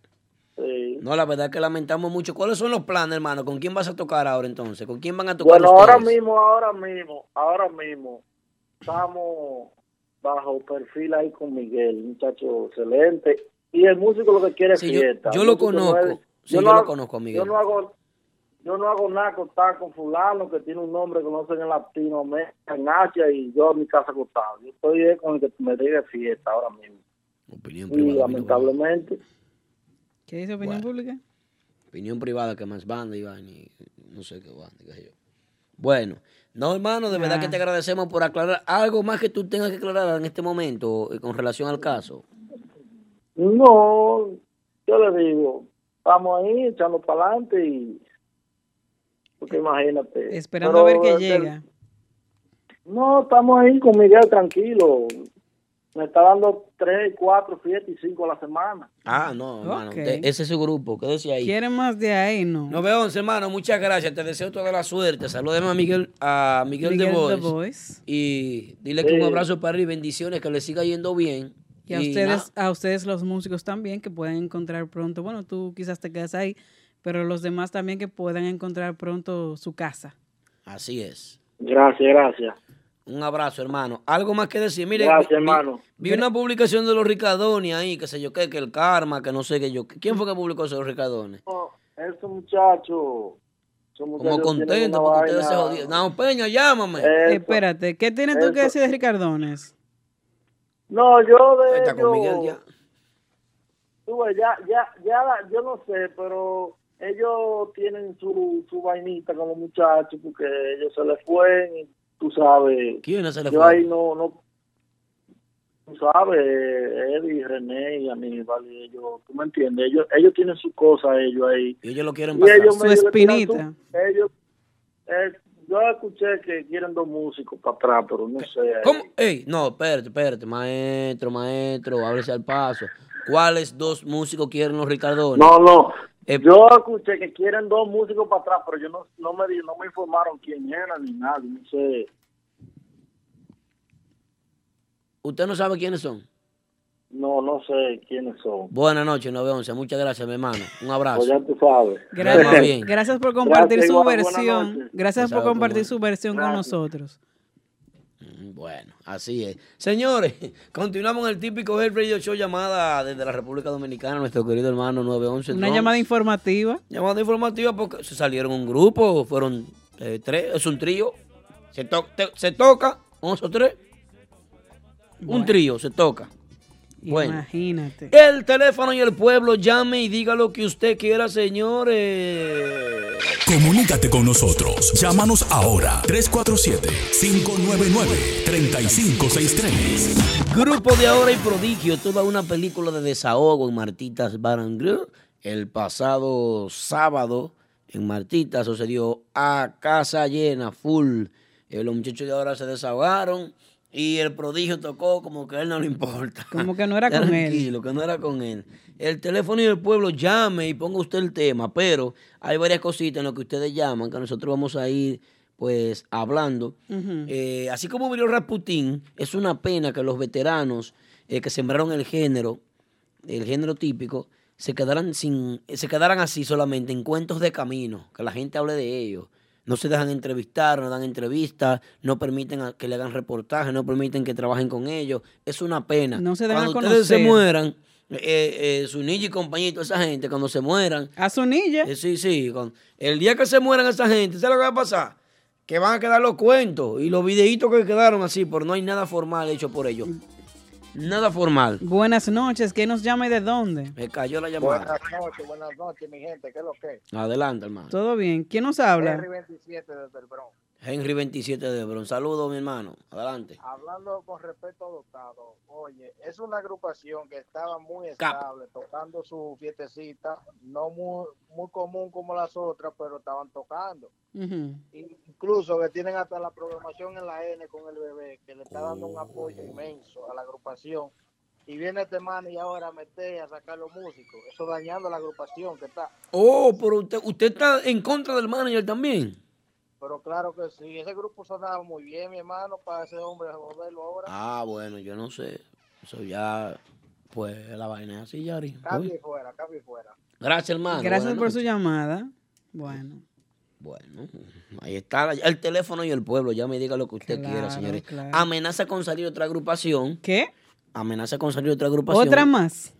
Speaker 14: Sí.
Speaker 1: No, la verdad es que lamentamos mucho. ¿Cuáles son los planes, hermano? ¿Con quién vas a tocar ahora entonces? ¿Con quién van a tocar
Speaker 14: Bueno, ahora
Speaker 1: ustedes?
Speaker 14: mismo, ahora mismo, ahora mismo, estamos bajo perfil ahí con Miguel, un muchacho excelente. Y el músico lo que quiere es
Speaker 1: Sí, yo-
Speaker 14: fiesta.
Speaker 1: yo
Speaker 14: El
Speaker 1: lo
Speaker 14: músico no
Speaker 1: conozco.
Speaker 14: es-
Speaker 1: Sí, yo lo
Speaker 14: hago-
Speaker 1: conozco a Miguel.
Speaker 14: Yo no hago, yo no hago nada con estar con fulano que tiene un nombre que no sé en Latinoamérica, en Asia, y yo en mi casa acostado. Yo estoy eh, con el que me diga fiesta ahora mismo. y lamentablemente,
Speaker 2: ¿Qué dice opinión pública?
Speaker 1: Opinión privada que más banda, Iván, y no sé qué banda, qué sé yo. Bueno, no, hermano, de verdad
Speaker 2: Ah.
Speaker 1: que te agradecemos por aclarar algo más que tú tengas que aclarar en este momento eh, con relación al caso.
Speaker 14: no, yo le digo, estamos ahí echando para adelante y. Porque imagínate.
Speaker 2: Esperando a ver
Speaker 14: Pero,
Speaker 2: qué
Speaker 14: eh,
Speaker 2: llega.
Speaker 14: No, estamos ahí con Miguel tranquilo. Me está dando tres, cuatro, siete y cinco a la semana.
Speaker 1: Ah, no, hermano,
Speaker 2: Ok.
Speaker 1: usted- ese es su grupo, quédese ahí.
Speaker 2: ¿Quieren más de ahí? No.
Speaker 1: 911, hermano, muchas gracias. Te deseo toda la suerte. Saludemos a Miguel, a Miguel,
Speaker 2: Miguel
Speaker 1: de
Speaker 2: The
Speaker 1: Voice.
Speaker 2: Voice.
Speaker 1: Y dile que un
Speaker 2: Sí.
Speaker 1: abrazo para él y bendiciones, que le siga yendo bien.
Speaker 2: Y a
Speaker 1: Y
Speaker 2: ustedes, a ustedes los músicos también que puedan encontrar pronto, bueno, tú quizás te quedas ahí, pero los demás también que puedan encontrar pronto su casa.
Speaker 1: Así es.
Speaker 14: Gracias, gracias.
Speaker 1: Un abrazo, hermano. Algo más que decir. Mire,
Speaker 14: Gracias,
Speaker 1: vi-
Speaker 14: hermano.
Speaker 1: Vi, una publicación de los Ricardoni ahí, que sé yo qué, que el karma, que no sé qué yo. qué. ¿Quién fue que publicó eso de los Ricardones?
Speaker 14: Esos muchachos. esos
Speaker 1: Como
Speaker 14: muchachos tienen
Speaker 1: contento
Speaker 14: una
Speaker 1: porque ustedes se
Speaker 14: vaina.
Speaker 1: jodieron. No, Peña, llámame.
Speaker 14: Eso.
Speaker 2: Eh, Espérate, ¿qué tienes tú que
Speaker 14: Eso.
Speaker 2: decir de Ricardones?
Speaker 14: No, yo de
Speaker 2: Está con
Speaker 14: ellos-
Speaker 2: Miguel ya.
Speaker 14: Tú ves, ya, ya, ya, la- yo no sé, pero ellos tienen su, su vainita con los muchachos porque ellos se les fue y tú sabes.
Speaker 1: ¿Quiénes se les
Speaker 14: yo
Speaker 1: fue?
Speaker 14: ahí no, no, tú sabes, Eddie, René y Aníbal y ellos, tú me entiendes, ellos, ellos tienen su cosa, ellos ahí.
Speaker 1: Y ellos lo quieren
Speaker 14: Y
Speaker 1: pasar.
Speaker 14: ellos
Speaker 1: Su
Speaker 14: medio le tiran
Speaker 1: espinita.
Speaker 14: su- ellos, eh, yo escuché que quieren dos músicos para atrás, pero no sé.
Speaker 1: ¿Cómo? Ey, no, espérate, espérate. Maestro, maestro, ábrese al paso. ¿Cuáles dos músicos quieren los Eh, Ricardones?
Speaker 14: No, no. Yo escuché que quieren dos músicos para atrás, pero yo no, no me di- no me informaron quién era ni nada, no sé.
Speaker 1: ¿Usted no sabe quiénes son?
Speaker 14: No, no sé quiénes son.
Speaker 1: Buenas noches, 911. Muchas gracias, mi hermano. Un abrazo.
Speaker 14: Pues ya tú sabes.
Speaker 1: Todo bien.
Speaker 2: Gracias por compartir
Speaker 1: Gracias,
Speaker 2: su
Speaker 1: igual, buenas
Speaker 2: versión.
Speaker 1: noches.
Speaker 2: Gracias por
Speaker 1: Exacto,
Speaker 2: compartir
Speaker 1: bueno.
Speaker 2: su versión con
Speaker 1: Gracias.
Speaker 2: nosotros.
Speaker 1: Bueno, así es. Señores, continuamos en el típico El Radio Show llamada desde la República Dominicana, nuestro querido hermano 911.
Speaker 2: Una
Speaker 1: Trump.
Speaker 2: llamada informativa.
Speaker 1: Llamada informativa porque se salieron un grupo, fueron eh, tres, es un trío. Se, to- te- se toca, once o tres. Un trío, se toca. Bueno.
Speaker 2: Imagínate.
Speaker 1: El teléfono y el pueblo llame y diga lo que usted quiera, señores.
Speaker 6: Comunícate con nosotros. Llámanos ahora 347-599-3563.
Speaker 1: Grupo de Ahora y Prodigio, toda una película de desahogo en Martitas Barangru. El pasado sábado en Martitas sucedió a casa llena, full. Eh, los muchachos de ahora se desahogaron y el prodigio tocó como que a él no le importa.
Speaker 2: Como que no era con él.
Speaker 1: Tranquilo, que no era con él. El teléfono y el pueblo llame y ponga usted el tema, pero hay varias cositas en lo que ustedes llaman que nosotros vamos a ir pues hablando.
Speaker 2: Ujú.
Speaker 1: Eh, así como murió Rasputín, es una pena que los veteranos eh, que sembraron el género, el género típico, se quedaran sin, eh, se quedaran así solamente en cuentos de camino, que la gente hable de ellos. No se dejan entrevistar, no dan entrevistas, no permiten a- que le hagan reportajes, no permiten que trabajen con ellos. Es una pena.
Speaker 2: No se dan a
Speaker 1: Cuando ustedes se
Speaker 2: conocer.
Speaker 1: mueran, eh, eh, Zunilla y compañía y toda esa gente, cuando se mueran. eh,
Speaker 2: A Zunilla.
Speaker 1: sí, sí. con- el día que se mueran esa gente, ¿sabes lo que va a pasar? Que van a quedar los cuentos y los videitos que quedaron así, pero no hay nada formal hecho por ellos. Nada formal.
Speaker 2: Buenas noches. ¿Quién nos llama y de dónde?
Speaker 1: Me cayó la llamada.
Speaker 15: Buenas noches, buenas noches, mi gente. ¿Qué es lo que es?
Speaker 1: Adelante, hermano.
Speaker 2: Todo bien. ¿Quién nos habla?
Speaker 15: Henry 27 desde el Bronx.
Speaker 1: Henry 27 de Bron. Saludos, mi hermano. Adelante.
Speaker 15: Hablando con respeto a Dotado, oye, es una agrupación que estaba muy
Speaker 1: Cap.
Speaker 15: estable, tocando su fiestecita, no muy, muy común como las otras, pero estaban tocando. Incluso que tienen hasta la programación en la N con el bebé, que le está dando un
Speaker 1: Oh.
Speaker 15: apoyo inmenso a la agrupación. Y viene este man y ahora a meter a sacar los músicos, eso dañando la agrupación que está.
Speaker 1: Oh, pero usted, usted está en contra del manager también.
Speaker 15: Pero claro que sí, ese grupo sonaba muy bien, mi hermano, para ese hombre joderlo ahora.
Speaker 1: Ah, bueno, yo no sé. Eso ya, pues la vaina es así, Yari.
Speaker 15: Cambio
Speaker 1: Uy.
Speaker 15: y fuera, cambio y fuera.
Speaker 1: Gracias, hermano.
Speaker 2: Gracias
Speaker 1: Buenas
Speaker 2: por su
Speaker 1: noches.
Speaker 2: llamada. Bueno.
Speaker 1: Pues, Bueno, ahí está la- el teléfono y el pueblo. Ya me diga lo que usted
Speaker 2: Claro,
Speaker 1: quiera, señores.
Speaker 2: claro.
Speaker 1: Amenaza con salir otra agrupación.
Speaker 2: ¿Qué?
Speaker 1: Amenaza con salir otra agrupación.
Speaker 2: ¿Otra más?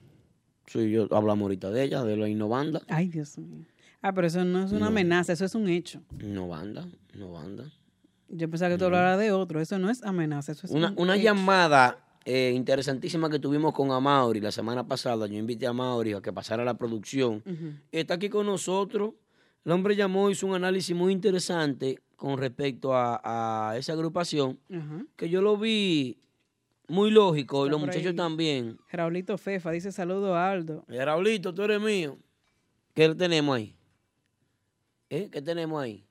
Speaker 1: Sí, yo hablamos ahorita de ella, de la Innovanda.
Speaker 2: Ay, Dios mío. Ah, pero eso no es una
Speaker 1: No.
Speaker 2: amenaza, eso es un hecho.
Speaker 1: Innovanda, Innovanda.
Speaker 2: Yo pensaba que tú hablaras de otro. Eso no es amenaza, eso es
Speaker 1: Una,
Speaker 2: un
Speaker 1: una
Speaker 2: hecho.
Speaker 1: llamada eh, interesantísima que tuvimos con Amaury la semana pasada. Yo invité a Amaury a que pasara la producción.
Speaker 2: Ujú.
Speaker 1: Está aquí con nosotros. El hombre llamó, hizo un análisis muy interesante con respecto a, a esa agrupación,
Speaker 2: Ajá.
Speaker 1: que yo lo vi muy lógico y
Speaker 2: Está
Speaker 1: los
Speaker 2: por
Speaker 1: muchachos
Speaker 2: ahí.
Speaker 1: también.
Speaker 2: Raulito Fefa dice saludo a Aldo.
Speaker 1: Eh, Raulito, tú eres mío. ¿Qué tenemos ahí? ¿Eh? ¿Qué tenemos ahí?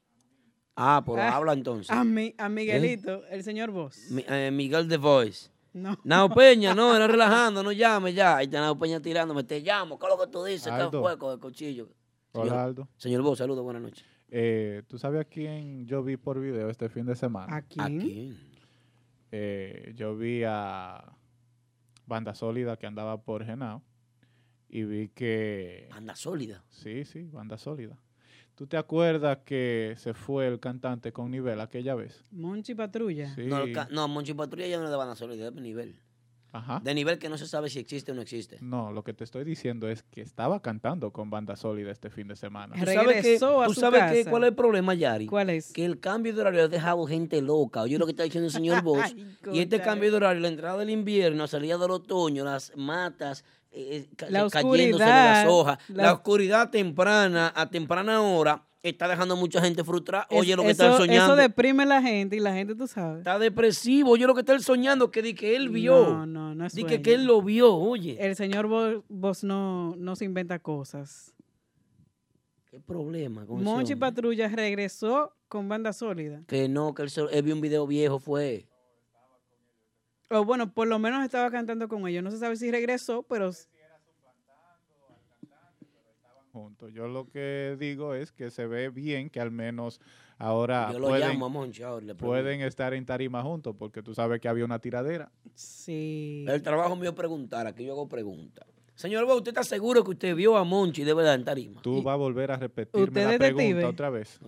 Speaker 1: Ah, pero
Speaker 2: Ah,
Speaker 1: habla entonces. ¿Eh?
Speaker 2: A, mi- a Miguelito, el señor Vos.
Speaker 1: Mi- eh, Miguel The Voice.
Speaker 2: No.
Speaker 1: Nao Peña, no, era relajando, no llame ya. Ahí está Nao Peña tirándome, te llamo, ¿qué es lo que tú dices? ¿Qué
Speaker 3: Aldo.
Speaker 1: hueco de cuchillo?
Speaker 3: Hola,
Speaker 1: Señor,
Speaker 3: Aldo.
Speaker 1: señor Bo, saludos, buenas noches.
Speaker 3: Eh, ¿Tú sabes a quién yo vi por video este fin de semana?
Speaker 2: ¿A quién?
Speaker 3: Eh, yo vi a Banda Sólida que andaba por Genao y vi que...
Speaker 1: Banda Sólida.
Speaker 3: Sí, sí, Banda Sólida. ¿Tú te acuerdas que se fue el cantante con Nivel aquella vez?
Speaker 2: Monchi Patrulla.
Speaker 3: Sí.
Speaker 1: No, el ca- no, Monchi Patrulla ya no es de banda sólida, es de nivel.
Speaker 3: Ajá.
Speaker 1: De nivel que no se sabe si existe o no existe.
Speaker 3: No, lo que te estoy diciendo es que estaba cantando con Banda Sólida este fin de semana.
Speaker 1: ¿Tú sabes, que, tú sabes que- cuál es el problema, Yari? ¿Cuál es? Que el cambio de horario ha dejado gente loca. Oye lo que está diciendo el señor Bosch. y este
Speaker 2: conchale.
Speaker 1: cambio de horario, la entrada del invierno, la salida del otoño, las matas eh, eh, ca-
Speaker 2: La
Speaker 1: cayéndose de
Speaker 2: oscuridad,
Speaker 1: las hojas, la...
Speaker 2: la-
Speaker 1: oscuridad temprana, a temprana hora, está dejando mucha gente frustrada. Oye lo que
Speaker 2: eso,
Speaker 1: están soñando.
Speaker 2: Eso deprime a la gente y la gente, tú sabes.
Speaker 1: Está depresivo. Oye lo que está él soñando, que di que él vio.
Speaker 2: No, no, no es
Speaker 1: Di que,
Speaker 2: sueño.
Speaker 1: que él lo vio, oye.
Speaker 2: El señor Bo- Bosch no, no se inventa cosas.
Speaker 1: ¿Qué problema con ese
Speaker 2: Monchi
Speaker 1: hombre?
Speaker 2: Patrulla regresó con banda sólida.
Speaker 1: Que no, que él, se- él vio un video viejo, fue.
Speaker 2: O bueno, por lo menos estaba cantando con ellos. No se sabe si regresó, pero
Speaker 3: juntos. Yo lo que digo es que se ve bien que al menos ahora
Speaker 1: Yo lo
Speaker 3: Ah, pueden,
Speaker 1: llamo a Monchi ahora y le pregunto.
Speaker 3: pueden estar en tarima juntos porque tú sabes que había una tiradera.
Speaker 2: Sí.
Speaker 1: El trabajo mío es preguntar, aquí yo hago preguntas. Señor Bo, ¿usted está seguro que usted vio a Monchi de verdad en tarima?
Speaker 3: Tú vas a volver a repetirme
Speaker 2: ¿Usted
Speaker 3: la
Speaker 2: detective?
Speaker 3: pregunta otra vez.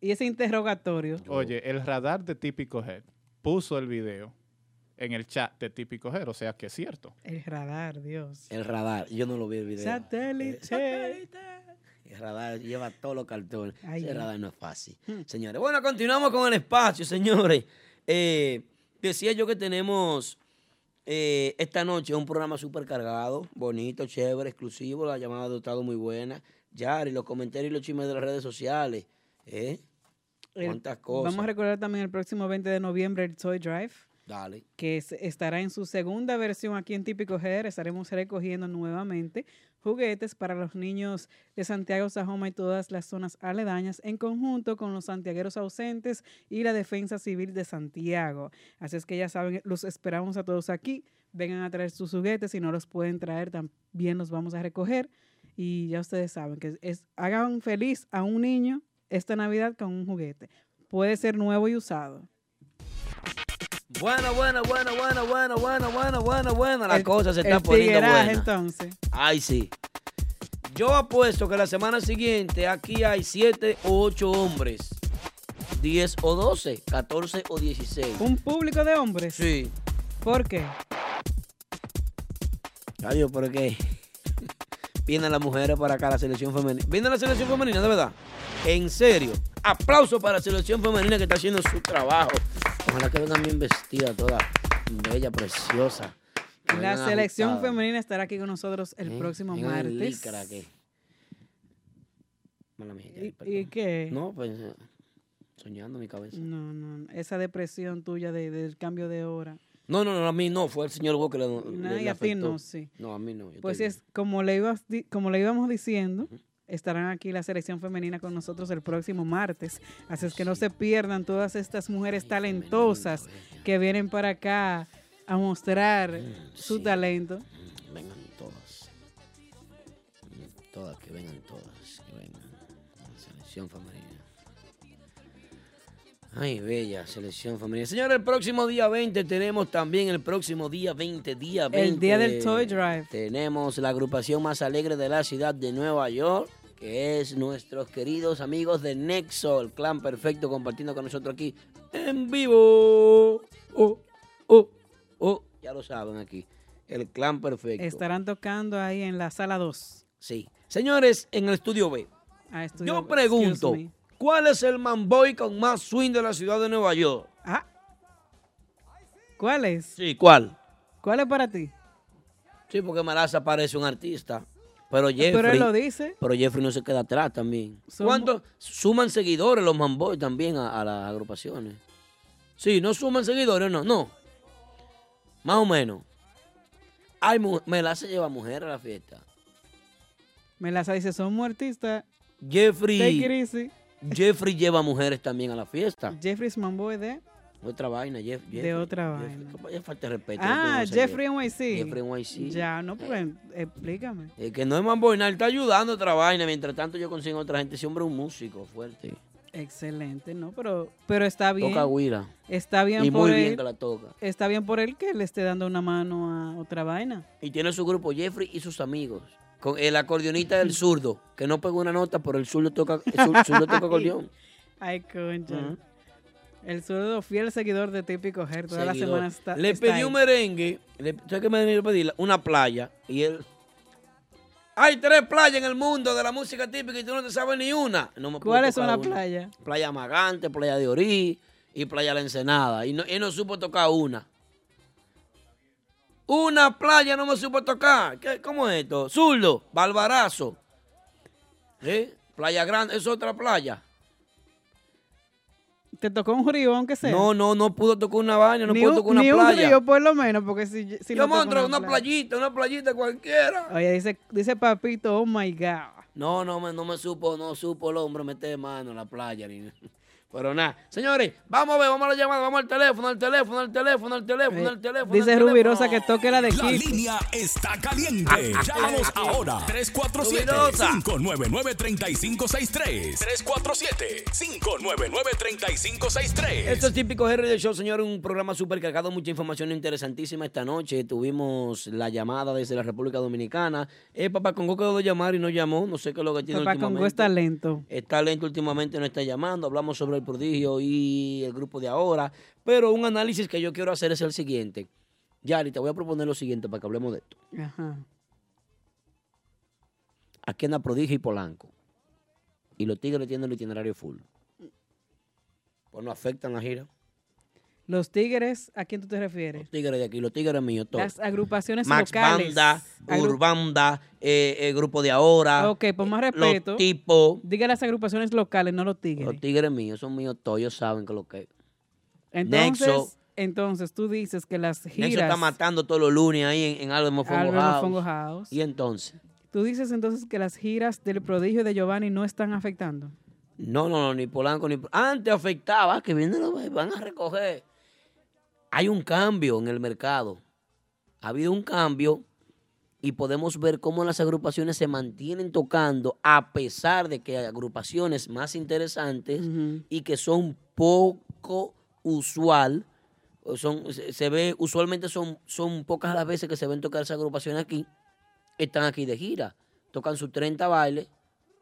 Speaker 2: y ese interrogatorio.
Speaker 3: Oye, el radar de Típico Head puso el video en el chat de Típico Head, o sea que es cierto.
Speaker 2: El radar, Dios.
Speaker 1: El radar, yo no lo vi el video.
Speaker 2: Satélite.
Speaker 1: El radar lleva todos los cartones.
Speaker 2: Ay,
Speaker 1: Ese
Speaker 2: Dios.
Speaker 1: radar no es fácil.
Speaker 2: Hmm.
Speaker 1: Señores, bueno, continuamos con el espacio, señores. Eh, decía yo que tenemos eh, esta noche un programa súper cargado, bonito, chévere, exclusivo. La llamada de Estado muy buena. Yari, los comentarios y los chismes de las redes sociales. ¿eh?
Speaker 2: El-
Speaker 1: ¿Cuántas cosas?
Speaker 2: Vamos a recordar también el próximo 20 de noviembre el Toy Drive,
Speaker 1: Dale.
Speaker 2: que es- estará en su segunda versión aquí en Típico GR. Estaremos recogiendo nuevamente juguetes para los niños de Santiago, Sajoma y todas las zonas aledañas en conjunto con los santiagueros ausentes y la Defensa Civil de Santiago. Así es que ya saben, los esperamos a todos aquí. Vengan a traer sus juguetes. Si no los pueden traer, también los vamos a recoger. Y ya ustedes saben que es, hagan feliz a un niño esta Navidad con un juguete. Puede ser nuevo y usado.
Speaker 1: Bueno, bueno, bueno, bueno, bueno, bueno, bueno, bueno, bueno. La cosa se
Speaker 2: El
Speaker 1: está poniendo
Speaker 2: tigueraje,
Speaker 1: buena.
Speaker 2: entonces.
Speaker 1: Ay, sí. Yo apuesto que la semana siguiente aquí hay 7 o 8 hombres. 10 o 12, 14 o 16.
Speaker 2: ¿Un público de hombres?
Speaker 1: Sí.
Speaker 2: ¿Por qué?
Speaker 1: Adiós, ¿por qué? Vienen las mujeres para acá, la selección femenina. Viene la selección femenina, de verdad. En serio. Aplauso para la selección femenina que está haciendo su trabajo. Ojalá que vengan bien vestidas todas. Bella, preciosa. Que
Speaker 2: La
Speaker 1: vengan
Speaker 2: selección
Speaker 1: ajustadas.
Speaker 2: femenina estará aquí con nosotros el
Speaker 1: ¿Eh?
Speaker 2: próximo
Speaker 1: Vengan en
Speaker 2: martes.
Speaker 1: licra, que- Mala mía, ya,
Speaker 2: ¿Y-
Speaker 1: perdón.
Speaker 2: y qué?
Speaker 1: No, pues eh, soñando en mi cabeza.
Speaker 2: No, no, esa depresión tuya de- del cambio de hora.
Speaker 1: No, no, no, a mí no, fue el señor Hugo que le,
Speaker 2: No,
Speaker 1: le-
Speaker 2: y
Speaker 1: le
Speaker 2: a ti
Speaker 1: afectó.
Speaker 2: no, sí.
Speaker 1: No, a mí no. yo
Speaker 2: Pues
Speaker 1: estoy
Speaker 2: es como le, ibas di- como le íbamos diciendo, estarán aquí la selección femenina con nosotros el próximo martes. Así es que no se pierdan todas estas mujeres talentosas que vienen para acá a mostrar
Speaker 1: Mm,
Speaker 2: su talento.
Speaker 1: bien. Mm, Vengan todas. Mm, Todas, que vengan todas, que vengan. La selección femenina. Ay, bella selección femenina. Señores, el próximo día 20 tenemos también el próximo día 20, día 20.
Speaker 2: El día del Toy Drive.
Speaker 1: Tenemos la agrupación más alegre de la ciudad de Nueva York, que es nuestros queridos amigos de Nexo, el clan perfecto, compartiendo con nosotros aquí en vivo. Oh, oh, oh, ya lo saben aquí. El clan perfecto.
Speaker 2: Estarán tocando ahí en la sala 2.
Speaker 1: Sí. Señores, en el estudio B.
Speaker 2: Ah, estudio
Speaker 1: Yo
Speaker 2: B,
Speaker 1: pregunto,
Speaker 2: excuse me.
Speaker 1: ¿cuál es el manboy con más swing de la ciudad de Nueva York?
Speaker 2: Ah. ¿Cuál es?
Speaker 1: Sí, ¿cuál?
Speaker 2: ¿Cuál es para ti?
Speaker 1: Sí, porque Malaza parece un artista. Pero Jeffrey.
Speaker 2: Pero él lo dice.
Speaker 1: Pero Jeffrey no se queda atrás también.
Speaker 2: Son-
Speaker 1: ¿Cuántos suman seguidores los manboy también a, a las agrupaciones? Sí, no suman seguidores, no, no. Más o menos. Ay, Melaza lleva mujer a la fiesta.
Speaker 2: Melaza dice, somos artistas.
Speaker 1: Jeffrey.
Speaker 2: Take it easy.
Speaker 1: Jeffrey lleva mujeres también a la fiesta.
Speaker 2: Jeffrey es manboy de...
Speaker 1: Otra vaina, Jeff, Jeffrey.
Speaker 2: De otra
Speaker 1: Jeffrey,
Speaker 2: vaina.
Speaker 1: capaz ya falta de respeto.
Speaker 2: Ah,
Speaker 1: yo
Speaker 2: Jeffrey
Speaker 1: no sé
Speaker 2: NYC.
Speaker 1: Jeffrey NYC.
Speaker 2: Ya, no, pues, explícame.
Speaker 1: qué. El que no es mamboy, nada, él está ayudando a otra vaina. Mientras tanto yo consigo otra gente. Ese hombre es un músico fuerte.
Speaker 2: Excelente, ¿no? Pero, pero está bien.
Speaker 1: Toca guira.
Speaker 2: Está bien
Speaker 1: Y
Speaker 2: por
Speaker 1: muy
Speaker 2: él.
Speaker 1: bien que la toca.
Speaker 2: Está bien por él que le esté dando una mano a otra vaina.
Speaker 1: Y tiene su grupo Jeffrey y sus amigos. Con el acordeonista del zurdo, que no pegó una nota, pero el zurdo toca, el zur- zurdo toca acordeón.
Speaker 2: Ay, concha. El zurdo fiel seguidor de Típico Her, todas las
Speaker 1: Seguidor.
Speaker 2: semanas está.
Speaker 1: le
Speaker 2: está
Speaker 1: pedí
Speaker 2: ahí.
Speaker 1: un merengue. Le, ¿Sabes qué merengue le pedí? La- Una playa. Y él. Hay tres playas en el mundo de la música típica y tú no te sabes ni una. No me pudo
Speaker 2: ¿Cuáles son
Speaker 1: tocar
Speaker 2: las
Speaker 1: una.
Speaker 2: playas?
Speaker 1: Playa Magante, Playa de Orí y Playa La Ensenada. Y no, él no supo tocar una. Una playa no me supo tocar. ¿Qué- ¿Cómo es esto? Zurdo, Balbarazo. ¿Eh? Playa Grande, es otra playa.
Speaker 2: ¿Te tocó un río, aunque sea?
Speaker 1: No, no, no pudo tocar una vaina, no
Speaker 2: Ni
Speaker 1: pudo
Speaker 2: un-
Speaker 1: tocar una
Speaker 2: ni
Speaker 1: playa.
Speaker 2: un río, por lo menos, porque si, si
Speaker 1: Yo
Speaker 2: no toca
Speaker 1: monstruo, una
Speaker 2: playa.
Speaker 1: playita, una playita cualquiera.
Speaker 2: Oye, dice, dice Papito, oh my God.
Speaker 1: No, no me, no me supo, no supo el hombre meter mano en la playa. ni- Pero nada. Señores, vamos a ver, vamos a la llamada, vamos al teléfono, al teléfono, al teléfono, al teléfono, al teléfono. al
Speaker 2: Eh, Dice
Speaker 1: teléfono.
Speaker 2: Rubirosa que toque la de
Speaker 1: La
Speaker 2: Kiko.
Speaker 6: línea está caliente. Llámanos ahora. 347-599-3563. 347-599-3563.
Speaker 1: Esto es típico Henry del Show, señor. Un programa súper cargado, mucha información interesantísima esta noche. Tuvimos la llamada desde la República Dominicana. Eh, papá Congo quedó de llamar y no llamó. No sé qué es lo que tiene
Speaker 2: Papá
Speaker 1: últimamente.
Speaker 2: Congo está lento.
Speaker 1: Está lento últimamente, no está llamando. Hablamos sobre el prodigio y el grupo de ahora. Pero un análisis que yo quiero hacer es el siguiente. Yari, te voy a proponer lo siguiente para que hablemos de esto.
Speaker 2: Ajá.
Speaker 1: Aquí anda prodigio y Polanco. Y los tigres tienen el itinerario full. Pues no afectan la gira.
Speaker 2: Los tigres, ¿a quién tú te refieres?
Speaker 1: Los tigres de aquí, los tigres míos, todos.
Speaker 2: Las agrupaciones
Speaker 1: Max
Speaker 2: locales.
Speaker 1: Banda,
Speaker 2: Agru-
Speaker 1: Urbanda, eh, el grupo de ahora.
Speaker 2: Ok, por más
Speaker 1: eh, los
Speaker 2: respeto.
Speaker 1: tipos.
Speaker 2: Diga las agrupaciones locales, no los tigres.
Speaker 1: Los tigres míos, son míos todos, ellos saben que lo que es.
Speaker 2: Entonces,
Speaker 1: Nexo.
Speaker 2: entonces tú dices que las
Speaker 1: Nelson está
Speaker 2: giras.
Speaker 1: matando todos los lunes ahí en, en Álvaro Mofongo
Speaker 2: Álvaro
Speaker 1: House.
Speaker 2: Mofongo House.
Speaker 1: Y entonces,
Speaker 2: Tú dices entonces que las giras del prodigio de Giovanni no están afectando.
Speaker 1: no, no, no, ni Polanco, ni... Antes afectaba, que vienen los- van a recoger. Hay un cambio en el mercado. Ha habido un cambio y podemos ver cómo las agrupaciones se mantienen tocando a pesar de que hay agrupaciones más interesantes y que son poco usual, o son, se, se ve, usualmente son, son pocas las veces que se ven tocar esas agrupaciones aquí, están aquí de gira, tocan sus 30 bailes,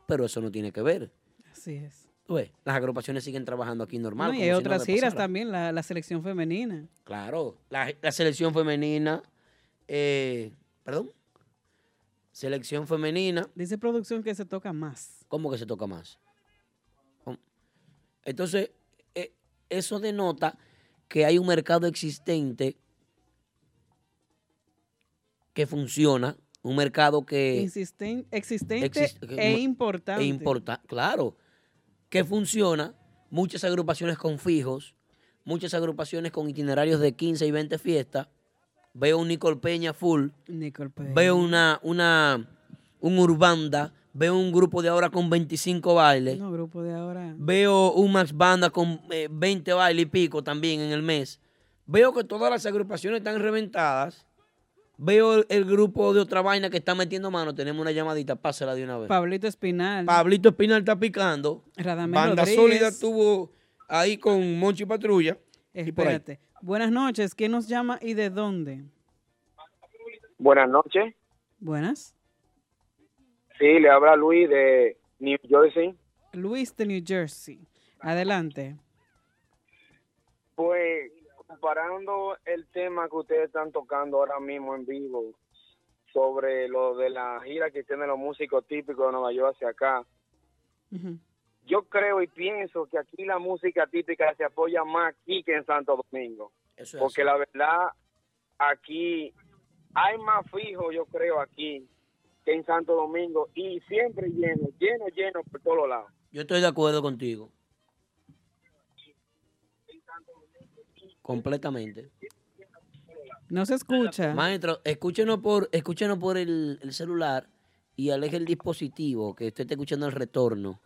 Speaker 1: pero eso no tiene que ver.
Speaker 2: Así es.
Speaker 1: Tú ves, Las agrupaciones siguen trabajando aquí normal.
Speaker 2: No, y
Speaker 1: como
Speaker 2: hay
Speaker 1: si nada
Speaker 2: otras giras
Speaker 1: pasara.
Speaker 2: también, la, la selección femenina.
Speaker 1: Claro, la, la selección femenina, eh, perdón, selección femenina.
Speaker 2: Dice producción que se toca más.
Speaker 1: ¿Cómo que se toca más? ¿Cómo? Entonces, eh, eso denota que hay un mercado existente que funciona, un mercado que...
Speaker 2: Insisten- existente
Speaker 1: Exist-
Speaker 2: e importante.
Speaker 1: e importa- claro. Que funciona. Muchas agrupaciones con fijos, muchas agrupaciones con itinerarios de 15 y 20 fiestas. Veo un Nicol Peña full,
Speaker 2: Nicole Pérez.
Speaker 1: veo una, una, un Urbanda, veo un grupo de ahora con 25 bailes,
Speaker 2: No, grupo de ahora.
Speaker 1: veo un Max Banda con eh, 20 bailes y pico también en el mes. Veo que todas las agrupaciones están reventadas. Veo el, el grupo de otra vaina que está metiendo mano. Tenemos una llamadita, pásala de una vez.
Speaker 2: Pablito Espinal.
Speaker 1: pues. Pablito Espinal está picando.
Speaker 2: Radamés
Speaker 1: Banda
Speaker 2: Rodríguez.
Speaker 1: Sólida estuvo ahí con Monchi Patrulla. Y por ahí.
Speaker 2: Espérate. Buenas noches. ¿Quién nos llama y de dónde?
Speaker 17: Buenas noches.
Speaker 2: Buenas.
Speaker 17: Sí, le habla Luis de New Jersey.
Speaker 2: Luis de New Jersey. Adelante.
Speaker 17: Pues comparando el tema que ustedes están tocando ahora mismo en vivo sobre lo de la gira que tienen los músicos típicos de Nueva York hacia acá, yo creo y pienso que aquí la música típica se apoya más aquí que en Santo Domingo.
Speaker 1: Eso es
Speaker 17: porque
Speaker 1: así.
Speaker 17: la verdad, aquí hay más fijo, yo creo, aquí que en Santo Domingo y siempre lleno, lleno, lleno por todos lados.
Speaker 1: Yo estoy de acuerdo contigo. Completamente.
Speaker 2: No se escucha.
Speaker 1: Maestro, escúchenos por, escúchenos por el, el celular y aleje el dispositivo, que usted está escuchando el retorno.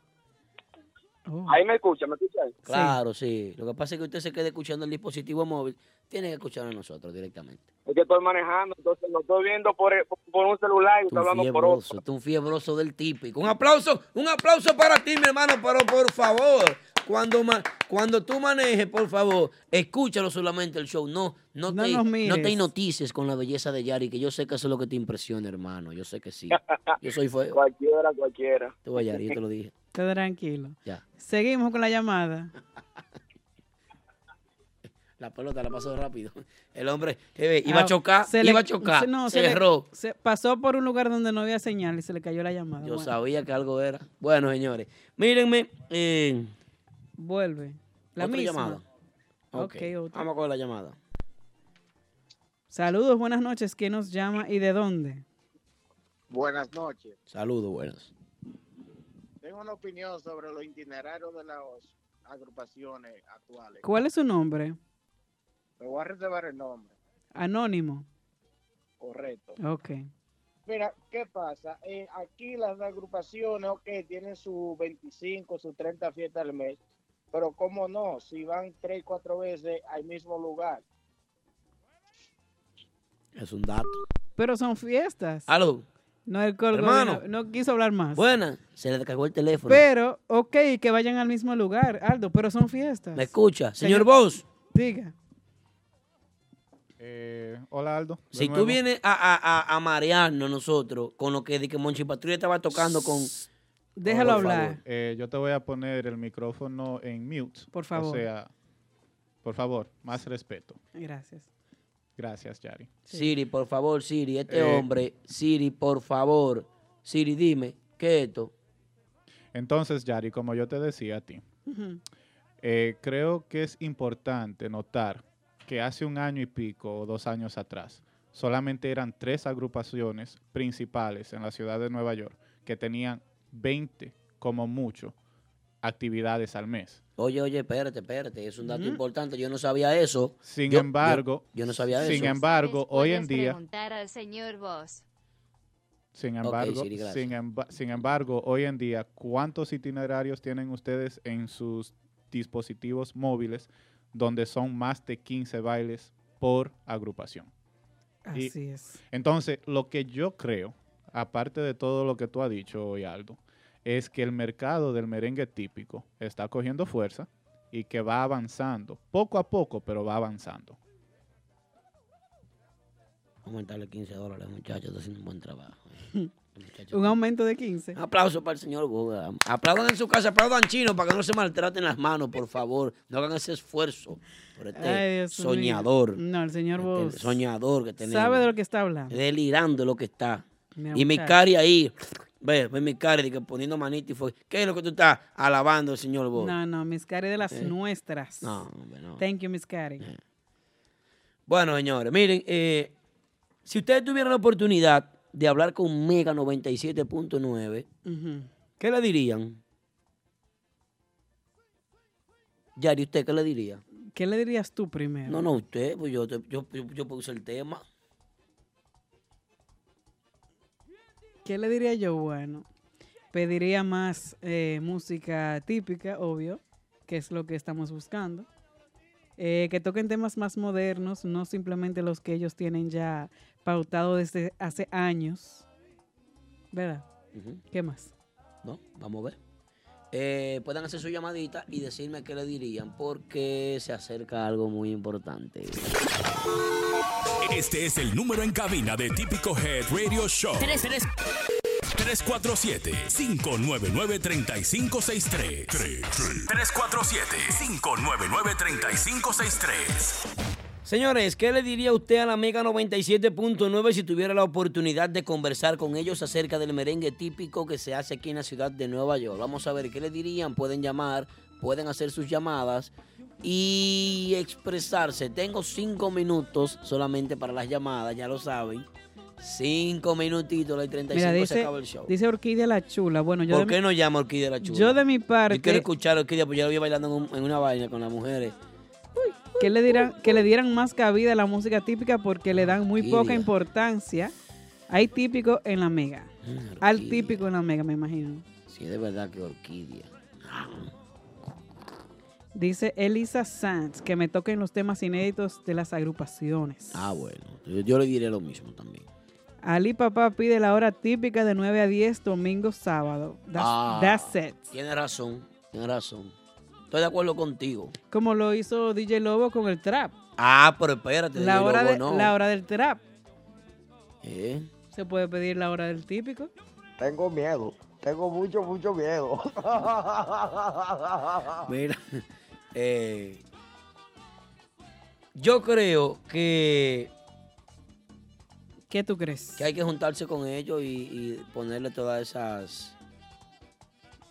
Speaker 17: Ahí me escucha, ¿me escucha? ahí?
Speaker 1: Oh. Claro, sí. Lo que pasa es que usted se quede escuchando el dispositivo móvil. Tiene que escuchar a nosotros directamente.
Speaker 17: Es que estoy manejando, entonces lo estoy viendo por, por un celular y
Speaker 1: Tú
Speaker 17: estoy hablando por otro.
Speaker 1: fiebroso, tú un fiebroso del típico. Un aplauso, un aplauso para ti, mi hermano, pero por favor. Cuando, ma- cuando tú manejes, por favor, escúchalo solamente el show. No, no,
Speaker 2: No
Speaker 1: te,
Speaker 2: nos mires.
Speaker 1: no te hipnotices con la belleza de Yari, que yo sé que eso es lo que te impresiona, hermano. Yo sé que sí. Yo soy feo.
Speaker 17: Cualquiera, cualquiera.
Speaker 1: Tú, vas, Yari, yo te lo dije.
Speaker 2: Está tranquilo.
Speaker 1: Ya.
Speaker 2: Seguimos con la llamada.
Speaker 1: La pelota la pasó rápido. El hombre eh, iba a
Speaker 2: Ah,
Speaker 1: chocar,
Speaker 2: se le-
Speaker 1: iba a chocar.
Speaker 2: se- no,
Speaker 1: se
Speaker 2: se le-
Speaker 1: erró.
Speaker 2: se pasó por un lugar donde no había señal y se le cayó la llamada.
Speaker 1: Yo
Speaker 2: Bueno,
Speaker 1: sabía que algo era. Bueno, señores, mírenme. eh,
Speaker 2: Vuelve. La
Speaker 1: ¿otra
Speaker 2: misma.
Speaker 1: llamada?
Speaker 2: Ok, otra.
Speaker 1: Vamos con la llamada.
Speaker 2: Saludos, buenas noches. ¿Quién nos llama y de dónde?
Speaker 15: Buenas noches.
Speaker 1: Saludos, buenas.
Speaker 15: Tengo una opinión sobre los itinerarios de las agrupaciones actuales.
Speaker 2: ¿Cuál es su nombre?
Speaker 15: Me voy a reservar el nombre,
Speaker 2: Anónimo.
Speaker 15: correcto.
Speaker 2: Ok.
Speaker 15: Mira, ¿qué pasa? Eh, aquí las agrupaciones, ok, tienen sus 25, sus 30 fiestas al mes, pero cómo no, si van 3, 4 veces al mismo lugar.
Speaker 1: Es un dato.
Speaker 2: Pero son fiestas.
Speaker 1: Aló.
Speaker 2: No, el colgó de
Speaker 1: Hermano.
Speaker 2: una- no quiso hablar más.
Speaker 1: Buenas. Se le cagó el teléfono.
Speaker 2: Pero, ok, que vayan al mismo lugar, Aldo, pero son fiestas.
Speaker 1: ¿Me escucha? Señor
Speaker 2: Señor-
Speaker 1: Boss,
Speaker 2: Diga.
Speaker 3: Eh, hola, Aldo. de
Speaker 1: si tú
Speaker 3: nuevo.
Speaker 1: vienes a, a- a- a marearnos nosotros con lo que, de que Monchi Patrulla estaba tocando con...
Speaker 2: Déjalo
Speaker 3: Por favor.
Speaker 2: hablar.
Speaker 3: Eh, yo te voy a poner el micrófono en mute.
Speaker 2: Por favor.
Speaker 3: O sea, por favor, más respeto.
Speaker 2: Gracias.
Speaker 3: Gracias, Yari.
Speaker 1: Siri, por favor, Siri, este
Speaker 3: Eh.
Speaker 1: hombre, Siri, por favor, Siri, dime, ¿qué es esto?
Speaker 3: Entonces, Yari, como yo te decía a ti, eh, creo que es importante notar que hace un año y pico o dos años atrás, solamente eran tres agrupaciones principales en la ciudad de Nueva York que tenían 20 como mucho actividades al mes.
Speaker 1: Oye, oye, espérate, espérate, es un dato importante, yo no sabía eso.
Speaker 3: Sin
Speaker 1: Yo- yo-
Speaker 3: embargo,
Speaker 1: yo, no sabía eso.
Speaker 3: sin embargo, hoy en
Speaker 4: Puedes
Speaker 3: día,
Speaker 4: preguntar al señor Voss.
Speaker 3: sin
Speaker 1: Ok,
Speaker 3: embargo,
Speaker 1: Siri, gracias.
Speaker 3: sin, emba- sin embargo, hoy en día, ¿cuántos itinerarios tienen ustedes en sus dispositivos móviles donde son más de 15 bailes por agrupación? Y-
Speaker 2: Así es.
Speaker 3: Entonces, lo que yo creo, aparte de todo lo que tú has dicho hoy, Aldo, es que el mercado del merengue típico está cogiendo fuerza y que va avanzando, poco a poco, pero va avanzando.
Speaker 1: Aumentarle 15 dólares, muchachos, está haciendo un buen trabajo.
Speaker 2: Un aumento de 15.
Speaker 1: Aplauso para el señor Boga. Aplaudan en su casa, aplaudan chino para que no se maltraten las manos, por favor. No hagan ese esfuerzo por este
Speaker 2: Ay, Dios mío.
Speaker 1: soñador.
Speaker 2: No, el señor Boss.
Speaker 1: soñador que tenemos.
Speaker 2: Sabe de lo que está hablando.
Speaker 1: Delirando lo que está.
Speaker 2: Mira,
Speaker 1: y mi
Speaker 2: muchacho.
Speaker 1: cari ahí, ve, ve mi cari de que poniendo manita y fue. ¿Qué es lo que tú estás alabando, señor Boga?
Speaker 2: No, no, Miss Cari de las
Speaker 1: Eh.
Speaker 2: nuestras.
Speaker 1: No, hombre, no. Eh.
Speaker 2: Thank you, Miss Cari.
Speaker 1: Bueno, señores, miren, eh, si ustedes tuvieran la oportunidad de hablar con Mega 97.9,
Speaker 2: Ujú.
Speaker 1: ¿qué le dirían? Yari, ¿usted qué le diría?
Speaker 2: ¿Qué le dirías tú primero?
Speaker 1: No, no, usted, pues yo, te- yo, yo, yo puse el tema.
Speaker 2: ¿Qué le diría yo? Bueno, pediría más eh, música típica, obvio, que es lo que estamos buscando. Eh, que toquen temas más modernos, no simplemente los que ellos tienen ya pautado desde hace años. ¿Verdad?
Speaker 1: Ujú.
Speaker 2: ¿Qué más?
Speaker 1: ¿no? Vamos a ver. Eh, puedan hacer su llamadita y decirme qué le dirían, porque se acerca algo muy importante.
Speaker 6: Este es el número en cabina de Típico Head Radio Show. 347-599-3563. 347-599-3563.
Speaker 1: Señores, ¿qué le diría usted a la Mega 97.9 si tuviera la oportunidad de conversar con ellos acerca del merengue típico que se hace aquí en la ciudad de Nueva York? Vamos a ver qué le dirían. Pueden llamar, pueden hacer sus llamadas y expresarse. Tengo cinco minutos solamente para las llamadas, ya lo saben. Cinco minutitos, la 35
Speaker 2: Mira,
Speaker 1: se
Speaker 2: dice,
Speaker 1: acaba el show.
Speaker 2: dice Orquídea la Chula. Bueno, yo
Speaker 1: ¿Por
Speaker 2: de
Speaker 1: qué
Speaker 2: mi-
Speaker 1: no llama Orquídea la Chula?
Speaker 2: Yo de mi
Speaker 1: Yo quiero
Speaker 2: parte,
Speaker 1: escuchar a Orquídea, porque yo la vi bailando en, un- en una vaina con las mujeres.
Speaker 2: que le, dirán, que le dieran más cabida a la música típica porque le dan muy poca
Speaker 1: Orquídea.
Speaker 2: importancia. Hay típico en la mega.
Speaker 1: Mm,
Speaker 2: Al típico en la mega, me imagino.
Speaker 1: Sí, de verdad que Orquídea.
Speaker 2: Dice Elisa Sanz que me toquen los temas inéditos de las agrupaciones.
Speaker 1: Ah, bueno. Yo, yo le diré lo mismo también.
Speaker 2: Ali Papá pide la hora típica de 9 a 10, domingo, sábado. That's,
Speaker 1: Ah,
Speaker 2: that's it.
Speaker 1: Tiene razón, tiene razón. Estoy de acuerdo contigo.
Speaker 2: Como lo hizo DJ Lobo con el trap.
Speaker 1: Ah, pero espérate,
Speaker 2: La
Speaker 1: DJ
Speaker 2: hora,
Speaker 1: Lobo
Speaker 2: de-
Speaker 1: no.
Speaker 2: la hora del trap.
Speaker 1: Eh,
Speaker 2: Se puede pedir la hora del típico.
Speaker 7: Tengo miedo. Tengo mucho, mucho miedo.
Speaker 1: Mira, eh, yo creo que...
Speaker 2: ¿Qué tú crees?
Speaker 1: Que hay que juntarse con ellos y, y ponerle todas esas...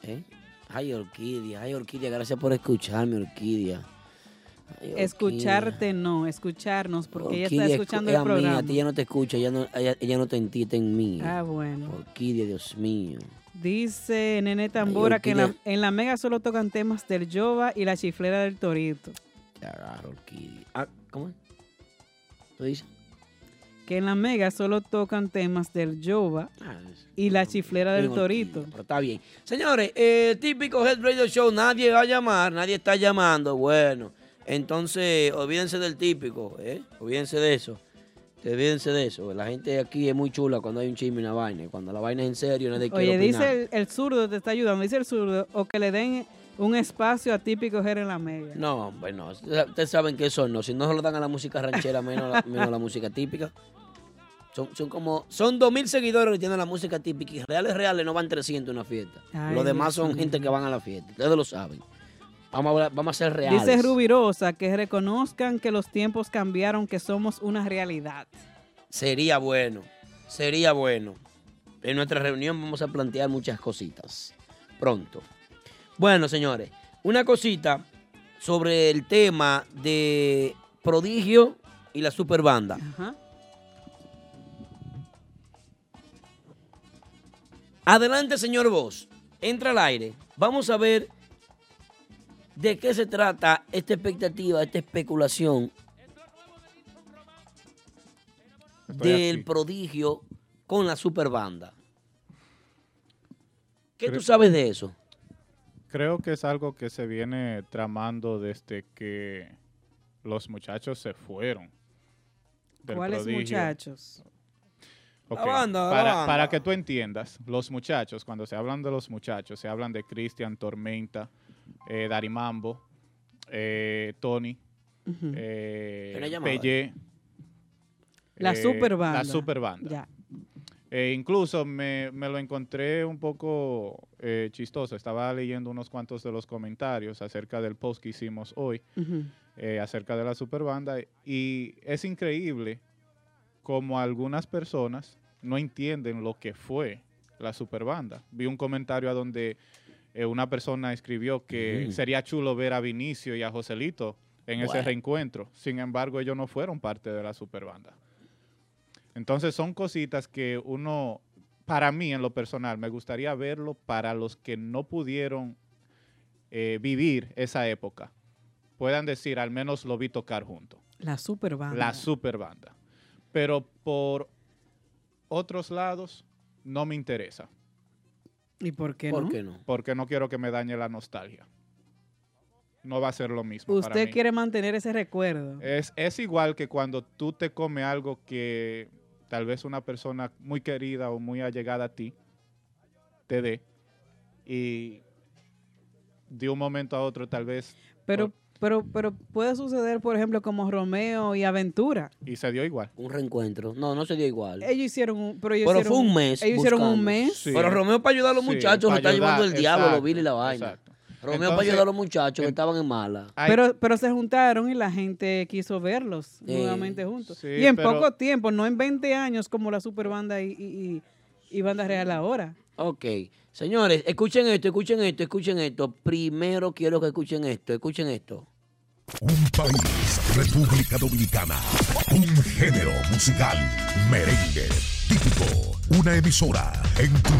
Speaker 1: ¿Eh? Ay, Orquídea, ay, Orquídea, gracias por escucharme, Orquídea. Ay, Orquídea.
Speaker 2: Escucharte no, escucharnos, porque ella está
Speaker 1: Orquídea,
Speaker 2: escuchando
Speaker 1: es
Speaker 2: el
Speaker 1: eh, a mí,
Speaker 2: programa.
Speaker 1: a ti ella no te escucha, ella no, ella, ella no te entiende en mí.
Speaker 2: Ah, bueno.
Speaker 1: Orquídea, Dios mío.
Speaker 2: Dice Nene Tambora que en la,
Speaker 1: Orquídea.
Speaker 2: en la mega solo tocan temas del Jova y la chiflera del Torito.
Speaker 1: Te agarro, Orquídea. Ah, ¿cómo es? ¿Tú dices?
Speaker 2: Que en la mega solo tocan temas del Jova
Speaker 1: Ah,
Speaker 2: y la chiflera del
Speaker 1: en
Speaker 2: Torito.
Speaker 1: Pero está bien. Señores, eh, típico Head Radio Show, nadie va a llamar, nadie está llamando. Bueno, entonces olvídense del típico, ¿eh? Olvídense de eso. Olvídense de eso. La gente aquí es muy chula cuando hay un chisme y una vaina. Y Cuando la vaina es en serio, nadie quiere
Speaker 2: Oye,
Speaker 1: opinar.
Speaker 2: dice el, el zurdo, te está ayudando, dice el zurdo, o que le den un espacio a típico Jer en la mega.
Speaker 1: No, hombre, no. Ustedes saben que eso no. Si no se lo dan a la música ranchera, menos a la, menos a la música típica. Son, son como. Son 2.000 seguidores que tienen la música típica. Y reales, reales, no van 300 a una fiesta.
Speaker 2: Ay,
Speaker 1: Los demás
Speaker 2: Dios
Speaker 1: son
Speaker 2: mío.
Speaker 1: gente que van a la fiesta. Ustedes lo saben. Vamos a, hablar- vamos a ser reales.
Speaker 2: Dice Rubirosa que reconozcan que los tiempos cambiaron, que somos una realidad.
Speaker 1: Sería bueno. Sería bueno. En nuestra reunión vamos a plantear muchas cositas. Pronto. Bueno, señores. Una cosita sobre el tema de Prodigio y la Superbanda.
Speaker 2: Ajá.
Speaker 1: Adelante, señor Vos. Entra al aire. Vamos a ver de qué se trata esta expectativa, esta especulación
Speaker 3: Estoy
Speaker 1: del
Speaker 3: aquí.
Speaker 1: prodigio con la superbanda. ¿Qué
Speaker 3: Creo-
Speaker 1: tú sabes de eso?
Speaker 3: Creo que es algo que se viene tramando desde que los muchachos se fueron. del
Speaker 2: ¿Cuáles
Speaker 3: prodigio.
Speaker 2: muchachos?
Speaker 3: Ok,
Speaker 2: La banda, la
Speaker 3: para,
Speaker 2: banda.
Speaker 3: para que tú entiendas, los muchachos, cuando se hablan de los muchachos, se hablan de Cristian, Tormenta, eh, Darimambo, eh, Tony,
Speaker 2: Ujú.
Speaker 3: eh,
Speaker 2: Una llamada.
Speaker 3: Pelle.
Speaker 2: La superbanda.
Speaker 3: Eh, La superbanda.
Speaker 2: Ya.
Speaker 3: Eh, incluso me, me lo encontré un poco eh, chistoso. Estaba leyendo unos cuantos de los comentarios acerca del post que hicimos hoy
Speaker 2: Ujú.
Speaker 3: eh, acerca de la superbanda y es increíble como algunas personas no entienden lo que fue la superbanda. Vi un comentario a donde eh, una persona escribió que
Speaker 18: Mm.
Speaker 3: sería chulo ver a Vinicio y a Joselito en ese
Speaker 18: Bueno.
Speaker 3: reencuentro. Sin embargo, ellos no fueron parte de la superbanda. Entonces son cositas que uno, para mí en lo personal, me gustaría verlo para los que no pudieron eh, vivir esa época. Puedan decir, al menos lo vi tocar junto.
Speaker 2: La superbanda.
Speaker 3: La super banda. Pero por otros lados, no me interesa.
Speaker 2: ¿Y por qué no?
Speaker 3: Porque no quiero que me dañe la nostalgia. No va a ser lo mismo. para
Speaker 2: Usted
Speaker 3: mí.
Speaker 2: quiere mantener ese recuerdo.
Speaker 3: Es, es igual que cuando tú te comes algo que tal vez una persona muy querida o muy allegada a ti te dé y de un momento a otro tal vez
Speaker 2: Pero, pero, pero puede suceder, por ejemplo, como Romeo y Aventura.
Speaker 3: y se dio igual.
Speaker 1: Un reencuentro. No, no se dio igual.
Speaker 2: Ellos hicieron un, pero ellos
Speaker 1: Pero
Speaker 2: hicieron
Speaker 1: fue un
Speaker 2: un-
Speaker 1: mes.
Speaker 2: Ellos hicieron un
Speaker 1: buscando.
Speaker 2: mes.
Speaker 1: Pero Romeo para ayudar a los
Speaker 3: Sí,
Speaker 1: muchachos,
Speaker 3: para
Speaker 1: se está
Speaker 3: ayudar,
Speaker 1: llevando el diablo, los
Speaker 3: exacto,
Speaker 1: Billy y la vaina. Romeo para
Speaker 3: Entonces,
Speaker 1: ayudar a los muchachos que estaban en mala.
Speaker 2: Pero, pero se juntaron y la gente quiso verlos
Speaker 1: Eh,
Speaker 2: nuevamente juntos.
Speaker 1: sí,
Speaker 2: y en
Speaker 1: pero-
Speaker 2: poco tiempo, no en 20 años como la superbanda y, y, y- y banda real ahora.
Speaker 1: Ok. Señores, escuchen esto, escuchen esto, escuchen esto. Primero quiero que escuchen esto, escuchen esto.
Speaker 5: Un país, República Dominicana. Un género musical, merengue, típico. Una emisora en tu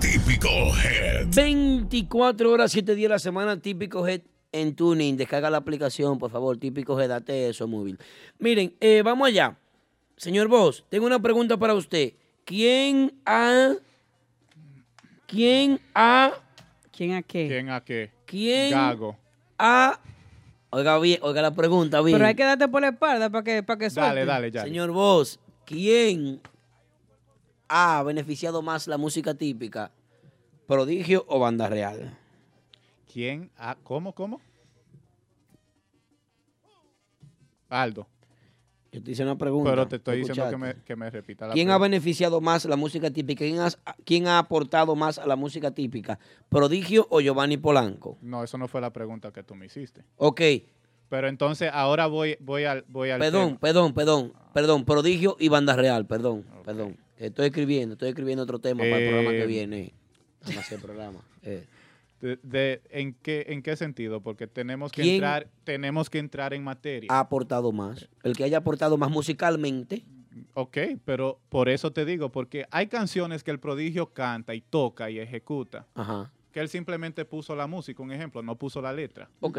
Speaker 5: típico head.
Speaker 1: 24 horas, 7 días a la semana, típico Head en Tuning. Descarga la aplicación, por favor, típico Head, date eso, móvil. Miren, eh, vamos allá. Señor Vos, tengo una pregunta para usted. ¿Quién ha. ¿Quién ha.
Speaker 2: ¿Quién a qué?
Speaker 3: ¿Quién a qué?
Speaker 1: ¿Quién
Speaker 3: Gago.
Speaker 1: ha. Oiga, bien, oiga la pregunta, bien.
Speaker 2: Pero hay que darte por la espalda para que, para que suelte.
Speaker 1: Señor Vos, ¿quién ha beneficiado más la música típica? ¿Prodigio o banda real?
Speaker 3: ¿Quién? ha- ¿Cómo? ¿Cómo? Aldo.
Speaker 1: Yo te hice una pregunta.
Speaker 3: Pero te estoy diciendo que
Speaker 1: escuchaste.
Speaker 3: me, que me repita la
Speaker 1: ¿Quién ha
Speaker 3: pregunta.
Speaker 1: beneficiado más la música típica? ¿Quién, has- quién ha aportado más a la música típica? ¿Prodigio o Giovanni Polanco?
Speaker 3: No, eso no fue la pregunta que tú me hiciste.
Speaker 1: Ok,
Speaker 3: Pero entonces ahora voy, voy al, voy al
Speaker 1: perdón,
Speaker 3: tema.
Speaker 1: perdón, perdón, perdón. Prodigio y Banda Real, perdón, perdón. Estoy escribiendo, estoy escribiendo otro tema para el programa
Speaker 3: Eh,
Speaker 1: que viene. Vamos a hacer el programa. Eh.
Speaker 3: De, de- ¿en, qué, ¿En qué sentido? Porque tenemos que,
Speaker 1: ¿Quién-
Speaker 3: entrar, tenemos que entrar en materia.
Speaker 1: ha aportado más. El que haya aportado más musicalmente.
Speaker 3: Ok, pero por eso te digo, porque hay canciones que el prodigio canta y toca y ejecuta,
Speaker 1: Ajá.
Speaker 3: que él simplemente puso la música, un ejemplo, no puso la letra.
Speaker 1: Ok.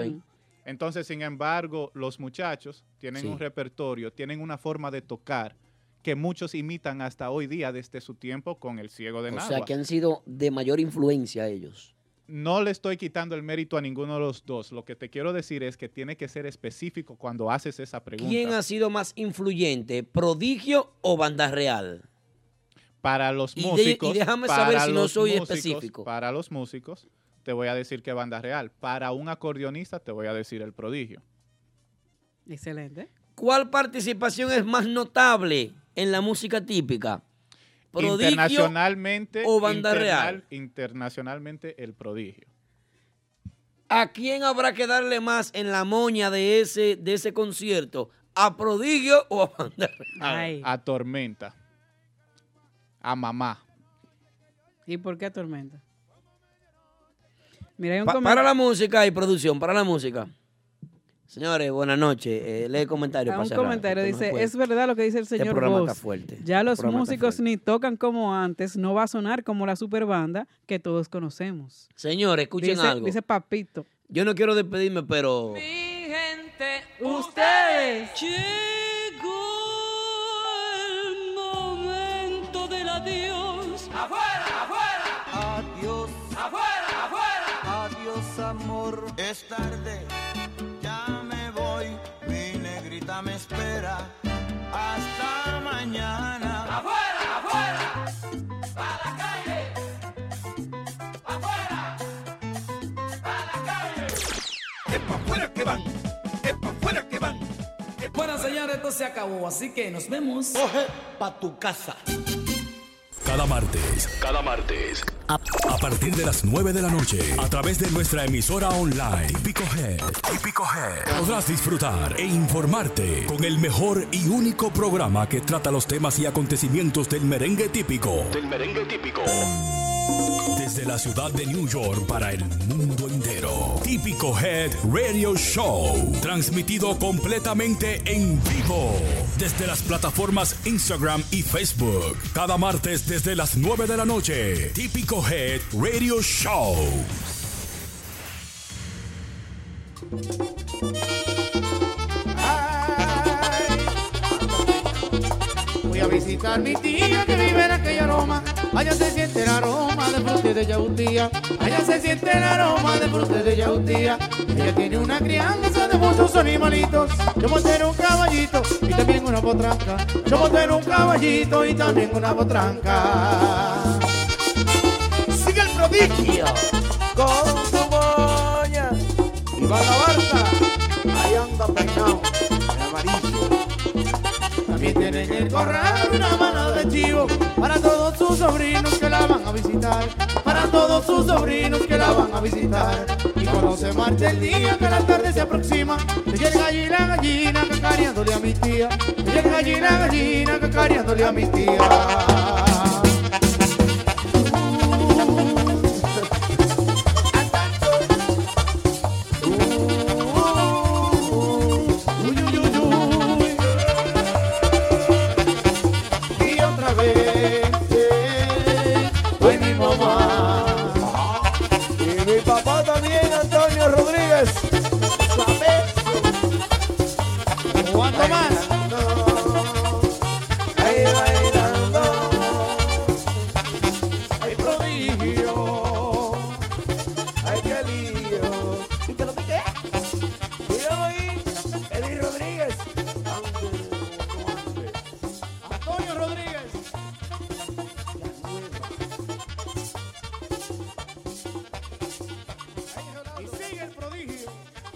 Speaker 3: Entonces, sin embargo, los muchachos tienen
Speaker 1: Sí.
Speaker 3: un repertorio, tienen una forma de tocar que muchos imitan hasta hoy día desde su tiempo con el ciego de
Speaker 1: O
Speaker 3: Nagua.
Speaker 1: sea, que han sido de mayor influencia a ellos.
Speaker 3: No le estoy quitando el mérito a ninguno de los dos. Lo que te quiero decir es que tiene que ser específico cuando haces esa pregunta.
Speaker 1: ¿Quién ha sido más influyente, Prodigio o Banda Real?
Speaker 3: Para los
Speaker 1: Y de- y
Speaker 3: músicos.
Speaker 1: déjame
Speaker 3: para
Speaker 1: saber si no
Speaker 3: los
Speaker 1: soy
Speaker 3: músicos-
Speaker 1: específico.
Speaker 3: Para los músicos, te voy a decir que banda real. Para un acordeonista, te voy a decir el prodigio.
Speaker 2: Excelente.
Speaker 1: ¿Cuál participación es más notable en la música típica?
Speaker 3: internacionalmente
Speaker 1: o banda real?
Speaker 3: Internacionalmente, el prodigio.
Speaker 1: ¿A quién habrá que darle más en la moña de ese, de ese concierto? ¿A Prodigio o a Banda Real?
Speaker 3: A tormenta. A mamá.
Speaker 2: ¿Y por qué Tormenta? Mira, hay un
Speaker 1: Pa-
Speaker 2: comentario.
Speaker 1: para la música y producción, para la música. Señores, buenas noches. Eh, lee el comentario.
Speaker 2: A
Speaker 1: para
Speaker 2: un
Speaker 1: cerrar,
Speaker 2: comentario
Speaker 1: porque no se
Speaker 2: dice,
Speaker 1: puede.
Speaker 2: es verdad lo que dice el
Speaker 1: Este
Speaker 2: señor
Speaker 1: programa
Speaker 2: Voss.
Speaker 1: está fuerte.
Speaker 2: Ya los
Speaker 1: Este programa está
Speaker 2: músicos ni tocan como antes, no va a sonar como la superbanda que todos conocemos.
Speaker 1: Señores, escuchen
Speaker 2: dice,
Speaker 1: algo.
Speaker 2: Dice Papito.
Speaker 1: Yo no quiero despedirme, pero...
Speaker 9: Ustedes. Llegó el momento del adiós. Afuera, afuera.
Speaker 15: Adiós, afuera, afuera. Adiós, amor. Es tarde, ya me voy. Mi negrita me espera. Hasta mañana. Afuera, afuera. Pa' la calle. Afuera. Pa' la calle. Es pa' afuera que van. Es pa' afuera que van.
Speaker 9: Bueno, señores, esto se acabó, así que nos vemos.
Speaker 15: Coge
Speaker 9: pa' tu casa.
Speaker 6: Cada martes, cada martes, a, a partir de las 9 de la noche, a través de nuestra emisora online, Típico Head, Típico Head, podrás disfrutar e informarte con el mejor y único programa que trata los temas y acontecimientos del merengue típico.
Speaker 15: Del merengue típico.
Speaker 6: Desde la ciudad de New York para el mundo entero. Típico Head Radio Show. Transmitido completamente en vivo. Desde las plataformas Instagram y Facebook. Cada martes desde las 9 de la noche. Típico Head Radio Show.
Speaker 9: Voy a visitar mi tía que vive en aquella Roma. Allá se siente el aroma de fruta y de yautía. Allá se siente el aroma de fruta y de yautía. Ella tiene una crianza de muchos animalitos. Yo monté en un caballito y también una potranca. Yo monté en un caballito y también una potranca. Sigue el prodigio con su moña y va la barca. Ahí anda peinado, el amarillo. También tiene en el corral una manada de chivo para todos sus sobrinos que la van a visitar. Para todos sus sobrinos que la van a visitar. Y cuando se marcha el día, que la tarde se aproxima, llega allí la gallina cacareándole a mi tía. Llega allí la gallina cacareándole a mi tía. Y otra vez eh, Fue mi mamá Y mi papá también, Antonio Rodríguez ¿Sabes? ¿Cuánto más? Ahí bailando Ay, prodigio Ay, qué lío ¿Y te lo piqué? Y hoy, Eli Rodríguez Antonio Rodríguez Y sigue el prodigio